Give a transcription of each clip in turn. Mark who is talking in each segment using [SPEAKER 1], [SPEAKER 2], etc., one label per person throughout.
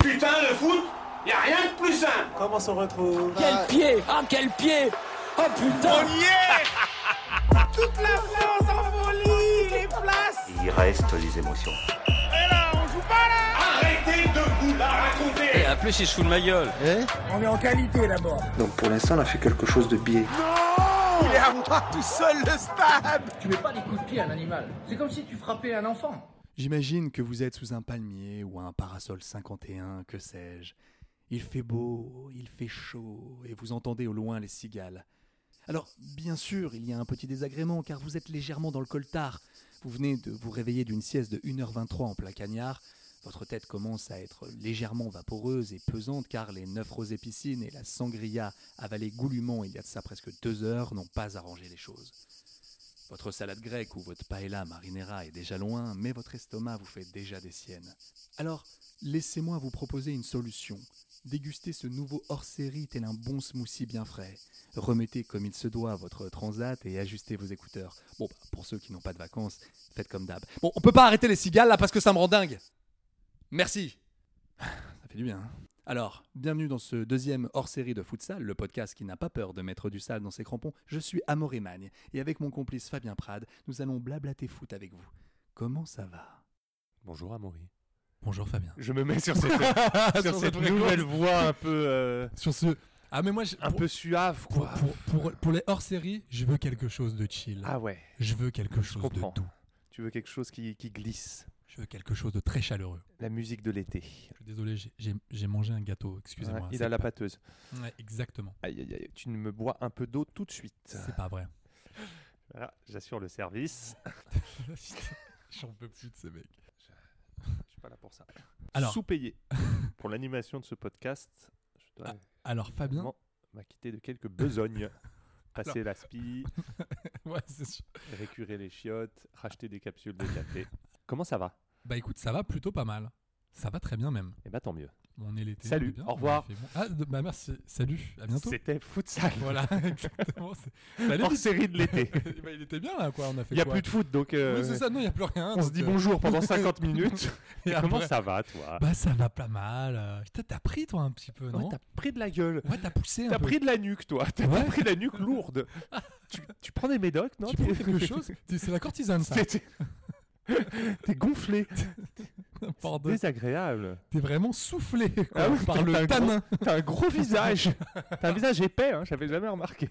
[SPEAKER 1] Putain, le foot, y a rien de plus simple.
[SPEAKER 2] Comment s'en retrouve
[SPEAKER 3] Quel pied Ah quel pied Oh putain
[SPEAKER 1] Toute la France en folie, les places.
[SPEAKER 4] Il reste les émotions.
[SPEAKER 1] Et là, on joue pas là. Arrêtez de vous la raconter.
[SPEAKER 3] En plus il se fout de ma gueule
[SPEAKER 5] Donc pour l'instant, on a fait quelque chose de biais.
[SPEAKER 1] Il est à moi tout seul le stade.
[SPEAKER 6] J'imagine que vous êtes sous un palmier ou un parasol 51, que sais-je. Il fait beau, il fait chaud, et vous entendez au loin les cigales. Alors, bien sûr, il y a un petit désagrément, car vous êtes légèrement dans le coltard. Vous venez de vous réveiller d'une sieste de 1h23 en plein cagnard. Votre tête commence à être légèrement vaporeuse et pesante, car les neuf rosés piscines et la sangria avalée goulûment il y a de ça presque deux heures n'ont pas arrangé les choses. Votre salade grecque ou votre paella marinera est déjà loin, mais votre estomac vous fait déjà des siennes. Alors, laissez-moi vous proposer une solution. Dégustez ce nouveau hors-série tel un bon smoothie bien frais. Remettez comme il se doit votre transat et ajustez vos écouteurs. Bon, bah, pour ceux qui n'ont pas de vacances, faites comme d'hab. Bon, on peut pas arrêter les cigales là parce que ça me rend dingue. Merci. Ça fait du bien. hein. Alors, bienvenue dans ce deuxième hors-série de Futsal, le podcast qui n'a pas peur de mettre du sale dans ses crampons. Je suis Amorémagne et avec mon complice Fabien Prade, nous allons blablater foot avec vous. Comment ça va
[SPEAKER 7] Bonjour Amaury.
[SPEAKER 6] Bonjour Fabien.
[SPEAKER 7] Je me mets sur cette, sur
[SPEAKER 8] Sur
[SPEAKER 7] cette
[SPEAKER 8] votre
[SPEAKER 7] nouvelle
[SPEAKER 8] réponse.
[SPEAKER 7] voix un peu, euh,
[SPEAKER 8] Sur ce. Ah, mais moi, je-
[SPEAKER 7] un
[SPEAKER 8] pour,
[SPEAKER 7] peu suave,
[SPEAKER 8] pour,
[SPEAKER 7] quoi.
[SPEAKER 8] pour, pour- pour les hors-séries, je veux quelque chose de chill.
[SPEAKER 7] Ah ouais,
[SPEAKER 8] Je veux quelque chose de
[SPEAKER 7] comprends.
[SPEAKER 8] doux.
[SPEAKER 7] tu veux quelque chose qui, qui glisse.
[SPEAKER 8] Je veux quelque chose de très chaleureux.
[SPEAKER 7] La musique de l'été.
[SPEAKER 8] Je suis désolé, j'ai- j'ai j'ai mangé un gâteau, excusez-moi.
[SPEAKER 7] Ouais, il
[SPEAKER 8] C'est
[SPEAKER 7] a la
[SPEAKER 8] pas-
[SPEAKER 7] pâteuse.
[SPEAKER 8] Ouais, exactement.
[SPEAKER 7] Aïe, aïe, aïe, tu ne me bois un peu d'eau tout de suite.
[SPEAKER 8] C'est pas vrai.
[SPEAKER 7] Voilà, j'assure le service.
[SPEAKER 8] J'en peux plus de ce mec.
[SPEAKER 7] Je suis pas là pour ça.
[SPEAKER 8] Alors-
[SPEAKER 7] Sous-payé pour l'animation de ce podcast. Je
[SPEAKER 8] Ah,
[SPEAKER 7] dois
[SPEAKER 8] Alors, Fabien,
[SPEAKER 7] vraiment m'acquitter de quelques besognes. Passer la spie,
[SPEAKER 8] ouais, c'est sûr.
[SPEAKER 7] récurer les chiottes, racheter des capsules de café. Comment ça va
[SPEAKER 8] Bah écoute, ça va plutôt pas mal. Ça va très bien même.
[SPEAKER 7] Eh bah tant mieux.
[SPEAKER 8] On est l'été.
[SPEAKER 7] Salut,
[SPEAKER 8] on est bien,
[SPEAKER 7] au
[SPEAKER 8] on a
[SPEAKER 7] revoir.
[SPEAKER 8] fait bon. Ah, de- bah merci. Salut, à bientôt.
[SPEAKER 7] C'était futsal.
[SPEAKER 8] Voilà, exactement. c'est- Ça allait
[SPEAKER 7] Hors
[SPEAKER 8] vite.
[SPEAKER 7] série de l'été.
[SPEAKER 8] Bah, il était bien là, quoi. On a fait
[SPEAKER 7] Il n'y a
[SPEAKER 8] quoi
[SPEAKER 7] plus de foot, donc euh,
[SPEAKER 8] Oui, c'est ça, non, il n'y a plus rien.
[SPEAKER 7] on se
[SPEAKER 8] donc,
[SPEAKER 7] dit
[SPEAKER 8] euh,
[SPEAKER 7] bonjour pendant 50 minutes.
[SPEAKER 8] et
[SPEAKER 7] Et comment
[SPEAKER 8] après-
[SPEAKER 7] ça va, toi
[SPEAKER 8] Bah, ça va pas mal. euh. Putain, t'as pris, toi, un petit peu,
[SPEAKER 7] Ouais,
[SPEAKER 8] non
[SPEAKER 7] T'as pris de la gueule.
[SPEAKER 8] Ouais, t'as poussé un
[SPEAKER 7] T'as
[SPEAKER 8] peu.
[SPEAKER 7] pris de la nuque, toi. T'as
[SPEAKER 8] Ouais.
[SPEAKER 7] pris de la nuque lourde. tu, tu prends des médocs, non
[SPEAKER 8] Tu prends quelque chose Tu- C'est la cortisane, ça.
[SPEAKER 7] T'es- T'es t'es gonflé.
[SPEAKER 8] Pardon.
[SPEAKER 7] Désagréable.
[SPEAKER 8] T'es vraiment soufflé quoi,
[SPEAKER 7] Ah oui,
[SPEAKER 8] par
[SPEAKER 7] t'as
[SPEAKER 8] le
[SPEAKER 7] un
[SPEAKER 8] tanin.
[SPEAKER 7] T'as un gros visage. T'as un visage épais, hein, j'avais jamais remarqué.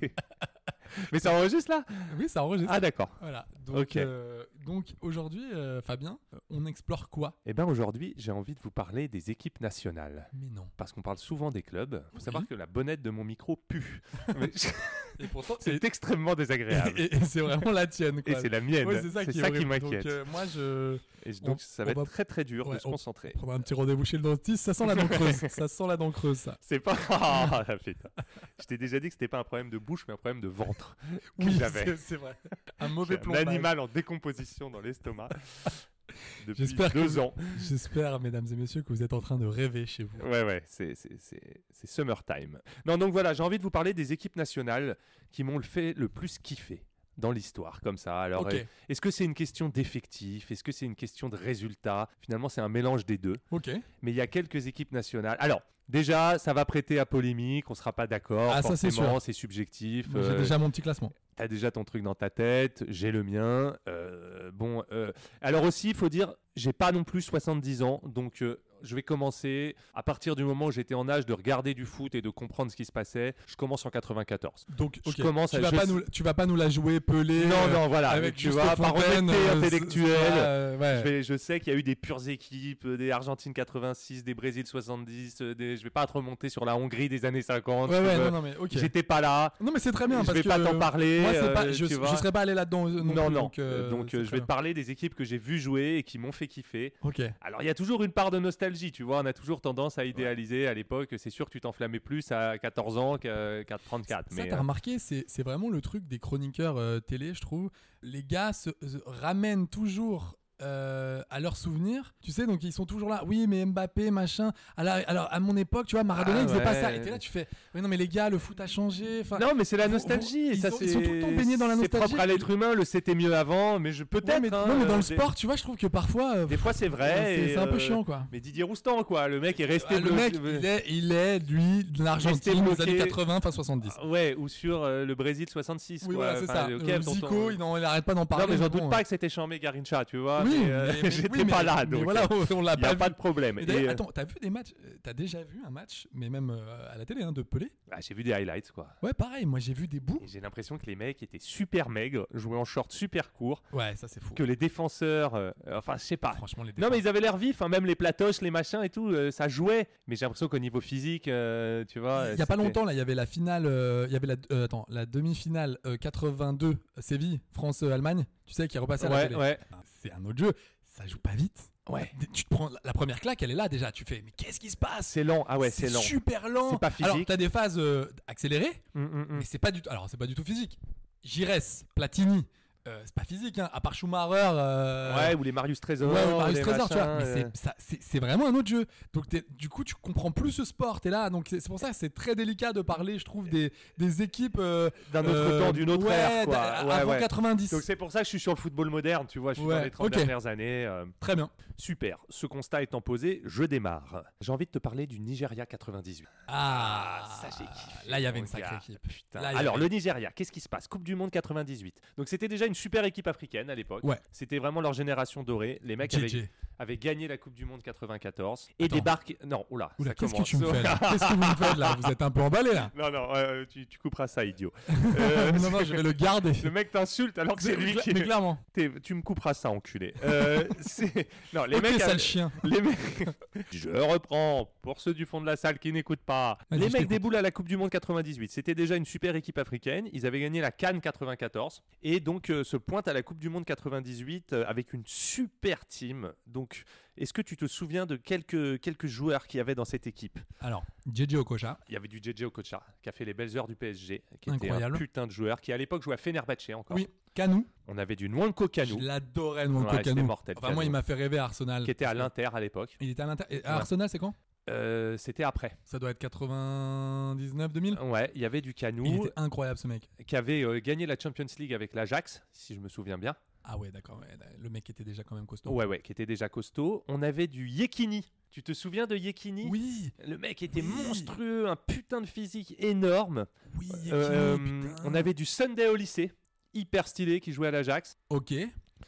[SPEAKER 7] Mais ça enregistre là
[SPEAKER 8] Oui, ça enregistre.
[SPEAKER 7] Ah, d'accord.
[SPEAKER 8] Voilà. Donc,
[SPEAKER 7] Ok.
[SPEAKER 8] euh, donc aujourd'hui, euh, Fabien, on explore quoi
[SPEAKER 7] Eh bien, aujourd'hui, j'ai envie de vous parler des équipes nationales.
[SPEAKER 8] Mais non.
[SPEAKER 7] Parce qu'on parle souvent des clubs. Faut savoir
[SPEAKER 8] Oui.
[SPEAKER 7] que la bonnette de mon micro pue. Mais-
[SPEAKER 8] Et pourtant, et-
[SPEAKER 7] C'est extrêmement désagréable.
[SPEAKER 8] et- et c'est vraiment la tienne,
[SPEAKER 7] Et
[SPEAKER 8] quoi.
[SPEAKER 7] c'est la mienne.
[SPEAKER 8] Ouais,
[SPEAKER 7] c'est ça,
[SPEAKER 8] est
[SPEAKER 7] qui
[SPEAKER 8] horrible. Donc,
[SPEAKER 7] m'inquiète.
[SPEAKER 8] euh, moi, je
[SPEAKER 7] Et je- donc
[SPEAKER 8] on-
[SPEAKER 7] ça
[SPEAKER 8] on
[SPEAKER 7] va être
[SPEAKER 8] va-
[SPEAKER 7] très très dur
[SPEAKER 8] Ouais,
[SPEAKER 7] de se
[SPEAKER 8] on-
[SPEAKER 7] concentrer.
[SPEAKER 8] prendrai un petit rendez-vous chez le dentiste. Ça sent la dent creuse. ça sent la dent creuse, ça.
[SPEAKER 7] C'est pas. Ah, la putain. Je t'ai déjà dit que c'était pas un problème de bouche, mais un problème de ventre. que
[SPEAKER 8] Oui,
[SPEAKER 7] j'avais.
[SPEAKER 8] c'est c'est vrai. Un
[SPEAKER 7] J'ai
[SPEAKER 8] mauvais
[SPEAKER 7] Un
[SPEAKER 8] plombage.
[SPEAKER 7] animal en décomposition dans l'estomac. Depuis
[SPEAKER 8] J'espère que
[SPEAKER 7] deux
[SPEAKER 8] vous-
[SPEAKER 7] ans.
[SPEAKER 8] J'espère, mesdames et messieurs, que vous êtes en train de rêver chez vous.
[SPEAKER 7] Ouais, ouais, c'est- c'est c'est- c'est summertime. Non, donc voilà, j'ai envie de vous parler des équipes nationales qui m'ont le fait le plus kiffer dans l'histoire, comme ça. Alors,
[SPEAKER 8] ok,
[SPEAKER 7] euh, est-ce que c'est une question d'effectif Est-ce que c'est une question de résultat Finalement, c'est un mélange des deux.
[SPEAKER 8] ok.
[SPEAKER 7] mais il y a quelques équipes nationales. Alors, déjà, ça va prêter à polémique, on sera pas d'accord.
[SPEAKER 8] Ah, ça, c'est
[SPEAKER 7] forcément, c'est subjectif.
[SPEAKER 8] Moi, J'ai
[SPEAKER 7] euh,
[SPEAKER 8] déjà mon petit classement.
[SPEAKER 7] T'as déjà ton truc dans ta tête, j'ai le mien. euh, bon, euh, alors aussi, il faut dire, j'ai pas non plus 70 ans, donc euh, je vais commencer à partir du moment où j'étais en âge de regarder du foot et de comprendre ce qui se passait. Je commence en 94.
[SPEAKER 8] Donc,
[SPEAKER 7] Je
[SPEAKER 8] ok,
[SPEAKER 7] commence
[SPEAKER 8] tu,
[SPEAKER 7] à-
[SPEAKER 8] vas
[SPEAKER 7] je
[SPEAKER 8] pas
[SPEAKER 7] sais-
[SPEAKER 8] nous, tu vas pas nous la jouer pelée.
[SPEAKER 7] Non,
[SPEAKER 8] euh,
[SPEAKER 7] non, voilà,
[SPEAKER 8] Avec
[SPEAKER 7] mais tu vois, par
[SPEAKER 8] Fontaine,
[SPEAKER 7] honnêteté
[SPEAKER 8] euh,
[SPEAKER 7] intellectuelle,
[SPEAKER 8] c'est- c'est pas, euh,
[SPEAKER 7] Je,
[SPEAKER 8] ouais.
[SPEAKER 7] vais- je sais qu'il y a eu des pures équipes, euh, des Argentines 86, des Brésil 70, euh, des, je vais pas te remonter sur la Hongrie des années 50.
[SPEAKER 8] Ouais,
[SPEAKER 7] tu
[SPEAKER 8] ouais,
[SPEAKER 7] veux.
[SPEAKER 8] non, non, mais ok.
[SPEAKER 7] J'étais pas là.
[SPEAKER 8] Non, mais c'est très bien.
[SPEAKER 7] je
[SPEAKER 8] parce
[SPEAKER 7] vais
[SPEAKER 8] que
[SPEAKER 7] pas t'en parler.
[SPEAKER 8] Moi, c'est
[SPEAKER 7] euh,
[SPEAKER 8] pas, je,
[SPEAKER 7] tu vois.
[SPEAKER 8] je serais pas allé là-dedans. euh,
[SPEAKER 7] Non,
[SPEAKER 8] non,
[SPEAKER 7] non.
[SPEAKER 8] plus,
[SPEAKER 7] Donc,
[SPEAKER 8] Donc, euh, c'est
[SPEAKER 7] je
[SPEAKER 8] très
[SPEAKER 7] vais te parler des équipes que j'ai vu jouer et qui m'ont fait kiffer.
[SPEAKER 8] bien. Ok.
[SPEAKER 7] Alors, il y a toujours une part de nostalgie, tu vois. On a toujours tendance à idéaliser à l'époque. C'est sûr que tu t'enflammais plus à 14 ans qu'à qu'à 34.
[SPEAKER 8] Ça,
[SPEAKER 7] mais,
[SPEAKER 8] t'as
[SPEAKER 7] euh,
[SPEAKER 8] remarqué, c'est c'est vraiment le truc des chroniqueurs euh, télé, je trouve. Les gars se, se ramènent toujours euh, à leurs souvenirs. Tu sais, donc ils sont toujours là. Oui, mais Mbappé, machin. À la- alors, à mon époque, tu vois, Maradona,
[SPEAKER 7] Ah
[SPEAKER 8] il faisait pas ça.
[SPEAKER 7] ouais.
[SPEAKER 8] Et t'es là, tu fais. Mais non, mais les gars, le foot a changé. Enfin,
[SPEAKER 7] Non, mais c'est la
[SPEAKER 8] vous-
[SPEAKER 7] nostalgie.
[SPEAKER 8] vous-
[SPEAKER 7] et
[SPEAKER 8] ils
[SPEAKER 7] ça,
[SPEAKER 8] sont- ils sont
[SPEAKER 7] c'est-
[SPEAKER 8] tout le temps baignés dans la
[SPEAKER 7] C'est
[SPEAKER 8] nostalgie.
[SPEAKER 7] propre à l'être humain. Le c'était mieux avant, mais je peut-être.
[SPEAKER 8] ouais, mais,
[SPEAKER 7] hein,
[SPEAKER 8] non, mais dans
[SPEAKER 7] euh,
[SPEAKER 8] le
[SPEAKER 7] des-
[SPEAKER 8] sport, tu vois, je trouve que parfois. euh,
[SPEAKER 7] Des fois, c'est vrai.
[SPEAKER 8] c'est
[SPEAKER 7] et,
[SPEAKER 8] c'est un peu
[SPEAKER 7] euh,
[SPEAKER 8] chiant, quoi.
[SPEAKER 7] Mais Didier Roustan, quoi. Le mec est resté
[SPEAKER 8] Ah, le
[SPEAKER 7] bloqué-
[SPEAKER 8] mec, il est, il est, lui, de l'Argentine des
[SPEAKER 7] bloqué.
[SPEAKER 8] années 80, fin 70.
[SPEAKER 7] Ah, Ouais, ou sur euh, le Brésil 66.
[SPEAKER 8] oui,
[SPEAKER 7] quoi.
[SPEAKER 8] voilà, c'est
[SPEAKER 7] Enfin,
[SPEAKER 8] ça.
[SPEAKER 7] ok,
[SPEAKER 8] Euh,
[SPEAKER 7] dont
[SPEAKER 8] Zico,
[SPEAKER 7] on-
[SPEAKER 8] il, en- il arrête pas d'en parler.
[SPEAKER 7] Non, mais j'en doute
[SPEAKER 8] bon, euh.
[SPEAKER 7] pas que c'était Chambé Garincha, tu vois.
[SPEAKER 8] Oui,
[SPEAKER 7] mais, euh,
[SPEAKER 8] mais- mais-
[SPEAKER 7] j'étais
[SPEAKER 8] oui,
[SPEAKER 7] pas
[SPEAKER 8] mais-
[SPEAKER 7] là,
[SPEAKER 8] mais
[SPEAKER 7] donc. euh,
[SPEAKER 8] voilà, on l'a
[SPEAKER 7] Il n'y a
[SPEAKER 8] pas
[SPEAKER 7] pas
[SPEAKER 8] vu.
[SPEAKER 7] de problème.
[SPEAKER 8] Mais
[SPEAKER 7] Et,
[SPEAKER 8] d'ailleurs,
[SPEAKER 7] euh,
[SPEAKER 8] Attends, t'as vu des matchs euh, T'as déjà vu un match, mais même euh, à la télé, hein, de Pelé
[SPEAKER 7] bah, j'ai vu des highlights, quoi.
[SPEAKER 8] Ouais, pareil. Moi, j'ai vu des bouts.
[SPEAKER 7] Et j'ai l'impression que les mecs étaient super maigres, jouaient en short super court,
[SPEAKER 8] Ouais, ça c'est fou.
[SPEAKER 7] que les défenseurs. euh, enfin, je sais pas.
[SPEAKER 8] Franchement, les
[SPEAKER 7] Non, mais
[SPEAKER 8] défenses-
[SPEAKER 7] ils avaient l'air vifs, hein, même les platoches, les machins et tout, euh, ça jouait. Mais j'ai l'impression qu'au niveau physique, euh, tu vois.
[SPEAKER 8] il y a pas
[SPEAKER 7] c'était-
[SPEAKER 8] longtemps là, il y avait la finale, euh, il y avait la euh, attends, la demi-finale euh, 82 Séville France euh, Allemagne. Tu sais qui est repassée à la
[SPEAKER 7] Ouais,
[SPEAKER 8] télé.
[SPEAKER 7] ouais.
[SPEAKER 8] Ah, C'est un autre jeu. Ça joue pas vite.
[SPEAKER 7] Ouais.
[SPEAKER 8] Tu te prends la- la première claque, elle est là déjà. Tu fais mais qu'est-ce qui se passe
[SPEAKER 7] C'est lent. Ah ouais, c'est lent.
[SPEAKER 8] super lent.
[SPEAKER 7] C'est pas
[SPEAKER 8] Alors
[SPEAKER 7] physique.
[SPEAKER 8] t'as des phases euh, accélérées,
[SPEAKER 7] Mm, mm, mm.
[SPEAKER 8] mais c'est pas du tout. Alors c'est pas du tout physique. Giresse, Platini, euh, c'est pas physique. Hein. À part Schumacher. euh,
[SPEAKER 7] Ouais, ou les Marius Trésor.
[SPEAKER 8] Ouais, ou Marius
[SPEAKER 7] les
[SPEAKER 8] Trésor, tu vois.
[SPEAKER 7] machins,
[SPEAKER 8] Mais
[SPEAKER 7] euh.
[SPEAKER 8] c'est- ça- c'est c'est vraiment un autre jeu. Donc, t'es- du coup, tu comprends plus ce sport. T'es là. Donc, c'est c'est pour ça que c'est très délicat de parler, je trouve, des, des équipes. euh,
[SPEAKER 7] D'un autre
[SPEAKER 8] euh,
[SPEAKER 7] temps, d'une autre
[SPEAKER 8] ouais,
[SPEAKER 7] ère, quoi.
[SPEAKER 8] d'a-
[SPEAKER 7] Ouais,
[SPEAKER 8] avant
[SPEAKER 7] ouais.
[SPEAKER 8] 90.
[SPEAKER 7] Donc c'est pour ça que je suis sur le football moderne, tu vois, je suis
[SPEAKER 8] Ouais,
[SPEAKER 7] dans les 30
[SPEAKER 8] ok.
[SPEAKER 7] dernières années. euh,
[SPEAKER 8] Très bien.
[SPEAKER 7] super, ce constat étant posé, je démarre. J'ai envie de te parler du Nigeria 98.
[SPEAKER 8] Ah,
[SPEAKER 7] ça j'ai kiffé.
[SPEAKER 8] Là, il y avait
[SPEAKER 7] mon
[SPEAKER 8] une sacrée
[SPEAKER 7] gars.
[SPEAKER 8] équipe.
[SPEAKER 7] Putain.
[SPEAKER 8] Là, il y
[SPEAKER 7] Alors
[SPEAKER 8] avait-
[SPEAKER 7] le Nigeria, qu'est-ce qui se passe Coupe du Monde 98. Donc c'était déjà une super équipe africaine à l'époque.
[SPEAKER 8] Ouais.
[SPEAKER 7] C'était vraiment leur génération dorée. Les mecs
[SPEAKER 8] JJ.
[SPEAKER 7] avaient, avaient gagné la Coupe du Monde 94 et
[SPEAKER 8] Attends.
[SPEAKER 7] débarquent. Non, oula,
[SPEAKER 8] Oula,
[SPEAKER 7] ça
[SPEAKER 8] qu'est-ce que
[SPEAKER 7] commence.
[SPEAKER 8] tu me fais là Qu'est-ce que vous me faites là Vous êtes un peu emballé là.
[SPEAKER 7] Non, non, euh, tu, tu couperas ça, idiot. Euh,
[SPEAKER 8] non, non, je vais le garder.
[SPEAKER 7] Le mec t'insulte alors que c'est lui qui.
[SPEAKER 8] Mais clairement.
[SPEAKER 7] T'es- Tu me couperas ça, enculé. Euh, c'est- non, les
[SPEAKER 8] ok,
[SPEAKER 7] mecs. euh,
[SPEAKER 8] sale
[SPEAKER 7] avaient-
[SPEAKER 8] chien.
[SPEAKER 7] Les mecs... Je reprends pour ceux du fond de la salle qui n'écoutent pas.
[SPEAKER 8] Vas-y,
[SPEAKER 7] Les mecs
[SPEAKER 8] je t'écoute.
[SPEAKER 7] déboulent à la Coupe du Monde 98. C'était déjà une super équipe africaine. Ils avaient gagné la Cannes 94 et donc euh, se pointent à la Coupe du Monde 98 euh, avec une super team. Donc, est-ce que tu te souviens de quelques quelques joueurs qu'il y avait dans cette équipe
[SPEAKER 8] Alors, JJ Okocha.
[SPEAKER 7] Il y avait du JJ Okocha qui a fait les belles heures du PSG, qui
[SPEAKER 8] Incroyable.
[SPEAKER 7] était un putain de joueur qui à l'époque jouait à Fenerbahce encore.
[SPEAKER 8] Oui. Canou.
[SPEAKER 7] On avait du Nwanko
[SPEAKER 8] Je
[SPEAKER 7] Kanu
[SPEAKER 8] l'adorais, Nwanko
[SPEAKER 7] Ouais, c'était
[SPEAKER 8] Canou.
[SPEAKER 7] mortel,
[SPEAKER 8] Enfin, moi,
[SPEAKER 7] Canou.
[SPEAKER 8] il m'a fait rêver à Arsenal.
[SPEAKER 7] qui était à l'Inter à l'époque.
[SPEAKER 8] Il était à l'Inter. et à Arsenal, c'est quand
[SPEAKER 7] Euh, c'était après.
[SPEAKER 8] Ça doit être 99, 2000.
[SPEAKER 7] Ouais, il y avait du Kanu.
[SPEAKER 8] Il était incroyable ce mec.
[SPEAKER 7] qui avait euh, gagné la Champions League avec l'Ajax, si je me souviens bien.
[SPEAKER 8] Ah ouais, d'accord. ouais, le mec était déjà quand même costaud.
[SPEAKER 7] Ouais, ouais, qui était déjà costaud. On avait du Yekini. Tu te souviens de Yekini
[SPEAKER 8] Oui,
[SPEAKER 7] Le mec était
[SPEAKER 8] Oui.
[SPEAKER 7] monstrueux, un putain de physique énorme.
[SPEAKER 8] oui. Yekini, oh,
[SPEAKER 7] Euh,
[SPEAKER 8] putain.
[SPEAKER 7] on avait du Sunday au lycée, hyper stylé, qui jouait à l'Ajax.
[SPEAKER 8] Ok.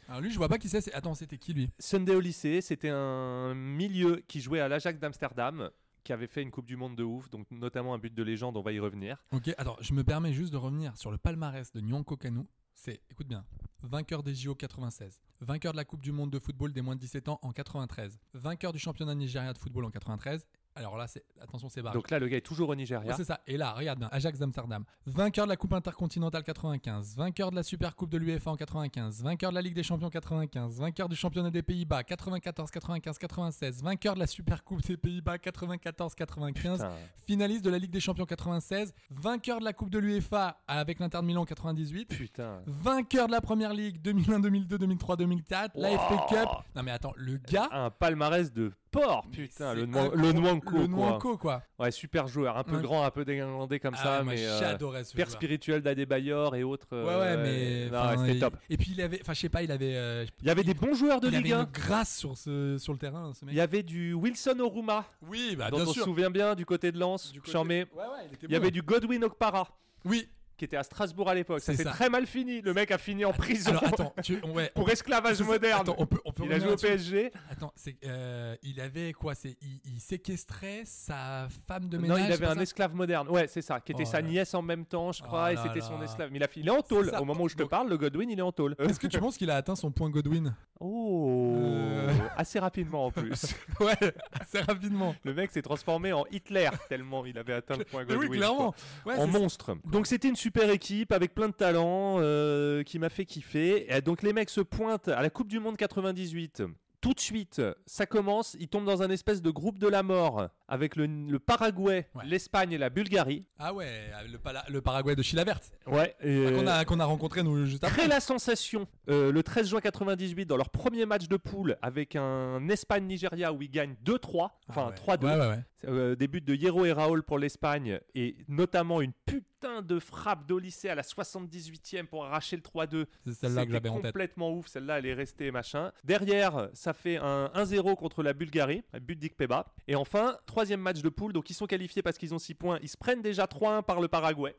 [SPEAKER 8] Alors lui, je vois pas qui c'est. c'est- Attends, c'était qui lui
[SPEAKER 7] Sunday au lycée, c'était un milieu qui jouait à l'Ajax d'Amsterdam, qui avait fait une Coupe du Monde de ouf, donc notamment un but de légende, on va y revenir.
[SPEAKER 8] Ok. Attends, je me permets juste de revenir sur le palmarès de Nyonko Kanu. C'est, écoute bien, vainqueur des JO 96, vainqueur de la Coupe du Monde de football des moins de 17 ans en 93, vainqueur du championnat nigérien de football en 93. Alors là, c'est attention, c'est barré.
[SPEAKER 7] Donc là, le gars est toujours au
[SPEAKER 8] Ah. Ouais,
[SPEAKER 7] Nigeria.
[SPEAKER 8] c'est ça. Et là, regarde bien, Ajax d'Amsterdam, vainqueur de la Coupe intercontinentale 95, vainqueur de la Super Coupe de l'UEFA en 95, vainqueur de la Ligue des Champions 95, vainqueur du championnat des Pays-Bas 94, 95, 96, vainqueur de la Super Coupe des Pays-Bas 94, 95,
[SPEAKER 7] Putain.
[SPEAKER 8] finaliste de la Ligue des Champions 96, vainqueur de la Coupe de l'UEFA avec l'Inter de Milan en 98.
[SPEAKER 7] Putain.
[SPEAKER 8] Vainqueur de la première ligue 2001, 2002, 2003, 2004, la
[SPEAKER 7] Oh.
[SPEAKER 8] FA Cup. Non, mais attends, le gars.
[SPEAKER 7] Un palmarès de porc, Ah,
[SPEAKER 8] mais
[SPEAKER 7] putain.
[SPEAKER 8] c'est
[SPEAKER 7] Le, Nwa-
[SPEAKER 8] incro-
[SPEAKER 7] le Nwanko,
[SPEAKER 8] Le
[SPEAKER 7] quoi.
[SPEAKER 8] Nwanko, quoi.
[SPEAKER 7] Ouais, super joueur, un peu
[SPEAKER 8] Ouais.
[SPEAKER 7] grand, un peu dégingandé comme
[SPEAKER 8] Ah
[SPEAKER 7] ça,
[SPEAKER 8] ouais, moi,
[SPEAKER 7] mais euh,
[SPEAKER 8] j'adorais ce
[SPEAKER 7] père
[SPEAKER 8] joueur.
[SPEAKER 7] spirituel d'Adebayor et autres.
[SPEAKER 8] Ouais,
[SPEAKER 7] euh,
[SPEAKER 8] ouais, mais.
[SPEAKER 7] non,
[SPEAKER 8] enfin,
[SPEAKER 7] ouais, c'était
[SPEAKER 8] il-
[SPEAKER 7] top.
[SPEAKER 8] Et puis il avait. Enfin, je sais pas, il avait. euh,
[SPEAKER 7] Il y avait des bons joueurs de
[SPEAKER 8] il avait
[SPEAKER 7] Ligue 1.
[SPEAKER 8] une grâce sur, ce, sur le terrain, ce
[SPEAKER 7] Il
[SPEAKER 8] mec.
[SPEAKER 7] y avait du Wilson Oruma,
[SPEAKER 8] Oui, bah,
[SPEAKER 7] dont on se souvient bien du côté de Lens, Chambé.
[SPEAKER 8] Ouais, ouais, il était hein.
[SPEAKER 7] Il y avait du Godwin Okpara.
[SPEAKER 8] Oui,
[SPEAKER 7] qui était à Strasbourg à l'époque. Ça
[SPEAKER 8] C'est
[SPEAKER 7] s'est
[SPEAKER 8] ça.
[SPEAKER 7] très mal fini. Le mec a fini en prison
[SPEAKER 8] Alors attends, tu- ouais,
[SPEAKER 7] pour esclavage
[SPEAKER 8] c'est-
[SPEAKER 7] moderne.
[SPEAKER 8] attends, on peut- on peut
[SPEAKER 7] il a
[SPEAKER 8] revenir
[SPEAKER 7] joué au
[SPEAKER 8] là-dessus.
[SPEAKER 7] PSG.
[SPEAKER 8] Attends, c'est euh, il avait quoi C'est il, il séquestrait sa femme de
[SPEAKER 7] Non,
[SPEAKER 8] ménage.
[SPEAKER 7] il
[SPEAKER 8] c'est
[SPEAKER 7] avait
[SPEAKER 8] pas
[SPEAKER 7] un
[SPEAKER 8] ça
[SPEAKER 7] esclave moderne. Ouais, c'est ça. Qui était
[SPEAKER 8] Oh
[SPEAKER 7] sa
[SPEAKER 8] là là.
[SPEAKER 7] nièce en même temps, je crois,
[SPEAKER 8] Oh
[SPEAKER 7] et
[SPEAKER 8] là
[SPEAKER 7] c'était
[SPEAKER 8] là.
[SPEAKER 7] son esclave. Mais il a fini. Il est en tôle.
[SPEAKER 8] ça. Euh,
[SPEAKER 7] Au moment où je te
[SPEAKER 8] Donc-
[SPEAKER 7] parle, le Godwin, il est en tôle.
[SPEAKER 8] Est-ce que tu penses qu'il a atteint son point Godwin
[SPEAKER 7] Oh,
[SPEAKER 8] Euh.
[SPEAKER 7] assez rapidement en plus.
[SPEAKER 8] Ouais, assez rapidement.
[SPEAKER 7] le mec s'est transformé en Hitler tellement il avait atteint le point
[SPEAKER 8] Mais
[SPEAKER 7] Godwin.
[SPEAKER 8] oui, clairement. Ouais,
[SPEAKER 7] en
[SPEAKER 8] c'est ça.
[SPEAKER 7] monstre. Donc c'était une super équipe avec plein de talents euh, qui m'a fait kiffer. Et donc les mecs se pointent à la Coupe du Monde 98. Tout de suite, ça commence, ils tombent dans un espèce de groupe de la mort avec le, le Paraguay,
[SPEAKER 8] Ouais.
[SPEAKER 7] l'Espagne et la Bulgarie.
[SPEAKER 8] Ah ouais, le, pala- le Paraguay de Chilavert
[SPEAKER 7] Ouais. et-
[SPEAKER 8] Bah,
[SPEAKER 7] euh,
[SPEAKER 8] qu'on a qu'on a rencontré nous juste après.
[SPEAKER 7] Très la sensation, euh, le 13 juin 98, dans leur premier match de poule avec un Espagne-Nigeria où ils gagnent 2-3, enfin
[SPEAKER 8] Ah ouais.
[SPEAKER 7] 3-2,
[SPEAKER 8] Ouais, ouais, ouais.
[SPEAKER 7] Euh, des buts de Hierro et Raoul pour l'Espagne et notamment une putain de frappe d'Olyssée à la 78e pour arracher le 3-2.
[SPEAKER 8] C'est celle-là que
[SPEAKER 7] C'était
[SPEAKER 8] j'avais en tête.
[SPEAKER 7] complètement ouf, celle-là elle est restée machin. Derrière, ça fait un 1-0 contre la Bulgarie, un but d'Ikpeba. Et enfin, troisième match de poule, donc ils sont qualifiés parce qu'ils ont 6 points, ils se prennent déjà 3-1 par le Paraguay.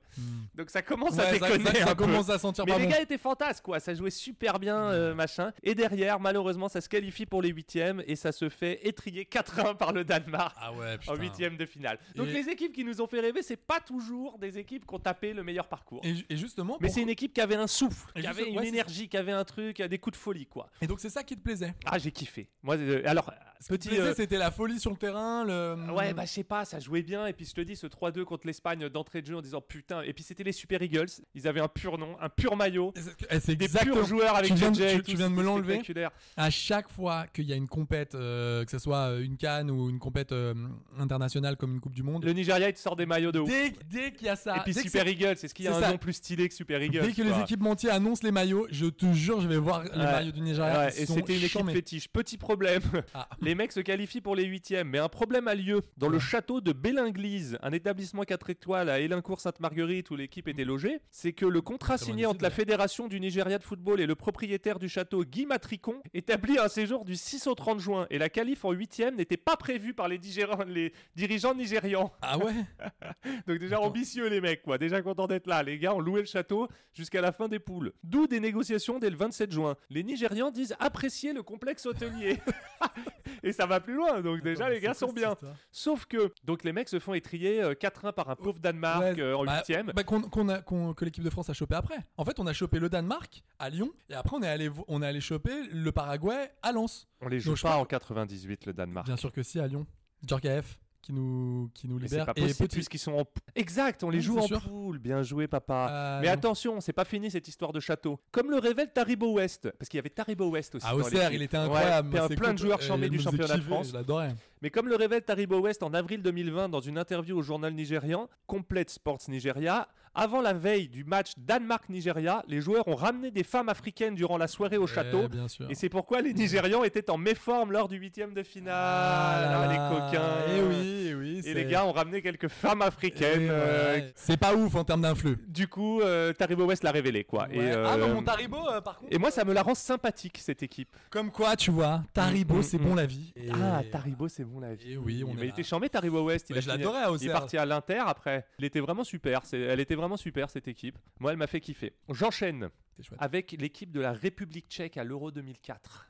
[SPEAKER 7] Donc ça commence à
[SPEAKER 8] Hmm. Ouais, ça-
[SPEAKER 7] déconner
[SPEAKER 8] ça- ça
[SPEAKER 7] un peu.
[SPEAKER 8] commence à Hmm. sentir
[SPEAKER 7] Mais
[SPEAKER 8] pas
[SPEAKER 7] les
[SPEAKER 8] bon.
[SPEAKER 7] gars étaient fantasques, quoi. Ça jouait super bien, euh, machin. Et derrière, malheureusement, ça se qualifie pour les huitièmes et ça se fait étrier 4-1 par le Danemark
[SPEAKER 8] Ah ouais, putain.
[SPEAKER 7] en huitième de finale. Donc
[SPEAKER 8] Et-
[SPEAKER 7] les équipes qui nous ont fait rêver, c'est pas toujours des équipes qui ont tapé le meilleur parcours.
[SPEAKER 8] Et, ju- et justement,
[SPEAKER 7] Mais
[SPEAKER 8] pour-
[SPEAKER 7] c'est une équipe qui avait un souffle,
[SPEAKER 8] Et
[SPEAKER 7] qui
[SPEAKER 8] juste-
[SPEAKER 7] avait une
[SPEAKER 8] ouais, c'est
[SPEAKER 7] énergie, qui avait un truc, des coups de folie, quoi.
[SPEAKER 8] et donc c'est ça qui te plaisait.
[SPEAKER 7] Ah, j'ai kiffé. Moi, euh, alors, petit.
[SPEAKER 8] Te plaisait,
[SPEAKER 7] euh,
[SPEAKER 8] c'était la folie sur le terrain, le hum,
[SPEAKER 7] Ouais, bah je sais pas, ça jouait bien. Et puis je te dis, ce 3-2 contre l'Espagne d'entrée de jeu en disant putain. Et puis c'était les Super Eagles. Ils avaient un pur nom, un pur maillot.
[SPEAKER 8] Et c'est- et c'est
[SPEAKER 7] Des
[SPEAKER 8] exactement.
[SPEAKER 7] purs joueurs avec
[SPEAKER 8] tu viens, de-
[SPEAKER 7] JJ,
[SPEAKER 8] tu-
[SPEAKER 7] tout,
[SPEAKER 8] tu viens de me
[SPEAKER 7] c'était
[SPEAKER 8] l'enlever.
[SPEAKER 7] spectaculaire.
[SPEAKER 8] À chaque fois qu'il y a une compète, euh, que ce soit euh, une canne ou une compète euh, internationale comme une Coupe du Monde,
[SPEAKER 7] Le Nigeria, il te sort des maillots de ouf.
[SPEAKER 8] dès, dès qu'il y a ça,
[SPEAKER 7] et puis
[SPEAKER 8] dès que
[SPEAKER 7] Super
[SPEAKER 8] c'est-
[SPEAKER 7] Eagles, est-ce qu'il y a
[SPEAKER 8] c'est
[SPEAKER 7] un
[SPEAKER 8] ça.
[SPEAKER 7] nom plus stylé que Super Eagles
[SPEAKER 8] Dès que les
[SPEAKER 7] quoi.
[SPEAKER 8] équipes montiers annoncent les maillots, je te jure, je vais voir les
[SPEAKER 7] Ouais.
[SPEAKER 8] maillots du Nigeria.
[SPEAKER 7] Ouais,
[SPEAKER 8] ils
[SPEAKER 7] et
[SPEAKER 8] sont
[SPEAKER 7] c'était une équipe
[SPEAKER 8] chamés.
[SPEAKER 7] fétiche. Petit problème,
[SPEAKER 8] Ah.
[SPEAKER 7] les mecs se qualifient pour les huitièmes, mais un problème a lieu dans le château de Bellinglise, un établissement 4 étoiles à Élincourt-Sainte-Marguerite où l'équipe était logée. C'est que le contrat
[SPEAKER 8] Très bonne
[SPEAKER 7] signé entre la
[SPEAKER 8] idée.
[SPEAKER 7] fédération du Nigeria de football et le propriétaire du château Guy Matricon établit un séjour du 6 au 30 juin, et la qualif en huitième n'était pas prévue par les, digérants- les dirigeants nigérians.
[SPEAKER 8] Ah ouais
[SPEAKER 7] Donc déjà
[SPEAKER 8] Attends.
[SPEAKER 7] ambitieux les mecs, quoi. Déjà content d'être là. Les gars ont loué le château jusqu'à la fin des poules. D'où des négociations dès le 27 juin. Les Nigérians disent apprécier le complexe hôtelier. Et ça va plus loin. Donc déjà
[SPEAKER 8] Attends, mais
[SPEAKER 7] les gars
[SPEAKER 8] c'est
[SPEAKER 7] sont
[SPEAKER 8] quoi cette
[SPEAKER 7] bien.
[SPEAKER 8] histoire
[SPEAKER 7] Sauf que donc les mecs se font étrier euh, 4-1 par un pauvre Danemark
[SPEAKER 8] Ouais,
[SPEAKER 7] euh, en
[SPEAKER 8] bah,
[SPEAKER 7] 8ème.
[SPEAKER 8] bah, qu'on- qu'on a- qu'on- que l'équipe de France a chopé après. En fait, on a chopé le Danemark à Lyon et après on est allé vo- on est allé choper le Paraguay à Lens.
[SPEAKER 7] On les
[SPEAKER 8] joue
[SPEAKER 7] joue
[SPEAKER 8] je pas
[SPEAKER 7] pas
[SPEAKER 8] crois-
[SPEAKER 7] en 98 le Danemark.
[SPEAKER 8] Bien sûr que si à Lyon. Djorkaeff qui nous qui nous
[SPEAKER 7] Mais c'est
[SPEAKER 8] libère
[SPEAKER 7] pas
[SPEAKER 8] et
[SPEAKER 7] possible
[SPEAKER 8] petit
[SPEAKER 7] puisqu'ils sont en p- exact, on les
[SPEAKER 8] Oui,
[SPEAKER 7] joue
[SPEAKER 8] c'est
[SPEAKER 7] en
[SPEAKER 8] sûr.
[SPEAKER 7] poule. Bien joué papa.
[SPEAKER 8] Euh,
[SPEAKER 7] Mais
[SPEAKER 8] non.
[SPEAKER 7] attention, c'est pas fini cette histoire de château. Comme le révèle Taribo West, parce qu'il y avait Taribo West aussi.
[SPEAKER 8] à
[SPEAKER 7] dans
[SPEAKER 8] Ah, Auxerre,
[SPEAKER 7] l'équipe.
[SPEAKER 8] il était incroyable.
[SPEAKER 7] Ouais,
[SPEAKER 8] Moi,
[SPEAKER 7] plein-
[SPEAKER 8] c'est
[SPEAKER 7] plein de
[SPEAKER 8] cool.
[SPEAKER 7] joueurs
[SPEAKER 8] Euh,
[SPEAKER 7] chambés
[SPEAKER 8] il
[SPEAKER 7] du
[SPEAKER 8] me faisait
[SPEAKER 7] championnat de
[SPEAKER 8] kiffer,
[SPEAKER 7] France.
[SPEAKER 8] Je l'adorais.
[SPEAKER 7] Mais comme le révèle Taribo West en avril 2020 dans une interview au journal nigérian Complete Sports Nigeria, avant la veille du match Danemark-Nigeria, les joueurs ont ramené des femmes africaines durant la soirée au château.
[SPEAKER 8] Ouais, Eh, bien sûr.
[SPEAKER 7] Et c'est pourquoi les Nigérians étaient en méforme lors du huitième de finale.
[SPEAKER 8] là
[SPEAKER 7] Ah,
[SPEAKER 8] là.
[SPEAKER 7] les coquins.
[SPEAKER 8] Et oui, eh oui.
[SPEAKER 7] Et
[SPEAKER 8] c'est-
[SPEAKER 7] les gars ont ramené quelques femmes
[SPEAKER 8] Eh,
[SPEAKER 7] africaines. euh,
[SPEAKER 8] ouais. C'est pas ouf en termes d'influx.
[SPEAKER 7] Du coup, euh, Taribo West l'a révélé, quoi. Et,
[SPEAKER 8] Ouais. Ah
[SPEAKER 7] euh,
[SPEAKER 8] non, mon Taribo, euh, par contre.
[SPEAKER 7] et moi, ça me la rend sympathique cette équipe.
[SPEAKER 8] Comme quoi, tu vois, Taribo,
[SPEAKER 7] Mm,
[SPEAKER 8] c'est
[SPEAKER 7] mm,
[SPEAKER 8] bon la vie. Et-
[SPEAKER 7] Ah, Taribo, c'est bon la vie.
[SPEAKER 8] Et oui, on est
[SPEAKER 7] Mais il
[SPEAKER 8] là.
[SPEAKER 7] était charmé, Taribo West. Il
[SPEAKER 8] Ouais,
[SPEAKER 7] a
[SPEAKER 8] je
[SPEAKER 7] fini-
[SPEAKER 8] l'adorais à
[SPEAKER 7] Il est
[SPEAKER 8] Auxerre.
[SPEAKER 7] parti à l'Inter après. Il était vraiment super. c'est- Elle était vraiment super cette équipe. Moi, elle m'a fait kiffer. J'enchaîne
[SPEAKER 8] C'est chouette.
[SPEAKER 7] avec l'équipe de la République Tchèque à l'Euro 2004.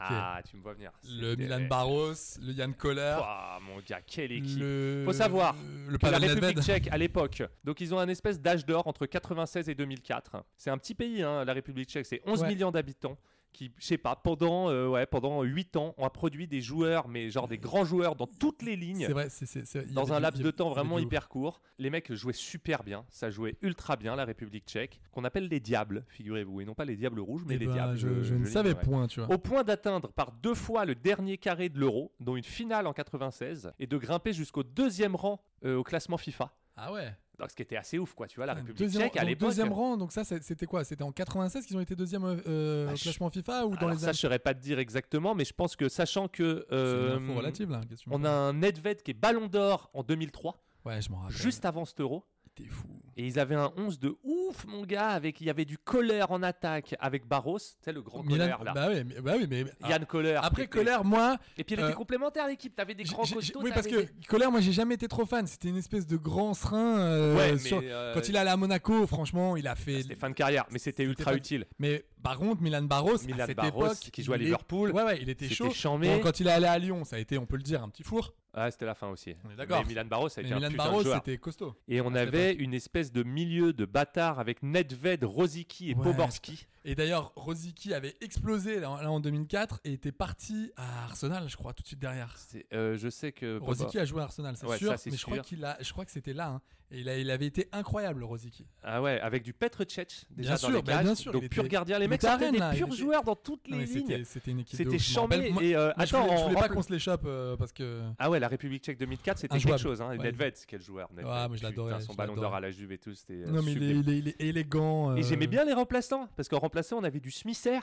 [SPEAKER 7] Ah, tu me vois venir.
[SPEAKER 8] Le
[SPEAKER 7] C'était-
[SPEAKER 8] Milan Barros, le Yann Koller.
[SPEAKER 7] Ouah, mon gars, quelle équipe.
[SPEAKER 8] Le...
[SPEAKER 7] Faut savoir
[SPEAKER 8] le
[SPEAKER 7] que la
[SPEAKER 8] Pavel
[SPEAKER 7] République
[SPEAKER 8] Nedved.
[SPEAKER 7] tchèque à l'époque. Donc ils ont un espèce d'âge d'or entre 96 et 2004. C'est un petit pays, hein, la République tchèque, c'est 11
[SPEAKER 8] Ouais.
[SPEAKER 7] millions d'habitants qui, je sais pas, pendant, euh, ouais, pendant 8 ans, ont produit des joueurs, mais genre des grands joueurs dans toutes les lignes.
[SPEAKER 8] C'est vrai, c'est- c'est- c'est- il y
[SPEAKER 7] Dans
[SPEAKER 8] avait
[SPEAKER 7] un
[SPEAKER 8] du- il
[SPEAKER 7] laps
[SPEAKER 8] y
[SPEAKER 7] de
[SPEAKER 8] avait- il
[SPEAKER 7] temps
[SPEAKER 8] y avait
[SPEAKER 7] vraiment
[SPEAKER 8] du ouf.
[SPEAKER 7] hyper court, les mecs jouaient super bien, ça jouait ultra bien la République tchèque, qu'on appelle les diables, figurez-vous, et non pas les diables rouges, mais
[SPEAKER 8] Eh
[SPEAKER 7] les
[SPEAKER 8] ben,
[SPEAKER 7] diables. euh,
[SPEAKER 8] Je, je ne savais
[SPEAKER 7] l'ignorais.
[SPEAKER 8] point, tu vois.
[SPEAKER 7] Au point d'atteindre par deux fois le dernier carré de l'euro, dont une finale en 96, et de grimper jusqu'au deuxième rang euh, au classement FIFA.
[SPEAKER 8] Ah ouais.
[SPEAKER 7] Donc ce qui était assez ouf, quoi, tu vois, la République
[SPEAKER 8] deuxième,
[SPEAKER 7] tchèque à
[SPEAKER 8] donc
[SPEAKER 7] l'époque.
[SPEAKER 8] deuxième rang, donc ça c'est- c'était quoi C'était en 96 qu'ils ont été deuxième euh, euh,
[SPEAKER 7] Ah,
[SPEAKER 8] au
[SPEAKER 7] je-
[SPEAKER 8] classement FIFA ou dans
[SPEAKER 7] Alors
[SPEAKER 8] les
[SPEAKER 7] ça, je saurais pas te dire exactement, mais je pense que sachant que euh,
[SPEAKER 8] C'est une info relative là. qu'est-ce que tu me
[SPEAKER 7] on
[SPEAKER 8] fais
[SPEAKER 7] a un Nedved qui est Ballon d'Or en 2003,
[SPEAKER 8] Ah, Ouais, je m'en rappelle.
[SPEAKER 7] juste avant cet euro,
[SPEAKER 8] T'es fou.
[SPEAKER 7] Et ils avaient un 11 de ouf, mon gars, avec il y avait du Kohler en attaque avec Barros, tu sais, le grand Kohler,
[SPEAKER 8] Milan-
[SPEAKER 7] là.
[SPEAKER 8] Bah oui, mais, bah oui, mais
[SPEAKER 7] Yann Kohler.
[SPEAKER 8] après
[SPEAKER 7] qui était-
[SPEAKER 8] Kohler, moi,
[SPEAKER 7] Et puis il
[SPEAKER 8] euh,
[SPEAKER 7] était complémentaire, l'équipe. T'avais des
[SPEAKER 8] J'ai-
[SPEAKER 7] grands
[SPEAKER 8] j'ai-
[SPEAKER 7] costauds.
[SPEAKER 8] Oui, parce
[SPEAKER 7] t'avais
[SPEAKER 8] que Colère, moi, j'ai jamais été trop fan. C'était une espèce de grand serin. euh,
[SPEAKER 7] Ouais, mais,
[SPEAKER 8] sur-
[SPEAKER 7] euh, Bah,
[SPEAKER 8] Quand il est allé à Monaco, franchement, il a
[SPEAKER 7] des-
[SPEAKER 8] fait.
[SPEAKER 7] C'était fin de carrière, mais c'était ultra
[SPEAKER 8] pas-
[SPEAKER 7] utile.
[SPEAKER 8] Mais par contre, Milan Barros,
[SPEAKER 7] Milan
[SPEAKER 8] à cette
[SPEAKER 7] Barros,
[SPEAKER 8] époque,
[SPEAKER 7] qui joue à
[SPEAKER 8] il est-
[SPEAKER 7] Liverpool,
[SPEAKER 8] ouais, ouais, il était
[SPEAKER 7] c'était
[SPEAKER 8] chaud.
[SPEAKER 7] chambé.
[SPEAKER 8] Bon, quand il est allé à Lyon, ça a été, on peut le dire, un petit four.
[SPEAKER 7] Ah, c'était la fin aussi.
[SPEAKER 8] On est d'accord.
[SPEAKER 7] Mais Milan Barros, ça a
[SPEAKER 8] Mais
[SPEAKER 7] été un
[SPEAKER 8] Milan
[SPEAKER 7] putain
[SPEAKER 8] Barros,
[SPEAKER 7] de joueur.
[SPEAKER 8] c'était costaud.
[SPEAKER 7] Et on
[SPEAKER 8] Ah, c'est
[SPEAKER 7] avait une espèce de milieu de bâtard avec Nedved, Rosicky et
[SPEAKER 8] Ouais.
[SPEAKER 7] Poborski.
[SPEAKER 8] Et d'ailleurs, Rosicky avait explosé là, en- là, en 2004 et était parti à Arsenal, je crois, tout de suite derrière.
[SPEAKER 7] C'est- euh, je sais que Pobo-
[SPEAKER 8] Rosicky a joué à Arsenal, c'est
[SPEAKER 7] Ouais,
[SPEAKER 8] sûr,
[SPEAKER 7] ça, c'est
[SPEAKER 8] mais je
[SPEAKER 7] sûr.
[SPEAKER 8] crois qu'il a, je crois que c'était là. hein. Et il, a- il avait été incroyable, Rosicky.
[SPEAKER 7] Ah ouais, avec du Petr Cech déjà
[SPEAKER 8] Bien
[SPEAKER 7] dans
[SPEAKER 8] sûr,
[SPEAKER 7] les
[SPEAKER 8] bah,
[SPEAKER 7] cages.
[SPEAKER 8] bien sûr,
[SPEAKER 7] Donc
[SPEAKER 8] il
[SPEAKER 7] pur
[SPEAKER 8] était-
[SPEAKER 7] gardien, les
[SPEAKER 8] il
[SPEAKER 7] mecs
[SPEAKER 8] était à
[SPEAKER 7] sortaient
[SPEAKER 8] Rennes,
[SPEAKER 7] des
[SPEAKER 8] là, il
[SPEAKER 7] purs
[SPEAKER 8] était-
[SPEAKER 7] joueurs dans toutes
[SPEAKER 8] Non,
[SPEAKER 7] les
[SPEAKER 8] mais C'était
[SPEAKER 7] lignes.
[SPEAKER 8] c'était une équipe de
[SPEAKER 7] C'était
[SPEAKER 8] ouf, je m'en rappelle.
[SPEAKER 7] chambé
[SPEAKER 8] Moi-
[SPEAKER 7] et, euh,
[SPEAKER 8] moi, je
[SPEAKER 7] attends,
[SPEAKER 8] voulais, je
[SPEAKER 7] en
[SPEAKER 8] voulais pas
[SPEAKER 7] rappel-
[SPEAKER 8] qu'on se l'échappe euh, parce que
[SPEAKER 7] Ah ouais, la République Tchèque 2004, c'était
[SPEAKER 8] Injouable.
[SPEAKER 7] quelque chose. Hein. Et
[SPEAKER 8] Ouais, Ah,
[SPEAKER 7] Nedved, quel joueur. Nedved,
[SPEAKER 8] moi, je
[SPEAKER 7] putain,
[SPEAKER 8] l'adorais,
[SPEAKER 7] Son
[SPEAKER 8] je
[SPEAKER 7] ballon d'or
[SPEAKER 8] l'adorais.
[SPEAKER 7] à la Juve et tout, c'était. euh,
[SPEAKER 8] non mais il est,
[SPEAKER 7] sublime.
[SPEAKER 8] il est- il est élégant.
[SPEAKER 7] Et
[SPEAKER 8] euh,
[SPEAKER 7] j'aimais bien les remplaçants, parce qu'en remplaçant, on avait du Smisser,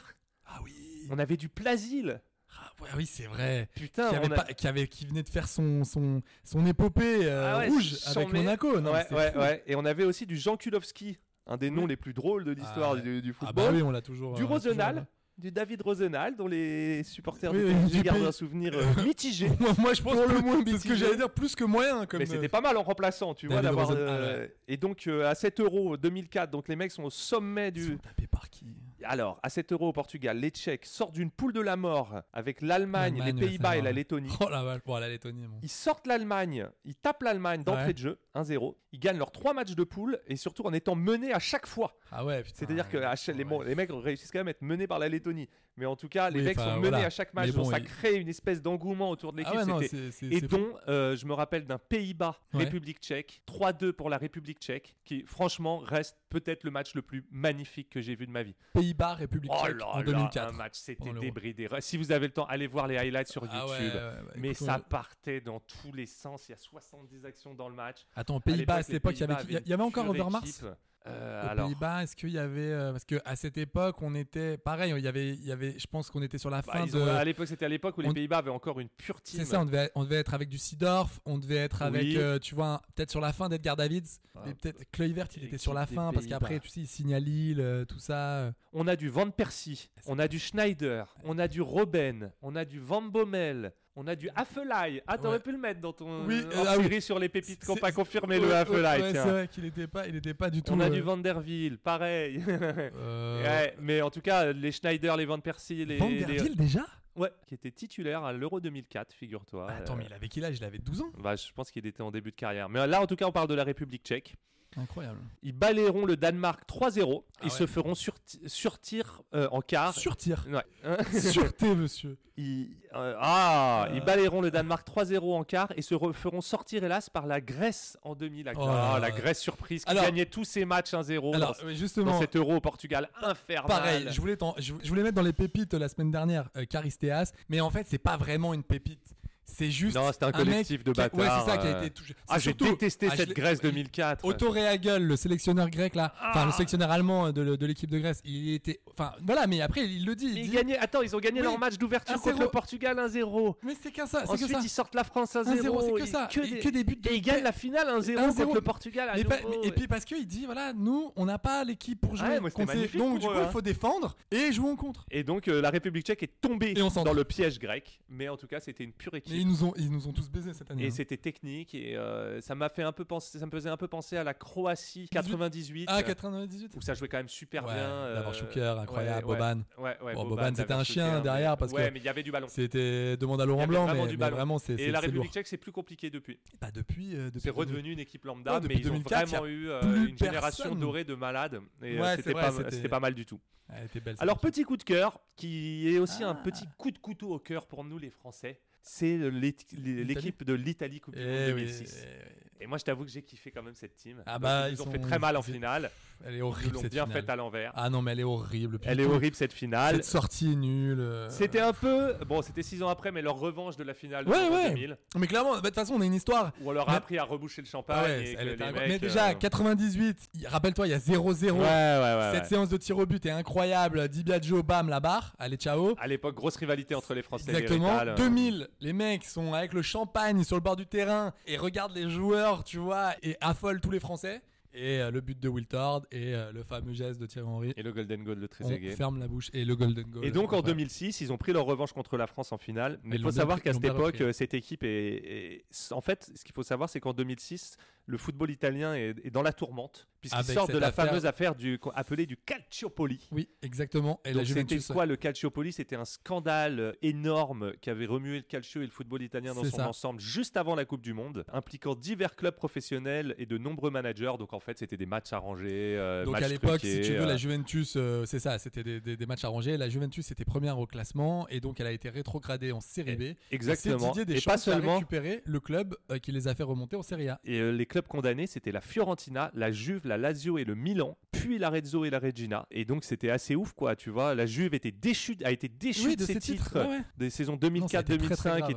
[SPEAKER 8] Ah oui.
[SPEAKER 7] on avait du Plasil.
[SPEAKER 8] Ah ouais, oui, c'est vrai.
[SPEAKER 7] Putain,
[SPEAKER 8] qui,
[SPEAKER 7] Ah, on
[SPEAKER 8] avait
[SPEAKER 7] a-
[SPEAKER 8] pas- qui avait- qui venait de faire son son son épopée euh,
[SPEAKER 7] Ah ouais,
[SPEAKER 8] rouge
[SPEAKER 7] sans
[SPEAKER 8] avec
[SPEAKER 7] mais-
[SPEAKER 8] Monaco. Non, mais
[SPEAKER 7] ouais,
[SPEAKER 8] c'est
[SPEAKER 7] ouais,
[SPEAKER 8] fou.
[SPEAKER 7] ouais. Et on avait aussi du Jean Kulowski, un des noms les plus drôles de l'histoire
[SPEAKER 8] Ah ouais.
[SPEAKER 7] du, du
[SPEAKER 8] Ah
[SPEAKER 7] football.
[SPEAKER 8] bah oui, on l'a toujours.
[SPEAKER 7] du
[SPEAKER 8] euh,
[SPEAKER 7] Rosenal,
[SPEAKER 8] toujours-
[SPEAKER 7] du David Rosenal, dont les supporters
[SPEAKER 8] Oui,
[SPEAKER 7] du
[SPEAKER 8] oui,
[SPEAKER 7] PSG
[SPEAKER 8] du
[SPEAKER 7] gardent
[SPEAKER 8] pays.
[SPEAKER 7] un souvenir euh, mitigé.
[SPEAKER 8] Moi, moi, je pense
[SPEAKER 7] Pour le
[SPEAKER 8] plus-
[SPEAKER 7] moins
[SPEAKER 8] c'est ce
[SPEAKER 7] mitigé.
[SPEAKER 8] que j'allais dire plus que moyen comme
[SPEAKER 7] Mais
[SPEAKER 8] euh,
[SPEAKER 7] c'était pas mal en remplaçant, tu vois,
[SPEAKER 8] David
[SPEAKER 7] d'avoir.
[SPEAKER 8] Rosenthal,
[SPEAKER 7] euh, Et donc euh, à 7 euros 2004, donc les mecs sont au sommet
[SPEAKER 8] ils
[SPEAKER 7] du.
[SPEAKER 8] sont tapés par qui
[SPEAKER 7] Alors à 7 euros au Portugal, les Tchèques sortent d'une poule de la mort avec l'Allemagne, les
[SPEAKER 8] L'Allemagne, ouais,
[SPEAKER 7] Pays-Bas
[SPEAKER 8] c'est
[SPEAKER 7] et la
[SPEAKER 8] vrai.
[SPEAKER 7] Lettonie.
[SPEAKER 8] Oh la vache, bon, la Lettonie. bon.
[SPEAKER 7] Ils sortent l'Allemagne, ils tapent l'Allemagne d'entrée
[SPEAKER 8] Ouais.
[SPEAKER 7] de jeu, 1-0. Ils gagnent leurs trois matchs de poule et surtout en étant menés à chaque fois.
[SPEAKER 8] Ah ouais, putain.
[SPEAKER 7] C'est-à-dire que à chaque- les, bon,
[SPEAKER 8] ouais.
[SPEAKER 7] les mecs réussissent quand même à être menés par la Lettonie. Mais en tout cas, les
[SPEAKER 8] Oui,
[SPEAKER 7] mecs
[SPEAKER 8] enfin,
[SPEAKER 7] sont menés
[SPEAKER 8] voilà.
[SPEAKER 7] à chaque match.
[SPEAKER 8] Mais bon,
[SPEAKER 7] donc ça
[SPEAKER 8] il-
[SPEAKER 7] crée une espèce d'engouement autour de l'équipe.
[SPEAKER 8] Ah ouais, non,
[SPEAKER 7] C'était-
[SPEAKER 8] c'est c'est-
[SPEAKER 7] et
[SPEAKER 8] c'est
[SPEAKER 7] dont euh, je me rappelle d'un Pays-Bas,
[SPEAKER 8] Ouais.
[SPEAKER 7] République tchèque, 3-2 pour la République tchèque, qui franchement reste peut-être le match le plus magnifique que j'ai vu de ma vie.
[SPEAKER 8] Pays-Bas, République
[SPEAKER 7] Oh
[SPEAKER 8] tchèque en
[SPEAKER 7] là là,
[SPEAKER 8] 2004.
[SPEAKER 7] un match, c'était
[SPEAKER 8] pendant l'Euro.
[SPEAKER 7] débridé. Si vous avez le temps, allez voir les highlights sur
[SPEAKER 8] Ah ouais,
[SPEAKER 7] YouTube.
[SPEAKER 8] ouais, ouais,
[SPEAKER 7] Mais
[SPEAKER 8] écoute, on-
[SPEAKER 7] ça partait dans tous les sens. Il y a 70 actions dans le match.
[SPEAKER 8] Attends, Pays-Bas, à
[SPEAKER 7] l'époque,
[SPEAKER 8] cette
[SPEAKER 7] les
[SPEAKER 8] époque, il y avait,
[SPEAKER 7] Pays-Bas
[SPEAKER 8] qui- il
[SPEAKER 7] avaient
[SPEAKER 8] y avait
[SPEAKER 7] une
[SPEAKER 8] encore
[SPEAKER 7] pure
[SPEAKER 8] Overmars
[SPEAKER 7] équipe. Euh,
[SPEAKER 8] aux
[SPEAKER 7] alors,
[SPEAKER 8] Pays-Bas, est-ce qu'il y avait euh, parce que à cette époque on était pareil, il y avait, il y avait, je pense qu'on était sur la
[SPEAKER 7] bah,
[SPEAKER 8] fin
[SPEAKER 7] ils
[SPEAKER 8] de.
[SPEAKER 7] ont- à l'époque, c'était à l'époque où
[SPEAKER 8] on-
[SPEAKER 7] les Pays-Bas avaient encore une pure team.
[SPEAKER 8] C'est ça, on devait, on devait être avec du Sidorf, on devait être avec,
[SPEAKER 7] Oui.
[SPEAKER 8] euh, tu vois, un- peut-être sur la fin d'Edgar Davids, mais peut-être Kluivert, il était sur la
[SPEAKER 7] L'équipe des
[SPEAKER 8] fin parce
[SPEAKER 7] Pays-Bas.
[SPEAKER 8] qu'après, tu sais, il signe à Lille, euh, tout ça. euh.
[SPEAKER 7] On a du Van Persie, on a du Schneider, on a du Robben, on a du Van Bommel, on a du Affelay. Ah, t'aurais
[SPEAKER 8] Ouais.
[SPEAKER 7] pu le mettre dans ton
[SPEAKER 8] Oui,
[SPEAKER 7] hors
[SPEAKER 8] euh, ah oui.
[SPEAKER 7] série sur les pépites qu'on
[SPEAKER 8] C'est-
[SPEAKER 7] pas confirmé, le hein.
[SPEAKER 8] Ouais,
[SPEAKER 7] Affelay.
[SPEAKER 8] ouais,
[SPEAKER 7] tiens.
[SPEAKER 8] c'est vrai qu'il n'était pas, il était pas du tout.
[SPEAKER 7] on a
[SPEAKER 8] euh,
[SPEAKER 7] du Van Der Ville, pareil.
[SPEAKER 8] euh,
[SPEAKER 7] Ouais, mais en tout cas, les Schneider, les Van Persie, les.
[SPEAKER 8] Van
[SPEAKER 7] les-
[SPEAKER 8] der Wiel, déjà
[SPEAKER 7] Ouais, qui était titulaire à l'Euro 2004, figure-toi.
[SPEAKER 8] Attends,
[SPEAKER 7] Euh,
[SPEAKER 8] mais il avait quel âge Il avait 12 ans
[SPEAKER 7] bah, je pense qu'il était en début de carrière. Mais là, en tout cas, on parle de la République tchèque.
[SPEAKER 8] Incroyable.
[SPEAKER 7] Ils balayeront le Danemark 3-0.
[SPEAKER 8] Ah
[SPEAKER 7] ils
[SPEAKER 8] ouais.
[SPEAKER 7] se feront surti- sortir euh, en quart.
[SPEAKER 8] Sur hein tir.
[SPEAKER 7] Ouais.
[SPEAKER 8] Sur tes, monsieur.
[SPEAKER 7] Ils, euh, ah, ils balayeront le Danemark 3-0 en quart et se re- feront sortir, hélas, par la Grèce en demi. La,
[SPEAKER 8] Oh
[SPEAKER 7] Ah,
[SPEAKER 8] là
[SPEAKER 7] la
[SPEAKER 8] là.
[SPEAKER 7] Grèce surprise qui
[SPEAKER 8] Alors-
[SPEAKER 7] gagnait tous ses matchs 1-0 dans,
[SPEAKER 8] Alors,
[SPEAKER 7] ce-
[SPEAKER 8] ouais,
[SPEAKER 7] dans
[SPEAKER 8] justement,
[SPEAKER 7] cet euro au Portugal infernal.
[SPEAKER 8] Pareil, je voulais, t'en- je, je voulais mettre dans les pépites euh, la semaine dernière euh, Caristeas, mais en fait, c'est pas vraiment une pépite. C'est juste.
[SPEAKER 7] Non, c'était un collectif
[SPEAKER 8] mec
[SPEAKER 7] de
[SPEAKER 8] qui a- Ouais,
[SPEAKER 7] bâtards,
[SPEAKER 8] c'est ça qui a
[SPEAKER 7] euh.
[SPEAKER 8] été touché.
[SPEAKER 7] Ah,
[SPEAKER 8] C'est
[SPEAKER 7] j'ai
[SPEAKER 8] surtout-
[SPEAKER 7] détesté
[SPEAKER 8] ah, je
[SPEAKER 7] cette
[SPEAKER 8] l'ai-
[SPEAKER 7] Grèce
[SPEAKER 8] il-
[SPEAKER 7] 2004.
[SPEAKER 8] Otto Rehagel, le sélectionneur grec là, enfin
[SPEAKER 7] Ah.
[SPEAKER 8] le sélectionneur allemand euh, de, le- de l'équipe de Grèce, il était, enfin voilà, mais après il le dit, il
[SPEAKER 7] Ils
[SPEAKER 8] dit,
[SPEAKER 7] gagnaient- attends, ils ont gagné
[SPEAKER 8] Oui,
[SPEAKER 7] leur match d'ouverture
[SPEAKER 8] 1-0.
[SPEAKER 7] contre le Portugal 1-0.
[SPEAKER 8] mais c'est qu'un ça, c'est que
[SPEAKER 7] Ensuite,
[SPEAKER 8] ça.
[SPEAKER 7] ils sortent la France 1-0.
[SPEAKER 8] 1-0, c'est que
[SPEAKER 7] et
[SPEAKER 8] ça. Et que des buts de
[SPEAKER 7] Et ils gagnent la finale 1-0
[SPEAKER 8] 1-0.
[SPEAKER 7] contre le Portugal. à
[SPEAKER 8] Mais pas-
[SPEAKER 7] nouveau,
[SPEAKER 8] mais- et
[SPEAKER 7] ouais. Ah
[SPEAKER 8] puis parce qu'il dit voilà, nous on n'a pas l'équipe pour jouer
[SPEAKER 7] Ouais, moi, c'était
[SPEAKER 8] contre ces-
[SPEAKER 7] magnifique
[SPEAKER 8] donc
[SPEAKER 7] pour
[SPEAKER 8] du
[SPEAKER 7] eux,
[SPEAKER 8] coup
[SPEAKER 7] hein.
[SPEAKER 8] il faut défendre et jouer en contre.
[SPEAKER 7] Et donc, euh, la République tchèque est tombée
[SPEAKER 8] Et on s'en-
[SPEAKER 7] dans le piège grec. Mais en tout cas, c'était une pure
[SPEAKER 8] Mais ils
[SPEAKER 7] équipe.
[SPEAKER 8] nous ont, ils nous ont tous baisés cette année.
[SPEAKER 7] Et
[SPEAKER 8] hein.
[SPEAKER 7] c'était technique et euh, ça m'a fait un peu penser, ça me faisait un peu penser à la Croatie 98.
[SPEAKER 8] Ah
[SPEAKER 7] euh,
[SPEAKER 8] 98.
[SPEAKER 7] Où ça jouait quand même super
[SPEAKER 8] Ouais,
[SPEAKER 7] bien. euh,
[SPEAKER 8] d'avoir Schuker, incroyable,
[SPEAKER 7] ouais,
[SPEAKER 8] Boban.
[SPEAKER 7] Ouais, ouais,
[SPEAKER 8] Bon, Boban, c'était
[SPEAKER 7] d'avoir
[SPEAKER 8] un chien
[SPEAKER 7] Schuker,
[SPEAKER 8] derrière
[SPEAKER 7] hein, mais-
[SPEAKER 8] parce que-
[SPEAKER 7] Ouais, mais il y avait du ballon.
[SPEAKER 8] C'était demande à
[SPEAKER 7] Il y
[SPEAKER 8] Laurent
[SPEAKER 7] avait
[SPEAKER 8] Blanc, mais
[SPEAKER 7] vraiment
[SPEAKER 8] mais
[SPEAKER 7] du ballon.
[SPEAKER 8] vraiment c'est
[SPEAKER 7] Et
[SPEAKER 8] c'est-
[SPEAKER 7] la
[SPEAKER 8] c'est
[SPEAKER 7] République
[SPEAKER 8] lourd.
[SPEAKER 7] tchèque, c'est plus compliqué depuis.
[SPEAKER 8] Bah, depuis, euh, depuis
[SPEAKER 7] C'est redevenu une équipe lambda,
[SPEAKER 8] Ouais,
[SPEAKER 7] mais
[SPEAKER 8] depuis
[SPEAKER 7] ils
[SPEAKER 8] 2004,
[SPEAKER 7] ont vraiment eu euh,
[SPEAKER 8] plus
[SPEAKER 7] une génération
[SPEAKER 8] personne.
[SPEAKER 7] dorée de malades. Et euh,
[SPEAKER 8] Ouais, c'est
[SPEAKER 7] c'était
[SPEAKER 8] vrai,
[SPEAKER 7] pas,
[SPEAKER 8] c'était-
[SPEAKER 7] c'était pas mal du tout.
[SPEAKER 8] Ah, Elle était belle.
[SPEAKER 7] Alors, petit coup de cœur, qui est aussi un petit coup de couteau au cœur pour nous les Français. C'est l'é- l'é- l'équipe de l'Italie Coupe du Monde
[SPEAKER 8] Eh oui,
[SPEAKER 7] 2006.
[SPEAKER 8] eh oui.
[SPEAKER 7] Et moi, je t'avoue que j'ai kiffé quand même cette team.
[SPEAKER 8] Ah
[SPEAKER 7] Donc,
[SPEAKER 8] bah,
[SPEAKER 7] ils
[SPEAKER 8] ils
[SPEAKER 7] nous ont fait
[SPEAKER 8] sont-
[SPEAKER 7] très mal en
[SPEAKER 8] c'est-
[SPEAKER 7] finale.
[SPEAKER 8] elle est
[SPEAKER 7] Ils
[SPEAKER 8] horrible
[SPEAKER 7] l'ont
[SPEAKER 8] cette
[SPEAKER 7] bien
[SPEAKER 8] finale.
[SPEAKER 7] faite à l'envers.
[SPEAKER 8] Ah non, mais elle est horrible.
[SPEAKER 7] Elle est
[SPEAKER 8] putain.
[SPEAKER 7] horrible cette finale.
[SPEAKER 8] Cette sortie nulle. euh.
[SPEAKER 7] C'était un peu. Bon, c'était 6 ans après, mais leur revanche de la finale de
[SPEAKER 8] Ouais,
[SPEAKER 7] l'Euro
[SPEAKER 8] ouais.
[SPEAKER 7] 2000.
[SPEAKER 8] Mais clairement, bah, de toute façon, on a une histoire.
[SPEAKER 7] Où on leur
[SPEAKER 8] Mais-
[SPEAKER 7] a appris à reboucher le champagne.
[SPEAKER 8] Ah ouais,
[SPEAKER 7] et
[SPEAKER 8] elle
[SPEAKER 7] que
[SPEAKER 8] était
[SPEAKER 7] les
[SPEAKER 8] incroyable.
[SPEAKER 7] mecs,
[SPEAKER 8] mais déjà,
[SPEAKER 7] euh,
[SPEAKER 8] 98, il- rappelle-toi, il y a 0-0.
[SPEAKER 7] Ouais, ouais, ouais.
[SPEAKER 8] Cette
[SPEAKER 7] ouais.
[SPEAKER 8] séance de tir au but est incroyable. Dibiagio, bam, la barre. Allez, ciao.
[SPEAKER 7] À l'époque, grosse rivalité entre les euh, Français et les
[SPEAKER 8] Exactement.
[SPEAKER 7] Italiens.
[SPEAKER 8] 2000, les mecs sont avec le champagne sur le bord du terrain et regardent les joueurs, tu vois, et affolent tous les Français. Et euh, le but de Wiltord et euh, le fameux geste de Thierry Henry.
[SPEAKER 7] Et le Golden Goal de
[SPEAKER 8] On
[SPEAKER 7] Trezeguet.
[SPEAKER 8] ferme la bouche et le Golden Goal.
[SPEAKER 7] Et donc en
[SPEAKER 8] Après.
[SPEAKER 7] 2006, ils ont pris leur revanche contre la France en finale. Mais
[SPEAKER 8] ils
[SPEAKER 7] il
[SPEAKER 8] l'ont
[SPEAKER 7] faut savoir
[SPEAKER 8] bien-
[SPEAKER 7] qu'à
[SPEAKER 8] ils l'ont
[SPEAKER 7] cette
[SPEAKER 8] bien
[SPEAKER 7] époque,
[SPEAKER 8] repris.
[SPEAKER 7] euh, cette équipe est, est- En fait, ce qu'il faut savoir, c'est qu'en 2006, le football italien est, est dans la tourmente, puisqu'ils
[SPEAKER 8] Ah, Avec
[SPEAKER 7] sortent de
[SPEAKER 8] cette
[SPEAKER 7] la
[SPEAKER 8] affaire-
[SPEAKER 7] fameuse affaire du, qu'on- appelée du Calciopoli.
[SPEAKER 8] Oui, exactement. Et la
[SPEAKER 7] Donc c'était
[SPEAKER 8] Juventus.
[SPEAKER 7] quoi le Calciopoli C'était un scandale euh, énorme qui avait remué le calcio et le football italien dans
[SPEAKER 8] C'est
[SPEAKER 7] son
[SPEAKER 8] ça.
[SPEAKER 7] ensemble juste avant la Coupe du Monde, impliquant divers clubs professionnels et de nombreux managers. Donc en fait, c'était des matchs arrangés. euh,
[SPEAKER 8] Donc à
[SPEAKER 7] matchs
[SPEAKER 8] l'époque, si
[SPEAKER 7] truqués,
[SPEAKER 8] tu veux,
[SPEAKER 7] euh,
[SPEAKER 8] la Juventus, euh, c'est ça, c'était des, des- des matchs arrangés. La Juventus était première au classement et donc elle a été rétrogradée en Série B.
[SPEAKER 7] Exactement.
[SPEAKER 8] C'est Didier
[SPEAKER 7] Et
[SPEAKER 8] Deschamps
[SPEAKER 7] pas
[SPEAKER 8] qui a
[SPEAKER 7] seulement-
[SPEAKER 8] récupéré le club euh, qui les a fait remonter en Série A.
[SPEAKER 7] Et euh, les clubs condamnés, c'était la Fiorentina, la Juve, la Lazio et le Milan, puis la Rezzo et la Regina. Et donc c'était assez ouf, quoi, tu vois. La Juve était déchue, a été déchue
[SPEAKER 8] Oui,
[SPEAKER 7] de, ces titres,
[SPEAKER 8] ouais, ouais.
[SPEAKER 7] des saisons
[SPEAKER 8] Non, ça a
[SPEAKER 7] 2004,
[SPEAKER 8] été très, très
[SPEAKER 7] 2005
[SPEAKER 8] grave.
[SPEAKER 7] et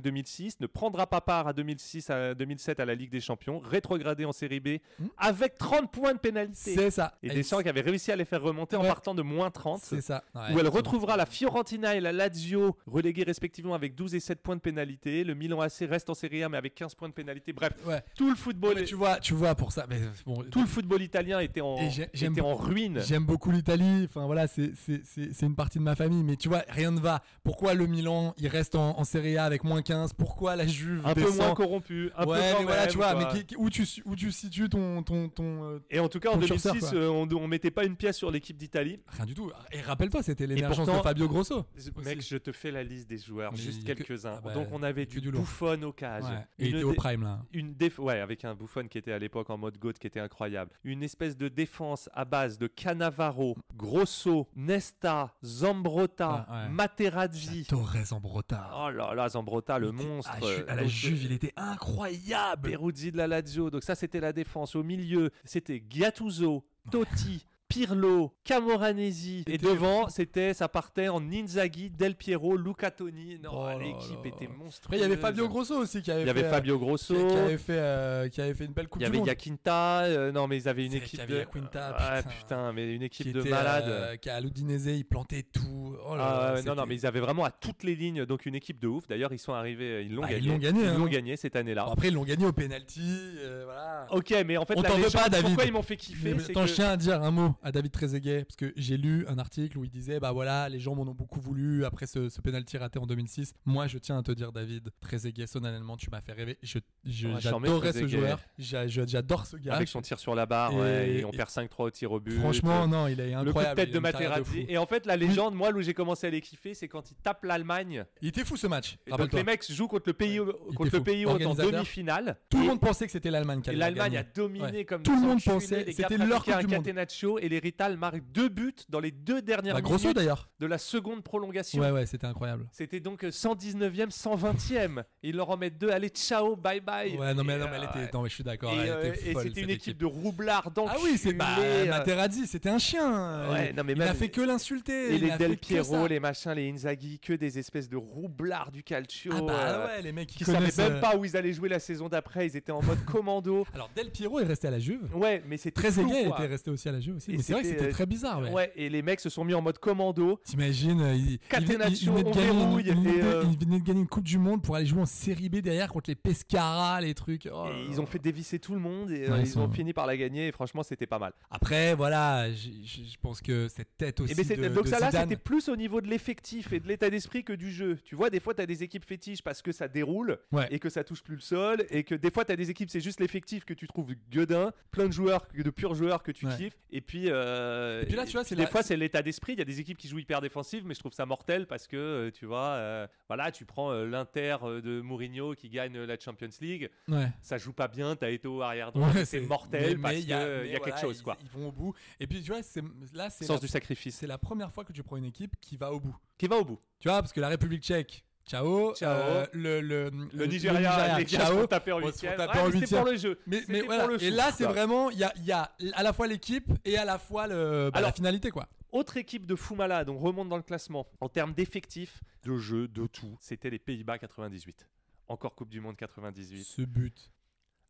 [SPEAKER 7] 2005-2006, ne prendra pas part à 2006 à 2007 à la Ligue des Champions, rétrogradé en Série B
[SPEAKER 8] Hmm.
[SPEAKER 7] avec 30 points de pénalité.
[SPEAKER 8] C'est ça.
[SPEAKER 7] Et Deschamps qui avait réussi à les faire remonter
[SPEAKER 8] Ouais.
[SPEAKER 7] en partant de moins 30.
[SPEAKER 8] C'est ça. Ouais,
[SPEAKER 7] où elle
[SPEAKER 8] exactement.
[SPEAKER 7] retrouvera la Fiorentina et la Lazio, reléguées respectivement avec 12 et 7 points de pénalité. Le Milan AC reste en Serie A, mais avec 15 points de pénalité. Bref,
[SPEAKER 8] Ouais.
[SPEAKER 7] tout le football,
[SPEAKER 8] Mais tu vois, tu vois pour ça. Mais bon,
[SPEAKER 7] tout le football italien était en,
[SPEAKER 8] Et j'ai- j'aime
[SPEAKER 7] était en
[SPEAKER 8] beaucoup-
[SPEAKER 7] ruine.
[SPEAKER 8] J'aime beaucoup l'Italie. Enfin voilà, c'est c'est- c'est- c'est une partie de ma famille. Mais tu vois, rien ne va. Pourquoi le Milan, il reste en, en Serie A avec moins 15 Pourquoi la Juve
[SPEAKER 7] Un peu
[SPEAKER 8] descend
[SPEAKER 7] moins corrompu, un
[SPEAKER 8] ouais,
[SPEAKER 7] peu quand
[SPEAKER 8] mais voilà,
[SPEAKER 7] même,
[SPEAKER 8] tu vois,
[SPEAKER 7] quoi.
[SPEAKER 8] mais qui- qui- où, tu, où tu situes ton. ton, ton euh,
[SPEAKER 7] Et en tout cas, en
[SPEAKER 8] Ton curseur,
[SPEAKER 7] 2006,
[SPEAKER 8] quoi.
[SPEAKER 7] euh, on, on mettait pas une pièce sur l'équipe d'Italie.
[SPEAKER 8] Rien du tout. Et rappelle-toi, c'était l'émergence
[SPEAKER 7] pourtant-
[SPEAKER 8] de Fabio Grosso.
[SPEAKER 7] Mec, je te fais la liste des joueurs,
[SPEAKER 8] Mais
[SPEAKER 7] juste
[SPEAKER 8] il y a que-
[SPEAKER 7] quelques-uns.
[SPEAKER 8] ah bah,
[SPEAKER 7] Donc on avait
[SPEAKER 8] que
[SPEAKER 7] du,
[SPEAKER 8] du lourd.
[SPEAKER 7] Buffon au cage.
[SPEAKER 8] Ouais. Et
[SPEAKER 7] Ah,
[SPEAKER 8] il
[SPEAKER 7] Une
[SPEAKER 8] était au
[SPEAKER 7] dé-
[SPEAKER 8] prime là.
[SPEAKER 7] une déf ouais avec un Buffon qui était à l'époque en mode goat qui était incroyable une espèce de défense à base de Canavaro Grosso Nesta Zambrotta
[SPEAKER 8] Ah, ouais.
[SPEAKER 7] Materazzi
[SPEAKER 8] Torres en Brota.
[SPEAKER 7] oh là là Zambrotta le
[SPEAKER 8] Il était-
[SPEAKER 7] monstre
[SPEAKER 8] à Ju- À, la
[SPEAKER 7] Donc,
[SPEAKER 8] Juve,
[SPEAKER 7] euh,
[SPEAKER 8] il était incroyable.
[SPEAKER 7] Peruzzi de la Lazio donc ça c'était la défense au milieu c'était Gattuso Totti Pirlo, Camoranesi et
[SPEAKER 8] C'était-
[SPEAKER 7] devant c'était ça partait en Inzaghi, Del Piero, Luca Toni. Non,
[SPEAKER 8] Oh là
[SPEAKER 7] l'équipe
[SPEAKER 8] là.
[SPEAKER 7] était monstrueuse.
[SPEAKER 8] Après, il y avait Fabio Grosso aussi qui avait
[SPEAKER 7] Il y avait
[SPEAKER 8] fait, euh,
[SPEAKER 7] Fabio
[SPEAKER 8] qui,
[SPEAKER 7] Grosso,
[SPEAKER 8] qui avait fait, euh, qui avait fait une belle Coupe
[SPEAKER 7] Il y avait
[SPEAKER 8] du Monde.
[SPEAKER 7] Yakinta, euh, non mais ils avaient une
[SPEAKER 8] C'est vrai qu'il
[SPEAKER 7] équipe
[SPEAKER 8] y
[SPEAKER 7] de
[SPEAKER 8] avait Yakinta,
[SPEAKER 7] Ah,
[SPEAKER 8] putain.
[SPEAKER 7] mais une équipe
[SPEAKER 8] qui
[SPEAKER 7] de
[SPEAKER 8] était,
[SPEAKER 7] malades.
[SPEAKER 8] euh, qui à l'Udinese, il plantait tout. Oh là
[SPEAKER 7] Ah,
[SPEAKER 8] là,
[SPEAKER 7] ouais,
[SPEAKER 8] c'était-
[SPEAKER 7] non non mais ils avaient vraiment à toutes les lignes donc une équipe de ouf. D'ailleurs ils sont arrivés, euh, ils l'ont
[SPEAKER 8] Bah, ils
[SPEAKER 7] gagné.
[SPEAKER 8] l'ont gagné, hein.
[SPEAKER 7] gagné cette année-là.
[SPEAKER 8] Bon, après, ils l'ont gagné au penalty. euh, voilà.
[SPEAKER 7] Ok mais en fait
[SPEAKER 8] On
[SPEAKER 7] la
[SPEAKER 8] t'en veut
[SPEAKER 7] légende,
[SPEAKER 8] pas, David.
[SPEAKER 7] pourquoi ils m'ont Oh, fait
[SPEAKER 8] Mais-
[SPEAKER 7] kiffer
[SPEAKER 8] mais
[SPEAKER 7] c'est
[SPEAKER 8] attends,
[SPEAKER 7] que-
[SPEAKER 8] je tiens à dire un mot à David Trezeguet parce que j'ai lu un article où il disait bah voilà les gens m'en ont beaucoup voulu après ce, ce penalty raté en 2006. Moi je tiens à te dire David Trezeguet solennellement tu m'as fait rêver. Je je-
[SPEAKER 7] Ouais,
[SPEAKER 8] j'adorais
[SPEAKER 7] charmé,
[SPEAKER 8] ce
[SPEAKER 7] Trezeguet.
[SPEAKER 8] joueur. J'a- je- J'adore ce gars.
[SPEAKER 7] avec son tir sur la barre
[SPEAKER 8] Et-
[SPEAKER 7] ouais, et on
[SPEAKER 8] et-
[SPEAKER 7] perd 5-3 au tir au but. euh,
[SPEAKER 8] Franchement non il est
[SPEAKER 7] Le
[SPEAKER 8] incroyable.
[SPEAKER 7] coup de tête
[SPEAKER 8] il a
[SPEAKER 7] de
[SPEAKER 8] une carrière
[SPEAKER 7] Materazzi.
[SPEAKER 8] fou.
[SPEAKER 7] et en fait, la légende, moi, où j'ai commencé à les kiffer, c'est quand ils tapent l'Allemagne.
[SPEAKER 8] Il était fou ce match.
[SPEAKER 7] Et Donc
[SPEAKER 8] rappelle-toi.
[SPEAKER 7] les mecs jouent contre le pays,
[SPEAKER 8] était
[SPEAKER 7] contre
[SPEAKER 8] fou.
[SPEAKER 7] le pays hôte en
[SPEAKER 8] Organisateur.
[SPEAKER 7] demi-finale.
[SPEAKER 8] Tout le
[SPEAKER 7] Et-
[SPEAKER 8] monde pensait que c'était l'Allemagne qui
[SPEAKER 7] Et
[SPEAKER 8] allait
[SPEAKER 7] l'Allemagne
[SPEAKER 8] gagner.
[SPEAKER 7] a dominé
[SPEAKER 8] Ouais.
[SPEAKER 7] comme
[SPEAKER 8] tout le
[SPEAKER 7] des
[SPEAKER 8] monde
[SPEAKER 7] enculés,
[SPEAKER 8] pensait
[SPEAKER 7] les gars
[SPEAKER 8] c'était leur
[SPEAKER 7] pratiquaient
[SPEAKER 8] coupe
[SPEAKER 7] un
[SPEAKER 8] du monde.
[SPEAKER 7] Catenaccio et les Rital marquent deux buts dans les deux dernières
[SPEAKER 8] Bah, grosso
[SPEAKER 7] minutes
[SPEAKER 8] d'ailleurs.
[SPEAKER 7] de la seconde prolongation.
[SPEAKER 8] Ouais ouais c'était incroyable.
[SPEAKER 7] C'était donc euh, 119e, 120e. Ils leur en mettent deux. Allez, ciao, bye bye.
[SPEAKER 8] Ouais non mais
[SPEAKER 7] Et,
[SPEAKER 8] non mais elle
[SPEAKER 7] euh,
[SPEAKER 8] était non mais je suis d'accord.
[SPEAKER 7] et,
[SPEAKER 8] elle
[SPEAKER 7] euh,
[SPEAKER 8] était
[SPEAKER 7] et
[SPEAKER 8] folle,
[SPEAKER 7] c'était
[SPEAKER 8] cette
[SPEAKER 7] une équipe de roublards d'enculés.
[SPEAKER 8] Ah oui, c'est bah,
[SPEAKER 7] euh,
[SPEAKER 8] Materazzi, c'était un chien.
[SPEAKER 7] Ouais,
[SPEAKER 8] il
[SPEAKER 7] non, mais
[SPEAKER 8] il
[SPEAKER 7] même-
[SPEAKER 8] a fait que l'insulter.
[SPEAKER 7] et
[SPEAKER 8] il a
[SPEAKER 7] les
[SPEAKER 8] fait
[SPEAKER 7] Del
[SPEAKER 8] que ça.
[SPEAKER 7] Piero, les machins, les Inzaghi, que des espèces de roublards du calcio.
[SPEAKER 8] Ah bah
[SPEAKER 7] euh,
[SPEAKER 8] ouais, les mecs qui
[SPEAKER 7] Qui savaient
[SPEAKER 8] connaissent.
[SPEAKER 7] même
[SPEAKER 8] euh,
[SPEAKER 7] pas où ils allaient jouer la saison d'après. Ils étaient en mode commando.
[SPEAKER 8] Alors Del Piero est resté à la Juve.
[SPEAKER 7] Ouais, mais c'était
[SPEAKER 8] Très
[SPEAKER 7] flou,
[SPEAKER 8] égay
[SPEAKER 7] quoi.
[SPEAKER 8] était resté aussi à la Juve aussi.
[SPEAKER 7] Et
[SPEAKER 8] mais c'est vrai que
[SPEAKER 7] c'était,
[SPEAKER 8] c'était
[SPEAKER 7] euh,
[SPEAKER 8] très bizarre. Ouais.
[SPEAKER 7] Ouais, et les mecs se sont mis en mode commando.
[SPEAKER 8] T'imagines, euh, il, il-
[SPEAKER 7] Catenaccio,
[SPEAKER 8] il venait de
[SPEAKER 7] on
[SPEAKER 8] gagner une-
[SPEAKER 7] verrouille,
[SPEAKER 8] il venait
[SPEAKER 7] et,
[SPEAKER 8] de-
[SPEAKER 7] euh,
[SPEAKER 8] il venait de gagner une Coupe du Monde pour aller jouer en Série B derrière contre les Pescara, les trucs. Oh là
[SPEAKER 7] Et ils
[SPEAKER 8] là.
[SPEAKER 7] ont fait dévisser tout le monde et euh,
[SPEAKER 8] Ouais,
[SPEAKER 7] ils,
[SPEAKER 8] ils sont-
[SPEAKER 7] ont fini par la gagner. Et franchement, c'était pas mal.
[SPEAKER 8] Après, voilà, j- j- je pense que cette tête aussi.
[SPEAKER 7] Et ben, c'était-
[SPEAKER 8] de,
[SPEAKER 7] donc
[SPEAKER 8] de
[SPEAKER 7] ça là,
[SPEAKER 8] Zidane-
[SPEAKER 7] c'était plus au niveau de l'effectif et de l'état d'esprit que du jeu. Tu vois, des fois, t'as des équipes fétiches parce que ça déroule
[SPEAKER 8] Ouais.
[SPEAKER 7] et que ça touche plus le sol. Et que des fois, t'as des équipes, c'est juste l'effectif que tu trouves gueudin, plein de joueurs, de purs joueurs que tu
[SPEAKER 8] Ouais.
[SPEAKER 7] kiffes. Et puis, euh,
[SPEAKER 8] Et puis là, tu vois, c'est
[SPEAKER 7] des
[SPEAKER 8] la-
[SPEAKER 7] fois, c'est l'état d'esprit. Il y a des équipes qui jouent hyper défensives, mais je trouve ça mortel parce que, euh, tu vois, euh, voilà, tu prends euh, l'Inter euh, de Mourinho qui gagne euh, la Champions League.
[SPEAKER 8] Ouais.
[SPEAKER 7] ça joue pas bien, t'as été au arrière droit,
[SPEAKER 8] Ouais,
[SPEAKER 7] c'est mortel
[SPEAKER 8] mais-
[SPEAKER 7] parce
[SPEAKER 8] mais
[SPEAKER 7] qu'il y a,
[SPEAKER 8] mais
[SPEAKER 7] y a
[SPEAKER 8] voilà,
[SPEAKER 7] quelque chose
[SPEAKER 8] ils-
[SPEAKER 7] quoi.
[SPEAKER 8] Ils, vont au bout. Et puis tu vois, c'est là c'est
[SPEAKER 7] Sens
[SPEAKER 8] la-
[SPEAKER 7] du sacrifice.
[SPEAKER 8] c'est la première fois que tu prends une équipe qui va au bout.
[SPEAKER 7] Qui va au bout.
[SPEAKER 8] Tu vois, parce que la République tchèque, ciao. euh,
[SPEAKER 7] Ciao.
[SPEAKER 8] le, le,
[SPEAKER 7] Le Nigeria, les gars se font taper en
[SPEAKER 8] On se font
[SPEAKER 7] huitième.
[SPEAKER 8] taper
[SPEAKER 7] Ouais,
[SPEAKER 8] en
[SPEAKER 7] mais C'était pour
[SPEAKER 8] huitième.
[SPEAKER 7] le jeu.
[SPEAKER 8] Mais,
[SPEAKER 7] C'était
[SPEAKER 8] mais
[SPEAKER 7] pour
[SPEAKER 8] voilà.
[SPEAKER 7] le
[SPEAKER 8] et
[SPEAKER 7] souffle,
[SPEAKER 8] là, c'est
[SPEAKER 7] quoi.
[SPEAKER 8] vraiment, il y a, il y a à la fois l'équipe et à la fois le, bah, la
[SPEAKER 7] Alors-
[SPEAKER 8] finalité, quoi.
[SPEAKER 7] Autre équipe de fou malade, on remonte dans le classement. En termes d'effectifs, de jeu, de tout, c'était les Pays-Bas 98. Encore Coupe du Monde 98.
[SPEAKER 8] Ce but.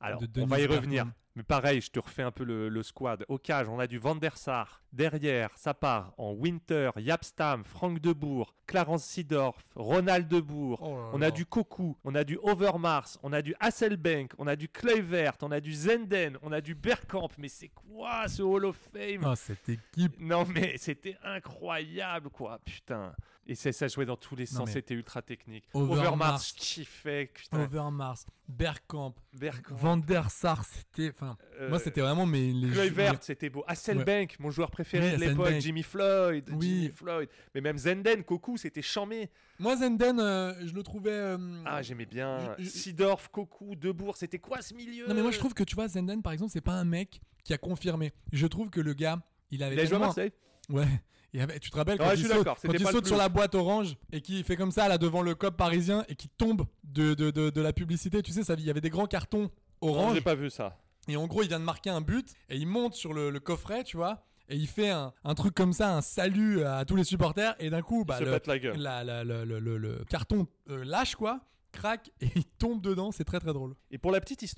[SPEAKER 7] Alors,
[SPEAKER 8] de
[SPEAKER 7] on va y
[SPEAKER 8] Dennis
[SPEAKER 7] revenir.
[SPEAKER 8] Bergkamp.
[SPEAKER 7] Mais pareil, je te refais un peu le, le squad. Au cage, on a du Van der Sar. Derrière, ça part en Winter, Yapstam, Franck Debourg, Clarence Sidorf, Ronald Debourg.
[SPEAKER 8] Oh là
[SPEAKER 7] on
[SPEAKER 8] là.
[SPEAKER 7] a du Koku, on a du Overmars, on a du Hasselbank, on a du Kluivert, on a du Zenden, on a du Bergkamp. Mais c'est quoi ce Hall of Fame
[SPEAKER 8] Ah, cette équipe.
[SPEAKER 7] Non mais c'était incroyable quoi, putain. Et ça, ça jouait dans tous les
[SPEAKER 8] Non,
[SPEAKER 7] sens,
[SPEAKER 8] mais-
[SPEAKER 7] c'était ultra technique.
[SPEAKER 8] Overmars.
[SPEAKER 7] Overmars, je kiffais, putain.
[SPEAKER 8] Overmars, Bergkamp,
[SPEAKER 7] Bergkamp.
[SPEAKER 8] Van der Sar, c'était. Enfin,
[SPEAKER 7] Euh,
[SPEAKER 8] moi, c'était vraiment mes. Les
[SPEAKER 7] Kluivert, c'était beau. Hasselbank, mon joueur préféré
[SPEAKER 8] Oui,
[SPEAKER 7] de l'époque,
[SPEAKER 8] Hasselbank.
[SPEAKER 7] Jimmy Floyd,
[SPEAKER 8] Oui.
[SPEAKER 7] Jimmy Floyd. Mais même Zenden, Koku, c'était chamé.
[SPEAKER 8] Moi, Zenden, euh, je le trouvais. euh,
[SPEAKER 7] Ah, j'aimais bien.
[SPEAKER 8] Je- je-
[SPEAKER 7] Sidorf, Koku, Debourg, c'était quoi ce milieu
[SPEAKER 8] mm, Non, mais moi, je trouve que tu vois, Zenden, par exemple, c'est pas un mec qui a confirmé. Je trouve que le gars, il avait.
[SPEAKER 7] Il a joué à
[SPEAKER 8] tellement-
[SPEAKER 7] Marseille.
[SPEAKER 8] Ouais. Il avait- tu te rappelles quand
[SPEAKER 7] Ouais,
[SPEAKER 8] il
[SPEAKER 7] je suis
[SPEAKER 8] saute,
[SPEAKER 7] d'accord,
[SPEAKER 8] quand
[SPEAKER 7] c'était
[SPEAKER 8] il
[SPEAKER 7] pas le
[SPEAKER 8] saute
[SPEAKER 7] plus.
[SPEAKER 8] sur la boîte orange et qui fait comme ça là devant le cop parisien et qui tombe de, de, de, de la publicité. Tu sais, ça, il y avait des grands cartons
[SPEAKER 7] Non,
[SPEAKER 8] orange
[SPEAKER 7] J'ai pas vu ça.
[SPEAKER 8] et en gros il vient de marquer un but et il monte sur le, le coffret, tu vois, et il fait un, un truc comme ça, un salut à tous les supporters et d'un coup bah
[SPEAKER 7] se
[SPEAKER 8] le,
[SPEAKER 7] pète la gueule.
[SPEAKER 8] la- la- le- le- le- le carton euh, lâche quoi, craque et il tombe dedans. C'est très très drôle.
[SPEAKER 7] Et pour la petite histoire,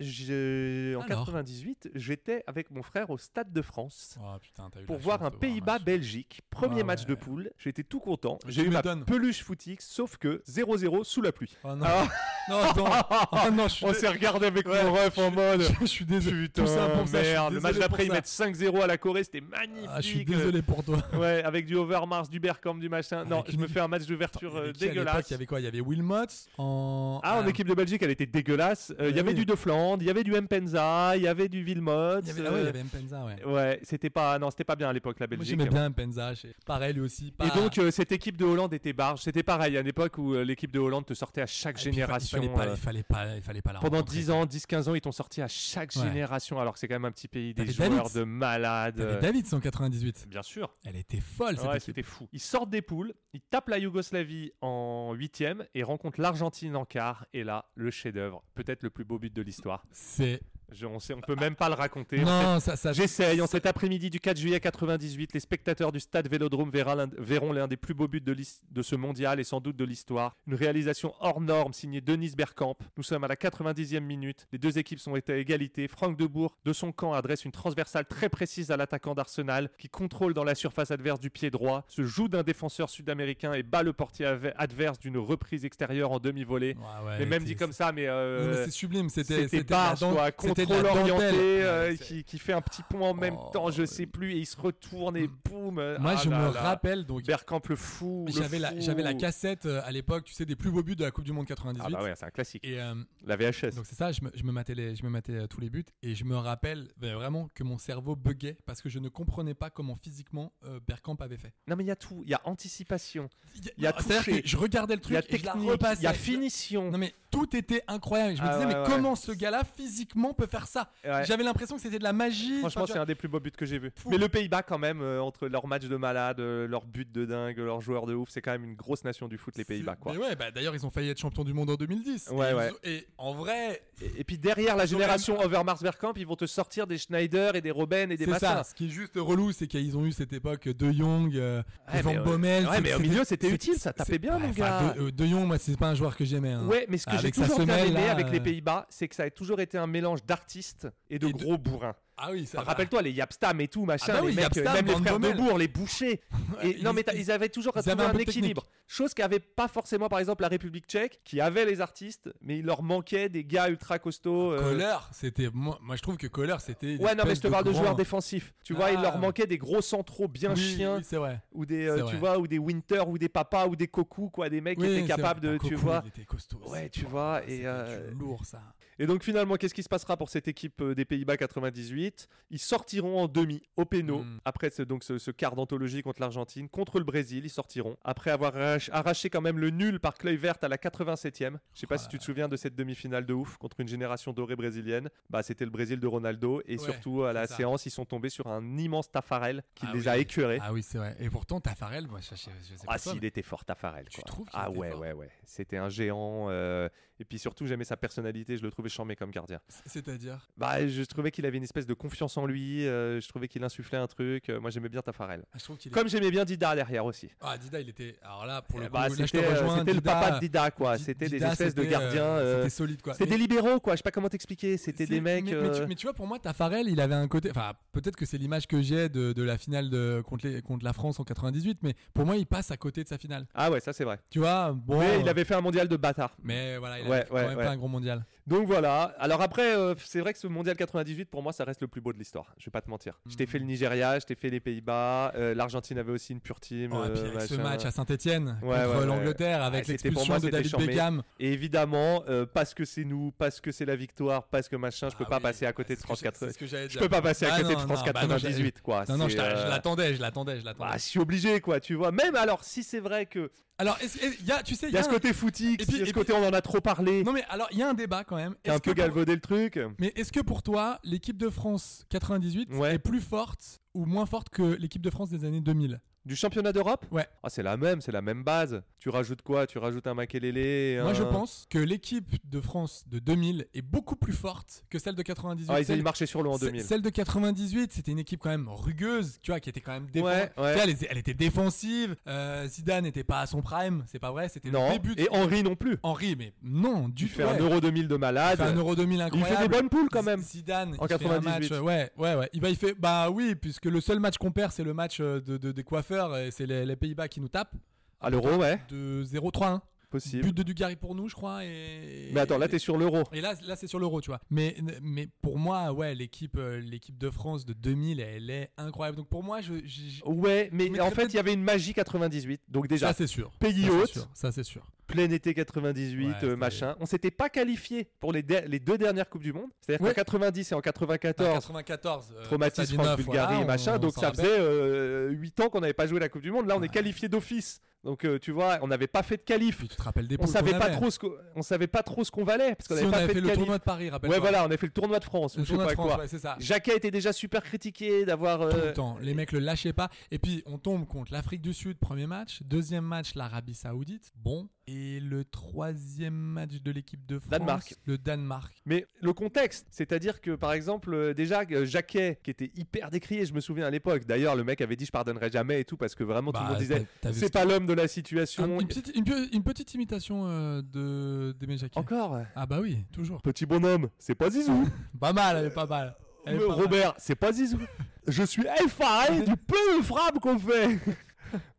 [SPEAKER 7] j'ai- en
[SPEAKER 8] Alors
[SPEAKER 7] 98, j'étais avec mon frère au Stade de France.
[SPEAKER 8] Oh putain, t'as eu
[SPEAKER 7] pour
[SPEAKER 8] la
[SPEAKER 7] voir
[SPEAKER 8] chance
[SPEAKER 7] un
[SPEAKER 8] de match.
[SPEAKER 7] Pays-Bas-Belgique. Premier
[SPEAKER 8] Ouais,
[SPEAKER 7] match de
[SPEAKER 8] ouais.
[SPEAKER 7] poule. J'étais tout content.
[SPEAKER 8] Tu
[SPEAKER 7] J'ai eu ma
[SPEAKER 8] m'étonnes.
[SPEAKER 7] peluche footix, sauf que 0-0 sous la pluie.
[SPEAKER 8] Oh non.
[SPEAKER 7] Ah.
[SPEAKER 8] non, attends. Oh non, je suis
[SPEAKER 7] On s'est regardé avec
[SPEAKER 8] Ouais,
[SPEAKER 7] mon ref en mode.
[SPEAKER 8] je suis désolé.
[SPEAKER 7] Putain,
[SPEAKER 8] Tout ça pour ça, je suis
[SPEAKER 7] merde. le match
[SPEAKER 8] désolé
[SPEAKER 7] d'après, ils
[SPEAKER 8] pour
[SPEAKER 7] mettent 5-0 à la Corée, c'était magnifique.
[SPEAKER 8] Ah, je suis désolé pour toi.
[SPEAKER 7] Ouais, avec du Overmars, du Bergkamp, du machin. Non,
[SPEAKER 8] Avec
[SPEAKER 7] je me
[SPEAKER 8] une-
[SPEAKER 7] fais un match
[SPEAKER 8] Attends,
[SPEAKER 7] d'ouverture
[SPEAKER 8] il y avait
[SPEAKER 7] euh,
[SPEAKER 8] qui à l'époque
[SPEAKER 7] dégueulasse.
[SPEAKER 8] Il y avait quoi Il y avait Wilmots en.
[SPEAKER 7] Ah, en
[SPEAKER 8] euh,
[SPEAKER 7] équipe de Belgique, elle était dégueulasse. Euh, Il
[SPEAKER 8] Ouais,
[SPEAKER 7] y avait
[SPEAKER 8] oui.
[SPEAKER 7] du De Flandre, il y avait du Mpenza, il y avait du Wilmot.
[SPEAKER 8] il y avait- ah ouais, il y avait Mpenza, ouais.
[SPEAKER 7] euh, Ouais, c'était pas, non, c'était pas bien à l'époque la
[SPEAKER 8] Moi
[SPEAKER 7] Belgique.
[SPEAKER 8] j'aimais bien Mpenza. je sais. Pareil lui aussi. pas-
[SPEAKER 7] Et donc euh, cette équipe de Hollande était barge. C'était pareil à une époque où euh, l'équipe de Hollande te sortait à chaque
[SPEAKER 8] Ah, et puis,
[SPEAKER 7] génération.
[SPEAKER 8] Il fallait, pas,
[SPEAKER 7] euh,
[SPEAKER 8] il fallait pas, il fallait pas la
[SPEAKER 7] pendant
[SPEAKER 8] rencontrer.
[SPEAKER 7] 10 ans, 10-15 ans, ils t'ont sorti à chaque
[SPEAKER 8] Ouais.
[SPEAKER 7] génération alors que c'est quand même un petit pays des
[SPEAKER 8] T'avais
[SPEAKER 7] joueurs
[SPEAKER 8] Davids.
[SPEAKER 7] de malades. euh,
[SPEAKER 8] T'avais David en 98.
[SPEAKER 7] Bien sûr.
[SPEAKER 8] Elle était folle cette
[SPEAKER 7] Ouais,
[SPEAKER 8] équipe.
[SPEAKER 7] c'était fou. Ils sortent des poules, ils tapent la Yougoslavie en huitième et rencontrent l'Argentine en quart. Et là, le chef-d'œuvre, peut-être le plus beau but de l'histoire.
[SPEAKER 8] C'est.
[SPEAKER 7] Je- On sait, on peut même pas le raconter. On sait-
[SPEAKER 8] Non, ça, ça.
[SPEAKER 7] J'essaye. En cet après-midi du 4 juillet 98, les spectateurs du stade Vélodrome verra l'un- verront l'un des plus beaux buts de, l'his- de ce mondial et sans doute de l'histoire. Une réalisation hors norme signée Denis Bergkamp. Nous sommes à la 90e minute. Les deux équipes sont à égalité. Franck Debourg, de son camp, adresse une transversale très précise à l'attaquant d'Arsenal qui contrôle dans la surface adverse du pied droit, se joue d'un défenseur sud-américain et bat le portier ave- adverse d'une reprise extérieure en demi-volée.
[SPEAKER 8] Ouais, ouais,
[SPEAKER 7] mais même
[SPEAKER 8] c'est-
[SPEAKER 7] dit comme ça, mais. euh,
[SPEAKER 8] Non, mais c'est sublime. C'était.
[SPEAKER 7] c'était
[SPEAKER 8] de la
[SPEAKER 7] barge,
[SPEAKER 8] dan-
[SPEAKER 7] quoi.
[SPEAKER 8] c'était de la
[SPEAKER 7] Contrôle orienté,
[SPEAKER 8] dentelle.
[SPEAKER 7] euh,
[SPEAKER 8] Ouais, c'est-
[SPEAKER 7] qui, qui fait un petit pont en même
[SPEAKER 8] Oh.
[SPEAKER 7] temps, je sais plus, et il se retourne et boum.
[SPEAKER 8] Moi,
[SPEAKER 7] ah
[SPEAKER 8] je
[SPEAKER 7] là
[SPEAKER 8] me
[SPEAKER 7] là.
[SPEAKER 8] rappelle donc.
[SPEAKER 7] Bergkamp le fou. le
[SPEAKER 8] J'avais la,
[SPEAKER 7] fou.
[SPEAKER 8] j'avais la cassette euh, à l'époque, tu sais, des plus beaux buts de la Coupe du Monde 98.
[SPEAKER 7] Ah bah ouais, c'est un classique.
[SPEAKER 8] Et euh,
[SPEAKER 7] La VHS.
[SPEAKER 8] Donc c'est ça, je me, je me matais, les- je me matais euh, tous les buts et je me rappelle ben, vraiment que mon cerveau buguait parce que je ne comprenais pas comment physiquement euh, Bergkamp avait fait.
[SPEAKER 7] Non mais il y a tout, il y a anticipation,
[SPEAKER 8] Il
[SPEAKER 7] y a touché,
[SPEAKER 8] que je regardais le
[SPEAKER 7] il y
[SPEAKER 8] truc
[SPEAKER 7] a
[SPEAKER 8] et je la
[SPEAKER 7] technique,
[SPEAKER 8] repassais.
[SPEAKER 7] il y a finition.
[SPEAKER 8] Non mais tout était incroyable. Je me
[SPEAKER 7] Ah ouais,
[SPEAKER 8] disais mais
[SPEAKER 7] ouais,
[SPEAKER 8] comment ce gars-là physiquement peut faire ça
[SPEAKER 7] Ouais.
[SPEAKER 8] J'avais l'impression que c'était de la magie.
[SPEAKER 7] Franchement,
[SPEAKER 8] Enfin, tu
[SPEAKER 7] c'est
[SPEAKER 8] vois,
[SPEAKER 7] un des plus beaux buts que j'ai vu.
[SPEAKER 8] Fou.
[SPEAKER 7] Mais le Pays-Bas quand même, euh, entre leurs matchs de malade, euh, leurs buts de dingue, leurs joueurs de ouf, c'est quand même une grosse nation du foot les
[SPEAKER 8] c'est-
[SPEAKER 7] Pays-Bas quoi.
[SPEAKER 8] Mais ouais, bah, d'ailleurs ils ont failli être champions du monde en 2010.
[SPEAKER 7] Ouais,
[SPEAKER 8] et, ils
[SPEAKER 7] ouais.
[SPEAKER 8] ont- et en vrai,
[SPEAKER 7] Et, et puis derrière la
[SPEAKER 8] Ils ont
[SPEAKER 7] génération Overmars Bergkamp, ils vont te sortir des Schneider et des Robben et des
[SPEAKER 8] c'est ça.
[SPEAKER 7] machins.
[SPEAKER 8] Ce qui est juste relou, c'est qu'ils ont eu cette époque de Jong, euh,
[SPEAKER 7] Ouais,
[SPEAKER 8] Van
[SPEAKER 7] mais, euh,
[SPEAKER 8] Bommel.
[SPEAKER 7] ouais,
[SPEAKER 8] c'est-
[SPEAKER 7] mais au
[SPEAKER 8] c'était-
[SPEAKER 7] milieu, c'était
[SPEAKER 8] c'est-
[SPEAKER 7] utile, ça
[SPEAKER 8] c'est-
[SPEAKER 7] tapait bien,
[SPEAKER 8] ouais,
[SPEAKER 7] mon
[SPEAKER 8] enfin,
[SPEAKER 7] gars.
[SPEAKER 8] De, euh, De Jong, moi, c'est pas un joueur que j'aimais. hein.
[SPEAKER 7] Ouais, mais ce que j'ai
[SPEAKER 8] Avec sa
[SPEAKER 7] toujours bien
[SPEAKER 8] semelle,
[SPEAKER 7] aimé
[SPEAKER 8] là,
[SPEAKER 7] avec les
[SPEAKER 8] euh,
[SPEAKER 7] Pays-Bas, c'est que ça a toujours été un mélange d'artistes et de
[SPEAKER 8] Et de-
[SPEAKER 7] gros bourrins.
[SPEAKER 8] Ah oui, ça.
[SPEAKER 7] Enfin, Rappelle-toi les Yapstam et tout, machin,
[SPEAKER 8] Ah bah
[SPEAKER 7] les
[SPEAKER 8] oui,
[SPEAKER 7] mecs,
[SPEAKER 8] Yapstam,
[SPEAKER 7] euh, même les
[SPEAKER 8] Van
[SPEAKER 7] frères de
[SPEAKER 8] Bommel.
[SPEAKER 7] Bourg, les bouchers.
[SPEAKER 8] Ouais,
[SPEAKER 7] Et, non,
[SPEAKER 8] ils-
[SPEAKER 7] mais t'as- ils avaient toujours
[SPEAKER 8] ils avaient
[SPEAKER 7] trouvé
[SPEAKER 8] un
[SPEAKER 7] un,
[SPEAKER 8] peu de
[SPEAKER 7] équilibre. Chose qu'avait pas forcément, par exemple, la République tchèque, qui avait les artistes, mais il leur manquait des gars ultra costauds. euh,
[SPEAKER 8] Kohler, c'était. Moi, moi, je trouve que Kohler, c'était. une
[SPEAKER 7] Ouais, non, mais je te
[SPEAKER 8] espèce
[SPEAKER 7] parle de,
[SPEAKER 8] grand-
[SPEAKER 7] joueurs défensifs. Tu vois, il
[SPEAKER 8] Ah.
[SPEAKER 7] leur manquait des gros centraux bien
[SPEAKER 8] Oui,
[SPEAKER 7] chiens.
[SPEAKER 8] oui, c'est vrai.
[SPEAKER 7] ou des
[SPEAKER 8] C'est
[SPEAKER 7] euh,
[SPEAKER 8] vrai.
[SPEAKER 7] tu vois ou des Winter ou des papas ou des cocous quoi des mecs
[SPEAKER 8] Oui,
[SPEAKER 7] qui
[SPEAKER 8] c'est
[SPEAKER 7] étaient capables de
[SPEAKER 8] vrai. Putain,
[SPEAKER 7] tu
[SPEAKER 8] Cocu,
[SPEAKER 7] vois
[SPEAKER 8] Il était costaud. aussi.
[SPEAKER 7] ouais tu vois
[SPEAKER 8] C'était
[SPEAKER 7] et
[SPEAKER 8] du
[SPEAKER 7] euh,
[SPEAKER 8] lourd ça.
[SPEAKER 7] et donc finalement qu'est-ce qui se passera pour cette équipe euh, des Pays-Bas 98 ils sortiront en demi au péno
[SPEAKER 8] Mm.
[SPEAKER 7] après ce, donc ce, ce quart d'anthologie contre l'Argentine contre le Brésil ils sortiront après avoir arrach- arraché quand même le nul par Kluivert à la 87e je sais
[SPEAKER 8] Oh
[SPEAKER 7] pas si tu te souviens de cette demi-finale de ouf contre une génération dorée brésilienne bah c'était le Brésil de Ronaldo et
[SPEAKER 8] Ouais,
[SPEAKER 7] surtout à la
[SPEAKER 8] c'est ça.
[SPEAKER 7] séance ils sont tombés sur un immense Tafarel qui
[SPEAKER 8] Ah
[SPEAKER 7] les
[SPEAKER 8] oui.
[SPEAKER 7] a écœurés
[SPEAKER 8] Ah oui, c'est vrai. Et pourtant, Tafarel, moi, je, je- je sais pas.
[SPEAKER 7] ah
[SPEAKER 8] toi,
[SPEAKER 7] si, il
[SPEAKER 8] mais-
[SPEAKER 7] était fort, Tafarel.
[SPEAKER 8] Tu
[SPEAKER 7] quoi.
[SPEAKER 8] trouves qu'il
[SPEAKER 7] Ah
[SPEAKER 8] était
[SPEAKER 7] ouais,
[SPEAKER 8] fort
[SPEAKER 7] ouais, ouais. C'était un géant. euh, Et puis surtout, j'aimais sa personnalité. Je le trouvais charmé comme gardien.
[SPEAKER 8] C'est-à-dire.
[SPEAKER 7] Bah, je trouvais qu'il avait une espèce de confiance en lui. euh, je trouvais qu'il insufflait un truc. euh, moi, j'aimais bien Tafarel.
[SPEAKER 8] Ah, Je trouve qu'il est-
[SPEAKER 7] Comme j'aimais bien Dida derrière aussi.
[SPEAKER 8] Ah, Dida, il était. Alors là, pour le
[SPEAKER 7] Eh
[SPEAKER 8] coup,
[SPEAKER 7] bah,
[SPEAKER 8] là, je te
[SPEAKER 7] c'était, euh,
[SPEAKER 8] rejoins,
[SPEAKER 7] c'était le
[SPEAKER 8] Dida-
[SPEAKER 7] papa de Dida, quoi.
[SPEAKER 8] Di-
[SPEAKER 7] Ah, C'était des
[SPEAKER 8] Dida,
[SPEAKER 7] espèces de
[SPEAKER 8] c'était, euh,
[SPEAKER 7] gardiens. euh,
[SPEAKER 8] C'était solide, quoi.
[SPEAKER 7] C'était
[SPEAKER 8] Et-
[SPEAKER 7] des libéraux, quoi. Je sais pas comment t'expliquer. C'était
[SPEAKER 8] c'est-
[SPEAKER 7] des mecs.
[SPEAKER 8] Mais, mais tu,
[SPEAKER 7] euh,
[SPEAKER 8] mais tu vois, pour moi, Tafarel, il avait un côté. Enfin, peut-être que c'est l'image que j'ai de, de la finale de, contre, les- contre la France en 98, mais pour moi, il passe à côté de sa finale.
[SPEAKER 7] Ah ouais, ça c'est vrai.
[SPEAKER 8] Tu vois, bon.
[SPEAKER 7] Mais il avait fait un mondial de bâtard.
[SPEAKER 8] mais voilà, il a
[SPEAKER 7] Ouais,
[SPEAKER 8] quand
[SPEAKER 7] ouais,
[SPEAKER 8] même
[SPEAKER 7] ouais. Euh,
[SPEAKER 8] pas un gros mondial.
[SPEAKER 7] Donc voilà. Alors après, euh, c'est vrai que ce mondial 98, pour moi, ça reste le plus beau de l'histoire. Je vais pas te mentir. Je t'ai
[SPEAKER 8] Hmm.
[SPEAKER 7] fait le Nigeria, je t'ai fait les Pays-Bas. euh, L'Argentine avait aussi une pure team.
[SPEAKER 8] Oh, et puis
[SPEAKER 7] euh,
[SPEAKER 8] avec ce
[SPEAKER 7] machin.
[SPEAKER 8] match à Saint-Etienne
[SPEAKER 7] Ouais,
[SPEAKER 8] contre
[SPEAKER 7] ouais, ouais.
[SPEAKER 8] l'Angleterre
[SPEAKER 7] Ah,
[SPEAKER 8] avec
[SPEAKER 7] c'était- pour
[SPEAKER 8] l'expulsion
[SPEAKER 7] moi,
[SPEAKER 8] de
[SPEAKER 7] c'était
[SPEAKER 8] David
[SPEAKER 7] chambé.
[SPEAKER 8] Beckham.
[SPEAKER 7] Et évidemment, euh, parce que c'est nous, parce que c'est la victoire, parce que machin, je peux
[SPEAKER 8] Ah
[SPEAKER 7] pas
[SPEAKER 8] oui,
[SPEAKER 7] passer à
[SPEAKER 8] c'est
[SPEAKER 7] côté de
[SPEAKER 8] ce que
[SPEAKER 7] France
[SPEAKER 8] j'ai- c'est
[SPEAKER 7] 98.
[SPEAKER 8] ce que j'allais
[SPEAKER 7] Je
[SPEAKER 8] dire.
[SPEAKER 7] peux pas passer à
[SPEAKER 8] Ah
[SPEAKER 7] côté
[SPEAKER 8] non,
[SPEAKER 7] de France
[SPEAKER 8] non, bah non, j'allais-
[SPEAKER 7] 98, quoi.
[SPEAKER 8] Non, non,
[SPEAKER 7] C'est,
[SPEAKER 8] je t'a- je
[SPEAKER 7] euh,
[SPEAKER 8] l'attendais, je l'attendais, je l'attendais.
[SPEAKER 7] Bah, je suis obligé, quoi, tu vois. Même alors, si c'est vrai que.
[SPEAKER 8] Alors, est-ce- est- y a, tu sais,
[SPEAKER 7] Il y a
[SPEAKER 8] un-
[SPEAKER 7] ce côté footix,
[SPEAKER 8] Et
[SPEAKER 7] il
[SPEAKER 8] puis-
[SPEAKER 7] y a ce
[SPEAKER 8] et puis-
[SPEAKER 7] côté on en a trop parlé,
[SPEAKER 8] Non mais alors, il y a un débat quand même.
[SPEAKER 7] qui a
[SPEAKER 8] Est-ce
[SPEAKER 7] un peu
[SPEAKER 8] que pour-
[SPEAKER 7] galvaudé le truc.
[SPEAKER 8] Mais est-ce que pour toi, l'équipe de France 98
[SPEAKER 7] Ouais.
[SPEAKER 8] est plus forte ou moins forte que l'équipe de France des années 2000
[SPEAKER 7] Du championnat d'Europe
[SPEAKER 8] Ouais.
[SPEAKER 7] Ah, c'est la même, c'est la même base. Tu rajoutes quoi Tu rajoutes un Makelele
[SPEAKER 8] Moi,
[SPEAKER 7] un-
[SPEAKER 8] je pense que l'équipe de France de 2000 est beaucoup plus forte que celle de 98.
[SPEAKER 7] Ah, ils
[SPEAKER 8] Celle-
[SPEAKER 7] ils marchaient sur l'eau en
[SPEAKER 8] Ce-
[SPEAKER 7] 2000.
[SPEAKER 8] Celle de 98, c'était une équipe quand même rugueuse, tu vois, qui était quand même défensive.
[SPEAKER 7] Ouais, ouais.
[SPEAKER 8] Elle, était- elle était défensive. euh, Zidane n'était pas à son prime, c'est pas vrai. C'était
[SPEAKER 7] Non,
[SPEAKER 8] le début. de-
[SPEAKER 7] et Henri non plus.
[SPEAKER 8] Henri, mais non,
[SPEAKER 7] Tu
[SPEAKER 8] du tout.
[SPEAKER 7] fais un
[SPEAKER 8] ouais.
[SPEAKER 7] Euro 2000 Ah, de
[SPEAKER 8] Il
[SPEAKER 7] malade.
[SPEAKER 8] fait un Euro 2000
[SPEAKER 7] Il
[SPEAKER 8] incroyable.
[SPEAKER 7] fait des bonnes poules quand même.
[SPEAKER 8] Z- Zidane
[SPEAKER 7] En
[SPEAKER 8] il fait un
[SPEAKER 7] 98.
[SPEAKER 8] match, euh, ouais, ouais, ouais. Il va, il fait, bah oui, puisque le seul match qu'on perd, c'est le match euh, de, de- des coiffeurs, et c'est les, les Pays-Bas qui nous tapent
[SPEAKER 7] À l'Euro, ouais,
[SPEAKER 8] de 0-3-1.
[SPEAKER 7] possible.
[SPEAKER 8] But de Dugarry pour nous, je crois. Et...
[SPEAKER 7] Mais attends, là t'es sur l'Euro.
[SPEAKER 8] Et là, là c'est sur l'euro, tu vois. Mais, mais pour moi, ouais, l'équipe, euh, l'équipe de France de 2000, elle est incroyable. Donc pour moi, je, je-
[SPEAKER 7] Ouais, mais,
[SPEAKER 8] Mais
[SPEAKER 7] en
[SPEAKER 8] très
[SPEAKER 7] fait,
[SPEAKER 8] peu-
[SPEAKER 7] il y avait une magie 98. Donc déjà,
[SPEAKER 8] ça c'est sûr.
[SPEAKER 7] pays
[SPEAKER 8] Ça, c'est
[SPEAKER 7] hôte.
[SPEAKER 8] sûr. Ça c'est sûr.
[SPEAKER 7] plein été 98,
[SPEAKER 8] Ouais,
[SPEAKER 7] euh,
[SPEAKER 8] c'était-
[SPEAKER 7] machin. On s'était pas qualifié pour les, der- les deux dernières Coupes du Monde. C'est-à-dire
[SPEAKER 8] Ouais.
[SPEAKER 7] qu'en 90 et en
[SPEAKER 8] Bah,
[SPEAKER 7] 94,
[SPEAKER 8] 94. euh,
[SPEAKER 7] traumatisme
[SPEAKER 8] Stadinov,
[SPEAKER 7] France Bulgarie
[SPEAKER 8] voilà, on-
[SPEAKER 7] machin
[SPEAKER 8] on
[SPEAKER 7] donc
[SPEAKER 8] s'en
[SPEAKER 7] ça
[SPEAKER 8] rappelle.
[SPEAKER 7] faisait 8 ans qu'on n'avait pas joué la Coupe du Monde là on est qualifié d'office donc euh, tu vois on n'avait pas fait de qualif
[SPEAKER 8] Puis tu te rappelles des
[SPEAKER 7] on
[SPEAKER 8] poules
[SPEAKER 7] savait
[SPEAKER 8] qu'on
[SPEAKER 7] pas
[SPEAKER 8] avait.
[SPEAKER 7] trop ce qu'on- on savait pas trop ce qu'on valait parce qu'on
[SPEAKER 8] Si
[SPEAKER 7] n'avait
[SPEAKER 8] on
[SPEAKER 7] pas
[SPEAKER 8] avait
[SPEAKER 7] fait, de
[SPEAKER 8] fait le
[SPEAKER 7] qualif
[SPEAKER 8] tournoi de Paris, rappelle-toi.
[SPEAKER 7] ouais voilà on avait fait le tournoi de France
[SPEAKER 8] Le
[SPEAKER 7] ou je sais
[SPEAKER 8] tournoi
[SPEAKER 7] pas
[SPEAKER 8] de France,
[SPEAKER 7] quoi
[SPEAKER 8] ouais, c'est ça.
[SPEAKER 7] Jacquet était déjà super critiqué d'avoir
[SPEAKER 8] Tout
[SPEAKER 7] euh,
[SPEAKER 8] le temps, les mecs le lâchaient pas. Et puis on tombe contre l'Afrique du Sud, premier match. Deuxième match, l'Arabie Saoudite. Bon. Et le troisième match de l'équipe de France.
[SPEAKER 7] Danemark.
[SPEAKER 8] Le Danemark.
[SPEAKER 7] Mais le contexte, c'est-à-dire que par exemple, euh, déjà, euh, Jacquet, qui était hyper décrié, je me souviens à l'époque, d'ailleurs, le mec avait dit je pardonnerai jamais et tout, parce que vraiment tout
[SPEAKER 8] Bah,
[SPEAKER 7] le monde disait
[SPEAKER 8] t'as- t'as vu ce
[SPEAKER 7] c'est pas l'homme de la situation.
[SPEAKER 8] Un- une, petite, une pe- une petite imitation euh, de d'Aimé Jacquet.
[SPEAKER 7] Encore
[SPEAKER 8] Ah bah oui, toujours.
[SPEAKER 7] Petit bonhomme, c'est pas Zizou.
[SPEAKER 8] Pas mal, elle est pas mal. Elle est
[SPEAKER 7] Mais
[SPEAKER 8] pas mal.
[SPEAKER 7] Robert, c'est pas Zizou. Je suis effaré du peu de frappes qu'on fait.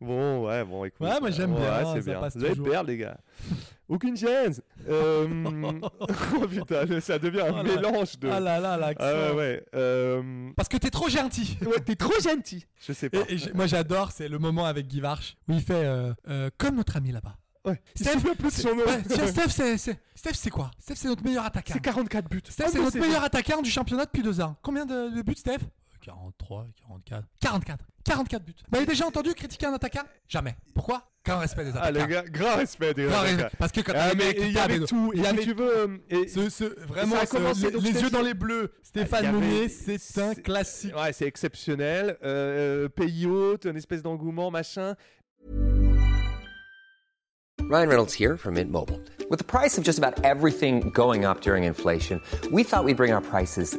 [SPEAKER 7] bon, ouais, bon, écoute.
[SPEAKER 8] Ouais, moi, j'aime bien, hein,
[SPEAKER 7] c'est
[SPEAKER 8] ça
[SPEAKER 7] bien.
[SPEAKER 8] passe
[SPEAKER 7] Vous allez
[SPEAKER 8] toujours.
[SPEAKER 7] perdre, les gars. Aucune chance. Euh, oh putain, le- ça devient un
[SPEAKER 8] Oh là.
[SPEAKER 7] mélange de.
[SPEAKER 8] Ah là là, l'accent.
[SPEAKER 7] Ah ouais, ouais. euh,
[SPEAKER 8] Parce que t'es trop gentil.
[SPEAKER 7] ouais, t'es trop gentil. Je sais pas.
[SPEAKER 8] Et, et j'ai- moi j'adore, c'est le moment avec Guy Varche où il fait euh, euh, comme notre ami là-bas.
[SPEAKER 7] Ouais. Il
[SPEAKER 8] Steph,
[SPEAKER 7] se souvient plus de
[SPEAKER 8] c'est-
[SPEAKER 7] son nom.
[SPEAKER 8] ouais, tiens, Steph, c'est- c'est Steph, c'est quoi Steph, c'est notre meilleur attaquant.
[SPEAKER 7] C'est 44 buts.
[SPEAKER 8] Steph,
[SPEAKER 7] Ah,
[SPEAKER 8] c'est
[SPEAKER 7] mais
[SPEAKER 8] notre meilleur attaquant du championnat depuis deux ans. Combien de, de buts, Steph 43, 44. 44. 44 buts. Vous avez déjà entendu critiquer un attaquant Jamais. Pourquoi Quand respect des
[SPEAKER 7] Ah,
[SPEAKER 8] attaquants.
[SPEAKER 7] les gars, grand respect des
[SPEAKER 8] Grand
[SPEAKER 7] gars.
[SPEAKER 8] respect. Parce que quand
[SPEAKER 7] Ah,
[SPEAKER 8] t'as des
[SPEAKER 7] mais
[SPEAKER 8] mecs qui
[SPEAKER 7] il y
[SPEAKER 8] tapent
[SPEAKER 7] avait
[SPEAKER 8] et-
[SPEAKER 7] tout.
[SPEAKER 8] il y
[SPEAKER 7] Et
[SPEAKER 8] avait
[SPEAKER 7] si tu veux. euh, et-
[SPEAKER 8] Ce, ce- vraiment,
[SPEAKER 7] ça a
[SPEAKER 8] ce-
[SPEAKER 7] commencé,
[SPEAKER 8] les,
[SPEAKER 7] donc,
[SPEAKER 8] les
[SPEAKER 7] Steph- Ah,
[SPEAKER 8] yeux dans les bleus, Stéphane
[SPEAKER 7] Il y avait-
[SPEAKER 8] Mounier, c'est un
[SPEAKER 7] c'est-
[SPEAKER 8] classique.
[SPEAKER 7] Ouais, c'est exceptionnel. Euh, euh, pays hôte, une espèce d'engouement, machin.
[SPEAKER 9] Ryan Reynolds here from Mint Mobile. With the price of just about everything going up during inflation, we thought we'd bring our prices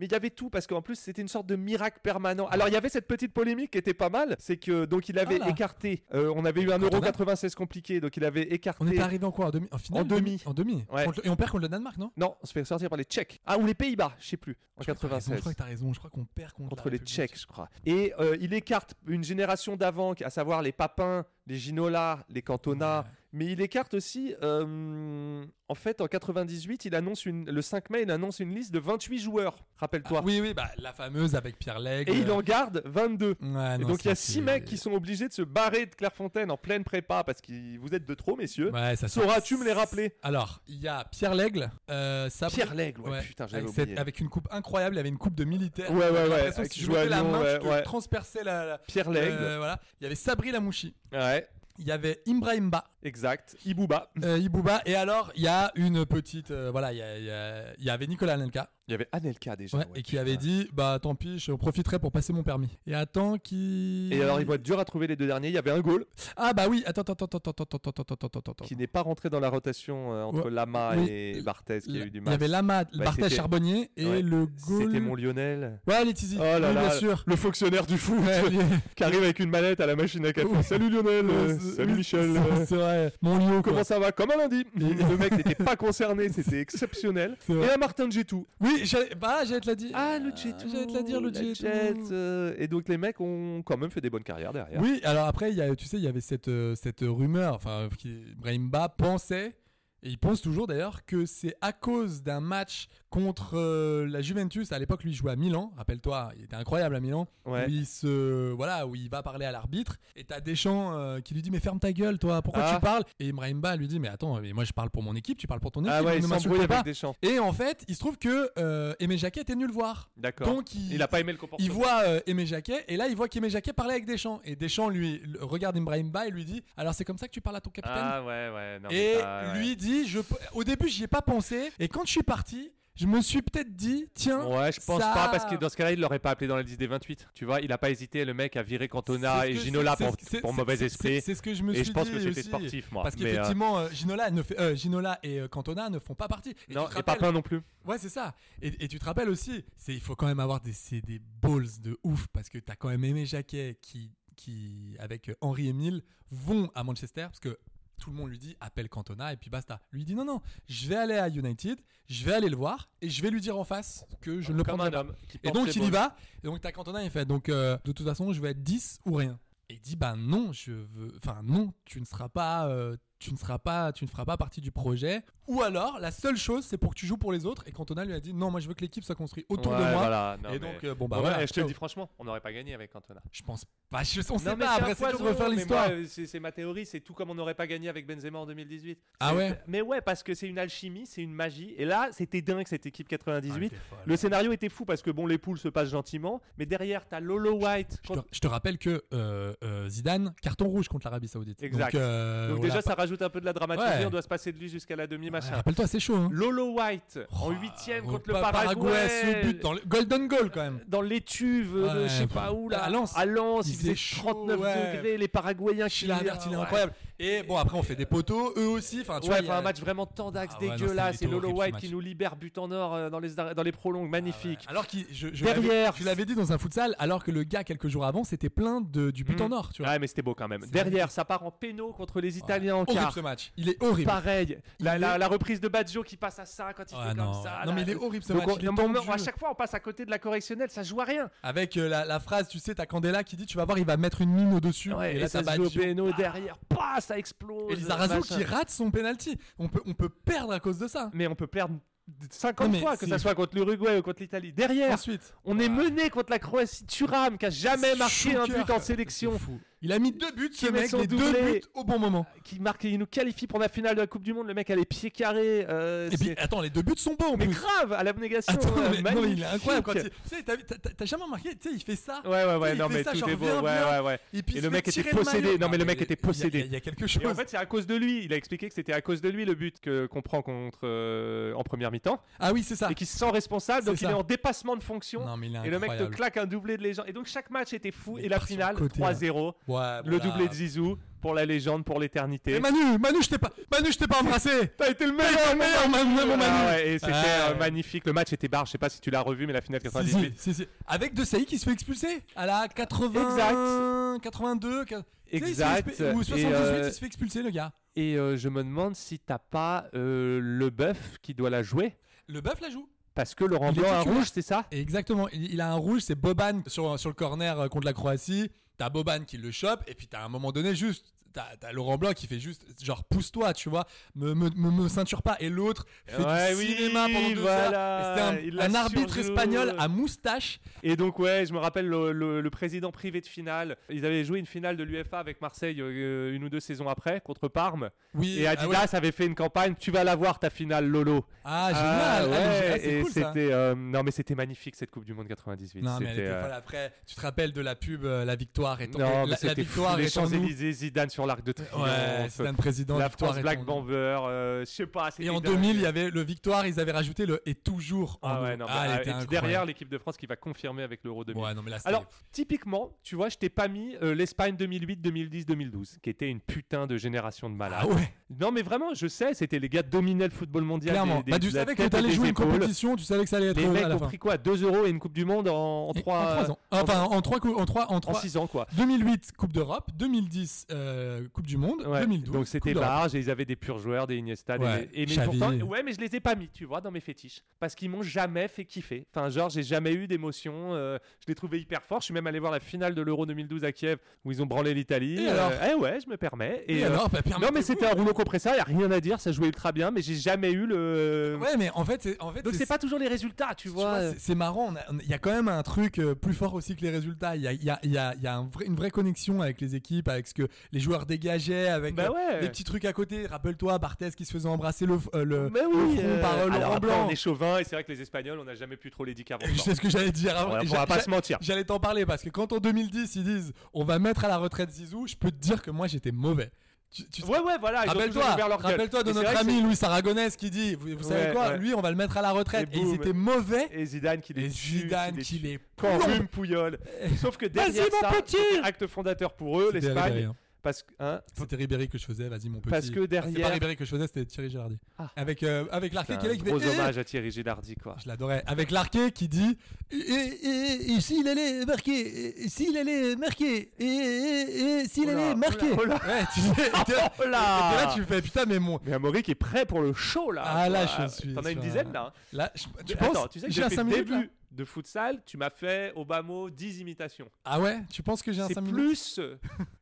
[SPEAKER 7] Mais il y avait tout parce qu'en plus c'était une sorte de miracle permanent. Alors il y avait cette petite polémique qui était pas mal, c'est que donc il avait
[SPEAKER 8] Ah là.
[SPEAKER 7] écarté. euh, on avait eu un
[SPEAKER 8] Quand
[SPEAKER 7] euro
[SPEAKER 8] on a-
[SPEAKER 7] 96 compliqué, donc il avait écarté.
[SPEAKER 8] On était arrivé en quoi En demi En finale
[SPEAKER 7] En demi.
[SPEAKER 8] En demi.
[SPEAKER 7] Ouais.
[SPEAKER 8] Contre le- et on perd contre le Danemark, non
[SPEAKER 7] Non, on se fait sortir par les Tchèques. Ah ou les Pays-Bas, je sais plus. En
[SPEAKER 8] Je crois que t'as raison,
[SPEAKER 7] 96.
[SPEAKER 8] Je crois que t'as raison, je crois qu'on perd contre,
[SPEAKER 7] Contre
[SPEAKER 8] la
[SPEAKER 7] les
[SPEAKER 8] République
[SPEAKER 7] Tchèques, je crois. Et euh, il écarte une génération d'avant, à savoir les Papins, les Ginola, les Cantona.
[SPEAKER 8] Ouais.
[SPEAKER 7] Mais il écarte aussi. euh, en fait, en 98, il annonce une, le 5 mai, il annonce une liste de 28 joueurs. Rappelle-toi.
[SPEAKER 8] Ah, oui, oui, bah, la fameuse avec Pierre Legge.
[SPEAKER 7] Et il en garde 22.
[SPEAKER 8] Ouais,
[SPEAKER 7] Et
[SPEAKER 8] Ah non,
[SPEAKER 7] donc il y a
[SPEAKER 8] ça,
[SPEAKER 7] six
[SPEAKER 8] c'est-
[SPEAKER 7] mecs qui sont obligés de se barrer de Clairefontaine en pleine prépa parce que vous êtes de trop, messieurs.
[SPEAKER 8] Ouais, ça
[SPEAKER 7] Sauras-tu me les rappeler
[SPEAKER 8] Alors, il y a Pierre Lègle. euh, Sabri-
[SPEAKER 7] Pierre Lègle, ouais, putain, j'avais
[SPEAKER 8] avec,
[SPEAKER 7] oublié.
[SPEAKER 8] avec une coupe incroyable, il avait une coupe de militaire.
[SPEAKER 7] Ouais, ouais,
[SPEAKER 8] J'avais
[SPEAKER 7] ouais,
[SPEAKER 8] l'impression que
[SPEAKER 7] qui
[SPEAKER 8] si je
[SPEAKER 7] jouait à
[SPEAKER 8] mettais la
[SPEAKER 7] Lyon,
[SPEAKER 8] main,
[SPEAKER 7] ouais,
[SPEAKER 8] je te
[SPEAKER 7] ouais.
[SPEAKER 8] transperçais la. euh, la-
[SPEAKER 7] Pierre Lègle.
[SPEAKER 8] euh, voilà. Il y avait Sabri Lamouchi.
[SPEAKER 7] Ouais.
[SPEAKER 8] Il y avait Ibrahimba.
[SPEAKER 7] Exact. Ibouba.
[SPEAKER 8] Euh, Ibouba. Et alors, il y a une petite. euh, voilà, il y, a- il y a- il y avait Nicolas Anelka.
[SPEAKER 7] Il y avait Anelka déjà.
[SPEAKER 8] ouais,
[SPEAKER 7] ouais,
[SPEAKER 8] et qui avait
[SPEAKER 7] putain.
[SPEAKER 8] dit Bah, tant pis, je profiterai pour passer mon permis. Et attends qui.
[SPEAKER 7] Et alors, il va être dur à trouver les deux derniers. Il y avait un goal
[SPEAKER 8] Ah, bah oui, attends, attends, attends, attends, attends, attends, attends, attends, attends.
[SPEAKER 7] qui n'est pas rentré dans la rotation euh, entre
[SPEAKER 8] Ouais.
[SPEAKER 7] Lama
[SPEAKER 8] Oui.
[SPEAKER 7] et Barthez qui a eu du
[SPEAKER 8] Il y
[SPEAKER 7] mal. Bah,
[SPEAKER 8] avait Lama, Barthès
[SPEAKER 7] c'était-
[SPEAKER 8] Charbonnier et
[SPEAKER 7] Ouais,
[SPEAKER 8] le goal.
[SPEAKER 7] C'était mon Lionel.
[SPEAKER 8] Ouais, les Tizi.
[SPEAKER 7] Oh là
[SPEAKER 8] oui,
[SPEAKER 7] là,
[SPEAKER 8] bien sûr.
[SPEAKER 7] le fonctionnaire du foot
[SPEAKER 8] Ouais, bien-
[SPEAKER 7] qui arrive avec une mallette à la machine à café.
[SPEAKER 8] Ouais.
[SPEAKER 7] Salut Lionel, euh,
[SPEAKER 8] c'est-
[SPEAKER 7] salut Michel.
[SPEAKER 8] c'est- C'est vrai. Mon Lio, quoi.
[SPEAKER 7] Comment ça va Comme un lundi. Et le mec n'était pas concerné, c'était exceptionnel.
[SPEAKER 8] C'est vrai.
[SPEAKER 7] Et à Martin Jetou.
[SPEAKER 8] Oui, j'allais bah, j'allais te la dire.
[SPEAKER 7] Ah, le Jetou.
[SPEAKER 8] J'allais te la dire, le
[SPEAKER 7] la
[SPEAKER 8] Jetou.
[SPEAKER 7] Jet, euh, Et donc les mecs ont quand même fait des bonnes carrières derrière.
[SPEAKER 8] Oui, alors après, il y a, tu sais, il y avait cette, euh, cette rumeur, enfin, qui- Brahimba pensait, et il pense toujours d'ailleurs, que c'est à cause d'un match contre euh, la Juventus, à l'époque, lui il jouait à Milan, rappelle-toi, il était incroyable à Milan,
[SPEAKER 7] Ouais.
[SPEAKER 8] où, il se, voilà, où il va parler à l'arbitre, et t'as Deschamps euh, qui lui dit, mais ferme ta gueule, toi, pourquoi
[SPEAKER 7] Ah.
[SPEAKER 8] tu parles Et Brahimba lui dit, mais attends, mais moi je parle pour mon équipe, tu parles pour ton équipe,
[SPEAKER 7] Ah ouais, il
[SPEAKER 8] ne m'insulte
[SPEAKER 7] s'embrouille
[SPEAKER 8] pas.
[SPEAKER 7] avec Deschamps.
[SPEAKER 8] Et en fait, il se trouve que euh, Aimé Jacquet était venu le voir.
[SPEAKER 7] D'accord.
[SPEAKER 8] Donc il,
[SPEAKER 7] Il a pas aimé le
[SPEAKER 8] il
[SPEAKER 7] comportement.
[SPEAKER 8] voit euh, Aimé Jacquet et là il voit qu'Aimé Jacquet parlait avec Deschamps et Deschamps lui le- regarde Ibrahim Ba et lui dit alors c'est comme ça que tu parles à ton capitaine
[SPEAKER 7] Ah ouais, ouais. non, mais
[SPEAKER 8] et
[SPEAKER 7] ça, ouais.
[SPEAKER 8] lui dit je peux- au début j'y ai pas pensé et quand je suis parti je me suis peut-être dit tiens
[SPEAKER 7] Ouais, je pense
[SPEAKER 8] ça-
[SPEAKER 7] pas parce que dans ce cas-là, il l'aurait pas appelé dans la liste des 28. Tu vois, il a pas hésité le mec à virer Cantona
[SPEAKER 8] C'est ce
[SPEAKER 7] et
[SPEAKER 8] que-
[SPEAKER 7] Ginola
[SPEAKER 8] c'est-
[SPEAKER 7] pour,
[SPEAKER 8] c'est-
[SPEAKER 7] pour
[SPEAKER 8] c'est-
[SPEAKER 7] mauvais
[SPEAKER 8] c'est-
[SPEAKER 7] esprit.
[SPEAKER 8] c'est- C'est ce que je me suis
[SPEAKER 7] Et
[SPEAKER 8] dit.
[SPEAKER 7] je pense que c'était
[SPEAKER 8] aussi.
[SPEAKER 7] sportif, moi.
[SPEAKER 8] Parce
[SPEAKER 7] Mais, euh,
[SPEAKER 8] qu'effectivement, euh, Ginola, ne fait- euh, Ginola et euh, Cantona ne font pas partie. Et
[SPEAKER 7] Non,
[SPEAKER 8] tu te
[SPEAKER 7] et
[SPEAKER 8] rappelles-
[SPEAKER 7] Papin non plus.
[SPEAKER 8] Ouais, c'est ça. Et, et tu te rappelles aussi, c'est il faut quand même avoir des, c'est des balls de ouf parce que t'as quand même Aimé Jacquet qui, qui avec Henri Emile vont à Manchester parce que tout le monde lui dit appelle Cantona et puis basta. Lui il dit non non, je vais aller à United, je vais aller le voir et je vais lui dire en face que je ne le
[SPEAKER 7] Comme
[SPEAKER 8] prendrai
[SPEAKER 7] un
[SPEAKER 8] pas.
[SPEAKER 7] homme qui
[SPEAKER 8] Et
[SPEAKER 7] porte
[SPEAKER 8] donc
[SPEAKER 7] ses
[SPEAKER 8] il y
[SPEAKER 7] bonnes-
[SPEAKER 8] va. Et donc t'as Cantona il fait donc euh, de toute façon je vais être 10 ou rien. Et il dit bah non je veux, enfin non tu ne seras pas, euh, tu ne seras pas, tu ne feras pas partie du projet. Ou alors la seule chose c'est pour que tu joues pour les autres. Et Cantona lui a dit non moi je veux que l'équipe soit construite autour
[SPEAKER 7] Ouais,
[SPEAKER 8] de moi.
[SPEAKER 7] voilà, non,
[SPEAKER 8] et
[SPEAKER 7] mais-
[SPEAKER 8] donc euh, bon bah
[SPEAKER 7] Ouais,
[SPEAKER 8] voilà.
[SPEAKER 7] je te le
[SPEAKER 8] ciao.
[SPEAKER 7] dis franchement, on n'aurait pas gagné avec Cantona.
[SPEAKER 8] Je pense pas. Je, on sait
[SPEAKER 7] Non, mais
[SPEAKER 8] pas.
[SPEAKER 7] c'est
[SPEAKER 8] Après
[SPEAKER 7] un
[SPEAKER 8] c'est dur de
[SPEAKER 7] poison,
[SPEAKER 8] refaire
[SPEAKER 7] mais
[SPEAKER 8] l'histoire.
[SPEAKER 7] moi, euh, C'est c'est ma théorie, c'est tout comme on n'aurait pas gagné avec Benzema en 2018.
[SPEAKER 8] Ah
[SPEAKER 7] C'est-
[SPEAKER 8] ouais
[SPEAKER 7] Mais ouais, parce que c'est une alchimie, c'est une magie. Et là, c'était dingue cette équipe 98.
[SPEAKER 8] Ah, elle était folle.
[SPEAKER 7] le scénario était fou parce que bon, les poules se passent gentiment, mais derrière, t'as Lolo White.
[SPEAKER 8] Je te, je te rappelle que euh, euh, Zidane carton rouge contre l'Arabie Saoudite.
[SPEAKER 7] Exact.
[SPEAKER 8] Donc, euh,
[SPEAKER 7] Donc
[SPEAKER 8] voilà,
[SPEAKER 7] déjà, ça
[SPEAKER 8] pas-
[SPEAKER 7] rajoute un peu de la dramaturgie.
[SPEAKER 8] Ouais.
[SPEAKER 7] On doit se passer de lui jusqu'à la demi
[SPEAKER 8] Ouais,
[SPEAKER 7] machin.
[SPEAKER 8] Rappelle-toi c'est chaud. Hein.
[SPEAKER 7] Lolo White en
[SPEAKER 8] Oh,
[SPEAKER 7] huitième
[SPEAKER 8] au
[SPEAKER 7] contre le
[SPEAKER 8] Pa-
[SPEAKER 7] Paraguay.
[SPEAKER 8] ce but dans le Golden Goal quand même.
[SPEAKER 7] dans l'étuve de
[SPEAKER 8] Ouais,
[SPEAKER 7] je sais
[SPEAKER 8] enfin,
[SPEAKER 7] pas où là
[SPEAKER 8] à Lens.
[SPEAKER 7] à Lens,
[SPEAKER 8] Il
[SPEAKER 7] il,
[SPEAKER 8] faisait
[SPEAKER 7] faisait
[SPEAKER 8] chaud,
[SPEAKER 7] 39
[SPEAKER 8] ouais.
[SPEAKER 7] degrés les Paraguayens qui
[SPEAKER 8] Chilavert, il est incroyable. Et bon, après, on fait des poteaux, eux aussi. Enfin,
[SPEAKER 7] Ouais,
[SPEAKER 8] tu vois, il y
[SPEAKER 7] enfin,
[SPEAKER 8] a-
[SPEAKER 7] un match vraiment tandax
[SPEAKER 8] Ah ouais, non,
[SPEAKER 7] dégueulasse
[SPEAKER 8] c'était
[SPEAKER 7] et Lolo
[SPEAKER 8] horrible, ce
[SPEAKER 7] White
[SPEAKER 8] match. Ah
[SPEAKER 7] qui nous libère but en or euh, dans les dans les prolongues magnifique.
[SPEAKER 8] Alors qu'il, je, je
[SPEAKER 7] Derrière.
[SPEAKER 8] l'avais- je l'avais dit dans un futsal, alors que le gars quelques jours avant, c'était plein de du but en or, tu vois.
[SPEAKER 7] Hmm. Ouais, mais c'était beau quand même. Derrière, ça part en péno contre les Italiens en
[SPEAKER 8] horrible
[SPEAKER 7] quart.
[SPEAKER 8] ce match. Il est horrible.
[SPEAKER 7] Pareil, la,
[SPEAKER 8] Il
[SPEAKER 7] la-
[SPEAKER 8] est-
[SPEAKER 7] la reprise de Baggio qui passe à ça quand il
[SPEAKER 8] Ouais,
[SPEAKER 7] fait
[SPEAKER 8] Ah, non.
[SPEAKER 7] comme ça.
[SPEAKER 8] Non,
[SPEAKER 7] là.
[SPEAKER 8] mais il est horrible, ce
[SPEAKER 7] Donc,
[SPEAKER 8] match,
[SPEAKER 7] on-
[SPEAKER 8] il est
[SPEAKER 7] non, mais on-
[SPEAKER 8] tendu.
[SPEAKER 7] à chaque fois, on passe à côté de la correctionnelle, ça joue à rien.
[SPEAKER 8] Avec euh, la, la phrase, tu sais, t'as Candela qui dit, tu vas voir, il va mettre une mine au dessus.
[SPEAKER 7] Ouais,
[SPEAKER 8] et
[SPEAKER 7] et,
[SPEAKER 8] là,
[SPEAKER 7] ça
[SPEAKER 8] t'as
[SPEAKER 7] se joue au
[SPEAKER 8] Baggio.
[SPEAKER 7] péno derrière, pas ça explose.
[SPEAKER 8] Et Lizarazu
[SPEAKER 7] machin.
[SPEAKER 8] qui rate son penalty. On peut, on peut perdre à cause de ça.
[SPEAKER 7] mais on peut perdre
[SPEAKER 8] Non,
[SPEAKER 7] 50
[SPEAKER 8] mais
[SPEAKER 7] fois, que
[SPEAKER 8] c'est-
[SPEAKER 7] ça soit contre l'Uruguay ou contre l'Italie. Derrière,
[SPEAKER 8] Ensuite,
[SPEAKER 7] on est mené contre la Croatie. Thuram, qui a jamais marqué un
[SPEAKER 8] Schuker,
[SPEAKER 7] but en
[SPEAKER 8] c'est
[SPEAKER 7] sélection,
[SPEAKER 8] fou. Il a mis deux buts, ce
[SPEAKER 7] Qui met
[SPEAKER 8] mec,
[SPEAKER 7] son
[SPEAKER 8] les deux
[SPEAKER 7] doublé.
[SPEAKER 8] buts au bon moment.
[SPEAKER 7] qui marque, il nous qualifie pour la finale de la Coupe du Monde. Le mec a les pieds carrés. euh,
[SPEAKER 8] Et puis,
[SPEAKER 7] c'est-
[SPEAKER 8] attends, les deux buts sont beaux en
[SPEAKER 7] mais
[SPEAKER 8] plus.
[SPEAKER 7] grave, à l'abnégation.
[SPEAKER 8] Attends,
[SPEAKER 7] euh,
[SPEAKER 8] mais non, il est incroyable quand il.
[SPEAKER 7] magnifique.
[SPEAKER 8] Tu sais, t'as- t'as t'as jamais remarqué, tu sais, il fait ça.
[SPEAKER 7] Ouais, ouais,
[SPEAKER 8] Tu sais,
[SPEAKER 7] ouais,
[SPEAKER 8] il
[SPEAKER 7] non,
[SPEAKER 8] fait
[SPEAKER 7] mais
[SPEAKER 8] ça,
[SPEAKER 7] tout
[SPEAKER 8] genre,
[SPEAKER 7] est beau.
[SPEAKER 8] viens,
[SPEAKER 7] Ouais,
[SPEAKER 8] viens.
[SPEAKER 7] ouais, ouais.
[SPEAKER 8] Et puis il
[SPEAKER 7] Et
[SPEAKER 8] se
[SPEAKER 7] le mec
[SPEAKER 8] fait
[SPEAKER 7] était
[SPEAKER 8] tirer le maillot.
[SPEAKER 7] possédé. Non, mais le mec
[SPEAKER 8] il y a-
[SPEAKER 7] était
[SPEAKER 8] Il y a- il y
[SPEAKER 7] possédé.
[SPEAKER 8] a quelque
[SPEAKER 7] Et en
[SPEAKER 8] chose.
[SPEAKER 7] fait, c'est à cause de lui. Il a expliqué que c'était à cause de lui le but que- qu'on prend contre euh, en première mi-temps
[SPEAKER 8] Ah oui, c'est ça.
[SPEAKER 7] et qu'il se sent responsable.
[SPEAKER 8] C'est
[SPEAKER 7] Donc, il
[SPEAKER 8] ça.
[SPEAKER 7] est en dépassement de fonction.
[SPEAKER 8] Non, mais il est
[SPEAKER 7] Et le mec te
[SPEAKER 8] incroyable.
[SPEAKER 7] claque un doublé de légende. Et donc chaque match était fou.
[SPEAKER 8] Mais
[SPEAKER 7] et la
[SPEAKER 8] par sur le
[SPEAKER 7] finale,
[SPEAKER 8] côté,
[SPEAKER 7] 3-0.
[SPEAKER 8] Ouais,
[SPEAKER 7] Le
[SPEAKER 8] voilà.
[SPEAKER 7] doublé de Zizou pour la légende, pour l'éternité.
[SPEAKER 8] Et Manu, Manu, je t'ai pas, Manu, je t'ai pas embrassé.
[SPEAKER 7] T'as été le meilleur,
[SPEAKER 8] meilleur, Manu, mon Manu.
[SPEAKER 7] Ah ouais, et c'était
[SPEAKER 8] Ah
[SPEAKER 7] euh,
[SPEAKER 8] ouais.
[SPEAKER 7] magnifique. Le match était barre. Je sais pas si tu l'as revu, mais la finale
[SPEAKER 8] Si, si,
[SPEAKER 7] 98.
[SPEAKER 8] si, si. Avec De Sailly qui se fait expulser à la 80, 82, quin- tu sais, il se fait
[SPEAKER 7] Exact.
[SPEAKER 8] expu- Ou
[SPEAKER 7] Et,
[SPEAKER 8] 78,
[SPEAKER 7] euh,
[SPEAKER 8] il se fait expulser le gars.
[SPEAKER 7] Et euh, je me demande si t'as pas euh, le bœuf qui doit la jouer.
[SPEAKER 8] Le bœuf la joue.
[SPEAKER 7] Parce que Laurent
[SPEAKER 8] Il est
[SPEAKER 7] Blanc a un
[SPEAKER 8] titulaire.
[SPEAKER 7] rouge, c'est ça
[SPEAKER 8] Et exactement, il il a un rouge, c'est Boban sur, sur le corner euh, contre la Croatie. T'as Boban qui le chope, et puis t'as à un moment donné juste. T'as t'as Laurent Blanc qui fait juste genre pousse-toi, tu vois, me, me, me, me ceinture pas. Et l'autre fait
[SPEAKER 7] Ouais,
[SPEAKER 8] du
[SPEAKER 7] oui,
[SPEAKER 8] cinéma pendant deux
[SPEAKER 7] voilà,
[SPEAKER 8] heures. Et
[SPEAKER 7] il
[SPEAKER 8] C'était
[SPEAKER 7] la
[SPEAKER 8] un, un arbitre
[SPEAKER 7] surjoue.
[SPEAKER 8] espagnol à moustache.
[SPEAKER 7] Et donc, ouais, je me rappelle le, le- le président privé de finale. Ils avaient joué une finale de l'UFA avec Marseille euh, une ou deux saisons après, contre Parme.
[SPEAKER 8] Oui,
[SPEAKER 7] Et
[SPEAKER 8] ah
[SPEAKER 7] Adidas
[SPEAKER 8] ouais.
[SPEAKER 7] avait fait une campagne Tu vas la voir ta finale, Lolo.
[SPEAKER 8] Ah,
[SPEAKER 7] Ah,
[SPEAKER 8] génial. Ah,
[SPEAKER 7] ouais,
[SPEAKER 8] mais- ah, c'est
[SPEAKER 7] et
[SPEAKER 8] cool ça.
[SPEAKER 7] c'était euh, non mais c'était magnifique cette Coupe du Monde 98.
[SPEAKER 8] Non, mais elle
[SPEAKER 7] C'était,
[SPEAKER 8] était
[SPEAKER 7] euh,
[SPEAKER 8] folle après. Tu te rappelles de la pub euh, La victoire est en
[SPEAKER 7] non, mais
[SPEAKER 8] la, la
[SPEAKER 7] c'était fou.
[SPEAKER 8] victoire
[SPEAKER 7] les
[SPEAKER 8] est en nous.
[SPEAKER 7] Champs-Élysées, Zidane sur dans l'Arc de Triomphe.
[SPEAKER 8] Ouais, c'était un président.
[SPEAKER 7] la
[SPEAKER 8] victoire
[SPEAKER 7] France
[SPEAKER 8] et
[SPEAKER 7] Black
[SPEAKER 8] ton-
[SPEAKER 7] Bomber, euh, je sais pas.
[SPEAKER 8] Et
[SPEAKER 7] c'était
[SPEAKER 8] en
[SPEAKER 7] dingue.
[SPEAKER 8] 2000, il y avait le victoire, ils avaient rajouté le et toujours. en
[SPEAKER 7] Ah
[SPEAKER 8] nous.
[SPEAKER 7] ouais, non, mais-
[SPEAKER 8] elle
[SPEAKER 7] ah,
[SPEAKER 8] était
[SPEAKER 7] et puis
[SPEAKER 8] incroyable.
[SPEAKER 7] derrière l'équipe de France qui va confirmer avec l'Euro 2000.
[SPEAKER 8] Ouais, non, mais là, c'était-
[SPEAKER 7] Alors, typiquement, tu vois, je t'ai pas mis euh, l'Espagne 2008, 2010, 2012, qui était une putain de génération de malades.
[SPEAKER 8] Ah ouais,
[SPEAKER 7] Non, mais vraiment, je sais, c'était les gars dominaient le football mondial.
[SPEAKER 8] clairement.
[SPEAKER 7] des- des-
[SPEAKER 8] bah, tu
[SPEAKER 7] de la
[SPEAKER 8] savais que
[SPEAKER 7] tête
[SPEAKER 8] t'allais
[SPEAKER 7] des
[SPEAKER 8] jouer une
[SPEAKER 7] épaules.
[SPEAKER 8] compétition, tu savais que ça allait être
[SPEAKER 7] Les
[SPEAKER 8] euh,
[SPEAKER 7] mecs
[SPEAKER 8] à la
[SPEAKER 7] ont
[SPEAKER 8] fin.
[SPEAKER 7] pris quoi 2 euros et une Coupe du Monde en
[SPEAKER 8] Et
[SPEAKER 7] 3
[SPEAKER 8] en trois ans. Enfin, en 3 en trois, en trois,
[SPEAKER 7] 6 ans, quoi.
[SPEAKER 8] 2008 Coupe d'Europe, 2010 euh, Coupe du Monde,
[SPEAKER 7] Ouais,
[SPEAKER 8] 2012.
[SPEAKER 7] donc c'était
[SPEAKER 8] Coupe d'Europe.
[SPEAKER 7] large et ils avaient des purs joueurs, des Iniesta, des-
[SPEAKER 8] Ouais,
[SPEAKER 7] et mais
[SPEAKER 8] Xavi.
[SPEAKER 7] pourtant, ouais, mais je les ai pas mis, tu vois, dans mes fétiches, parce qu'ils m'ont jamais fait kiffer. Enfin, genre, j'ai jamais eu d'émotion. euh, je les trouvais hyper forts. Je suis même allé voir la finale de l'Euro 2012 à Kiev où ils ont branlé l'Italie.
[SPEAKER 8] Et alors
[SPEAKER 7] eh ouais, je me permets.
[SPEAKER 8] Et
[SPEAKER 7] euh,
[SPEAKER 8] alors, bah,
[SPEAKER 7] non, mais
[SPEAKER 8] permettez-vous.
[SPEAKER 7] c'était un rouleau compresseur. Y a rien à dire, ça jouait ultra bien, mais j'ai jamais eu le.
[SPEAKER 8] Ouais, mais en fait, c'est- en fait,
[SPEAKER 7] donc c'est pas toujours les résultats, tu
[SPEAKER 8] tu
[SPEAKER 7] vois. euh.
[SPEAKER 8] vois, c'est- c'est marrant. on a- on- Il y a quand même un truc euh, plus fort aussi que les résultats. Il y a, il y a- il y a- il y a un vrai- une vraie connexion avec les équipes, avec ce que les joueurs dégageaient, avec euh,
[SPEAKER 7] Bah ouais.
[SPEAKER 8] les petits trucs à côté. Rappelle-toi, Barthez qui se faisait embrasser le, f- euh, le,
[SPEAKER 7] mais
[SPEAKER 8] le
[SPEAKER 7] oui,
[SPEAKER 8] front
[SPEAKER 7] euh,
[SPEAKER 8] par euh,
[SPEAKER 7] alors
[SPEAKER 8] Laurent
[SPEAKER 7] après,
[SPEAKER 8] Blanc.
[SPEAKER 7] on est chauvin et c'est vrai que les Espagnols, on n'a jamais pu trop les dire avant.
[SPEAKER 8] Je sais ce que j'allais dire avant.
[SPEAKER 7] On va-
[SPEAKER 8] Et
[SPEAKER 7] on va
[SPEAKER 8] j'a-
[SPEAKER 7] pas
[SPEAKER 8] j'a-
[SPEAKER 7] se mentir.
[SPEAKER 8] J'allais t'en parler parce que quand en 2010 ils disent on va mettre à la retraite Zizou, je peux te dire que moi j'étais mauvais. Tu- tu te-
[SPEAKER 7] Ouais, ouais, voilà. ils ont
[SPEAKER 8] Rappelle-toi,
[SPEAKER 7] toujours ouvert leur gueule.
[SPEAKER 8] rappelle-toi de
[SPEAKER 7] Et c'est
[SPEAKER 8] notre
[SPEAKER 7] vrai que
[SPEAKER 8] ami Louis Aragonès qui dit vous, vous savez
[SPEAKER 7] Ouais,
[SPEAKER 8] quoi
[SPEAKER 7] ouais.
[SPEAKER 8] lui on va le mettre à la retraite
[SPEAKER 7] Et
[SPEAKER 8] et, ils
[SPEAKER 7] boum.
[SPEAKER 8] étaient mauvais
[SPEAKER 7] et Zidane qui les
[SPEAKER 8] et
[SPEAKER 7] tue,
[SPEAKER 8] Zidane qui
[SPEAKER 7] tue.
[SPEAKER 8] les
[SPEAKER 7] Quand
[SPEAKER 8] plombe. Eh,
[SPEAKER 7] Rume Pouillol. Sauf que derrière
[SPEAKER 8] Vas-y, mon
[SPEAKER 7] ça,
[SPEAKER 8] petit
[SPEAKER 7] c'était acte fondateur pour eux,
[SPEAKER 8] C'était Ribéry,
[SPEAKER 7] l'Espagne.
[SPEAKER 8] hein.
[SPEAKER 7] Parce que hein,
[SPEAKER 8] C'était Ribéry que je faisais, vas-y mon petit.
[SPEAKER 7] Parce que
[SPEAKER 8] Ah, C'est
[SPEAKER 7] derrière-
[SPEAKER 8] pas Ribéry que je faisais, c'était Thierry Girardi.
[SPEAKER 7] Ah.
[SPEAKER 8] Avec, euh, avec l'arqué
[SPEAKER 7] c'est
[SPEAKER 8] qui est là,
[SPEAKER 7] un
[SPEAKER 8] qui
[SPEAKER 7] gros
[SPEAKER 8] fait, Eh
[SPEAKER 7] hommage à Thierry Gilardi, quoi.
[SPEAKER 8] Je l'adorais. Avec l'arqué qui dit eh, Et, et, et eh, s'il allait marquer, et, et s'il allait marquer, eh, et, et, et eh, s'il
[SPEAKER 7] Oh là,
[SPEAKER 8] allait
[SPEAKER 7] oh
[SPEAKER 8] marquer.
[SPEAKER 7] là, oh là.
[SPEAKER 8] Ouais, tu fais- et t'es là-
[SPEAKER 7] Oh là.
[SPEAKER 8] et t'es là, tu fais putain, mais mon.
[SPEAKER 7] Mais Amaury qui est prêt pour le show, là.
[SPEAKER 8] Ah là,
[SPEAKER 7] Voilà.
[SPEAKER 8] je suis.
[SPEAKER 7] T'en as une
[SPEAKER 8] sur
[SPEAKER 7] dizaine,
[SPEAKER 8] un-
[SPEAKER 7] là. hein.
[SPEAKER 8] Là, je- tu
[SPEAKER 7] Mais
[SPEAKER 8] penses
[SPEAKER 7] Attends, tu sais que
[SPEAKER 8] j'ai un
[SPEAKER 7] depuis
[SPEAKER 8] cinq
[SPEAKER 7] le
[SPEAKER 8] minutes, là
[SPEAKER 7] début de futsal, tu m'as fait Obama 10 imitations.
[SPEAKER 8] Ah ouais, tu penses que j'ai un
[SPEAKER 7] C'est
[SPEAKER 8] 5 minutes
[SPEAKER 7] plus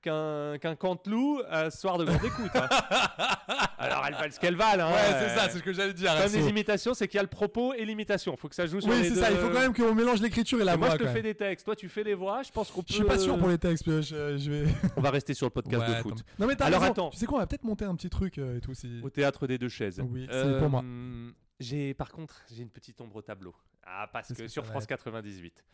[SPEAKER 7] qu'un qu'un Canteloup
[SPEAKER 8] euh,
[SPEAKER 7] à soir de grande écoute. hein. Alors, elle valent ce qu'elle valent. Hein.
[SPEAKER 8] Ouais, c'est ça, c'est ce que j'allais dire.
[SPEAKER 7] Comme
[SPEAKER 8] Asso.
[SPEAKER 7] les imitations, c'est qu'il y a le propos et l'imitation. Faut que ça joue sur
[SPEAKER 8] Oui,
[SPEAKER 7] les
[SPEAKER 8] c'est
[SPEAKER 7] deux.
[SPEAKER 8] ça, il faut quand même qu'on mélange l'écriture et la
[SPEAKER 7] Mais moi,
[SPEAKER 8] voix.
[SPEAKER 7] je te
[SPEAKER 8] quand
[SPEAKER 7] fais
[SPEAKER 8] même.
[SPEAKER 7] des textes. Toi, tu fais les voix. Je pense qu'on peut.
[SPEAKER 8] Je suis pas sûr pour les textes, euh, je, je vais.
[SPEAKER 7] On va rester sur le podcast
[SPEAKER 8] Ouais,
[SPEAKER 7] de foot.
[SPEAKER 8] attends. Non mais t'as
[SPEAKER 7] Alors,
[SPEAKER 8] raison.
[SPEAKER 7] attends.
[SPEAKER 8] Tu sais quoi, on va peut-être monter un petit truc euh, et tout si.
[SPEAKER 7] Au théâtre des deux chaises. Euh,
[SPEAKER 8] Oui, c'est pour moi.
[SPEAKER 7] J'ai, par contre, j'ai une petite ombre au tableau. Ah, parce
[SPEAKER 8] Qu'est-ce
[SPEAKER 7] que
[SPEAKER 8] que
[SPEAKER 7] sur
[SPEAKER 8] ça va
[SPEAKER 7] France
[SPEAKER 8] être
[SPEAKER 7] 98.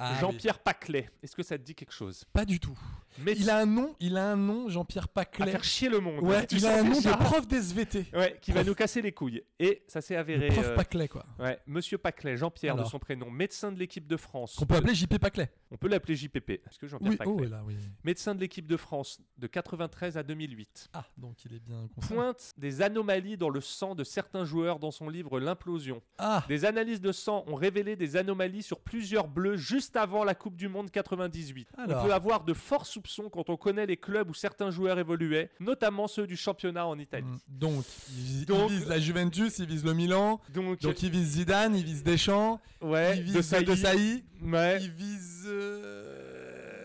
[SPEAKER 8] Ah,
[SPEAKER 7] Jean-Pierre Paclet. Est-ce que ça te dit quelque chose
[SPEAKER 8] oui. Pas du tout.
[SPEAKER 7] Mais
[SPEAKER 8] Il a un nom, il a un nom, Jean-Pierre
[SPEAKER 7] à
[SPEAKER 8] Paclet.
[SPEAKER 7] faire chier le monde.
[SPEAKER 8] Ouais,
[SPEAKER 7] Tu
[SPEAKER 8] il
[SPEAKER 7] sens
[SPEAKER 8] a un nom
[SPEAKER 7] déjà
[SPEAKER 8] de prof d'SVT.
[SPEAKER 7] Ouais, qui va
[SPEAKER 8] prof.
[SPEAKER 7] nous casser les couilles. Et ça s'est
[SPEAKER 8] Le
[SPEAKER 7] avéré.
[SPEAKER 8] prof
[SPEAKER 7] euh,
[SPEAKER 8] Paclet quoi.
[SPEAKER 7] ouais, Monsieur Paclet, Jean-Pierre de
[SPEAKER 8] Alors.
[SPEAKER 7] son prénom, médecin de l'équipe de France.
[SPEAKER 8] Qu'on peut appeler JP Paclet.
[SPEAKER 7] On peut l'appeler JPP. Parce que Jean-Pierre
[SPEAKER 8] Oui,
[SPEAKER 7] Paclet.
[SPEAKER 8] oh là oui.
[SPEAKER 7] Médecin de l'équipe de France de 93 à 2008.
[SPEAKER 8] Ah donc il est bien conscient.
[SPEAKER 7] pointe des anomalies dans le sang de certains joueurs dans son livre L'implosion.
[SPEAKER 8] Ah
[SPEAKER 7] Des analyses de sang ont révélé des anomalies sur plusieurs bleus juste avant la Coupe du Monde 98.
[SPEAKER 8] Alors.
[SPEAKER 7] On peut avoir de forts soupçons quand on connaît les clubs où certains joueurs évoluaient, notamment ceux du championnat en Italie.
[SPEAKER 8] Mm. donc, il, il
[SPEAKER 7] Donc-
[SPEAKER 8] vise la Juventus, il vise le Milan,
[SPEAKER 7] Donc,
[SPEAKER 8] donc il vise Zidane, il vise Deschamps,
[SPEAKER 7] ouais,
[SPEAKER 8] il vise
[SPEAKER 7] de Sailly,
[SPEAKER 8] De Sailly.
[SPEAKER 7] ouais.
[SPEAKER 8] Il vise. euh,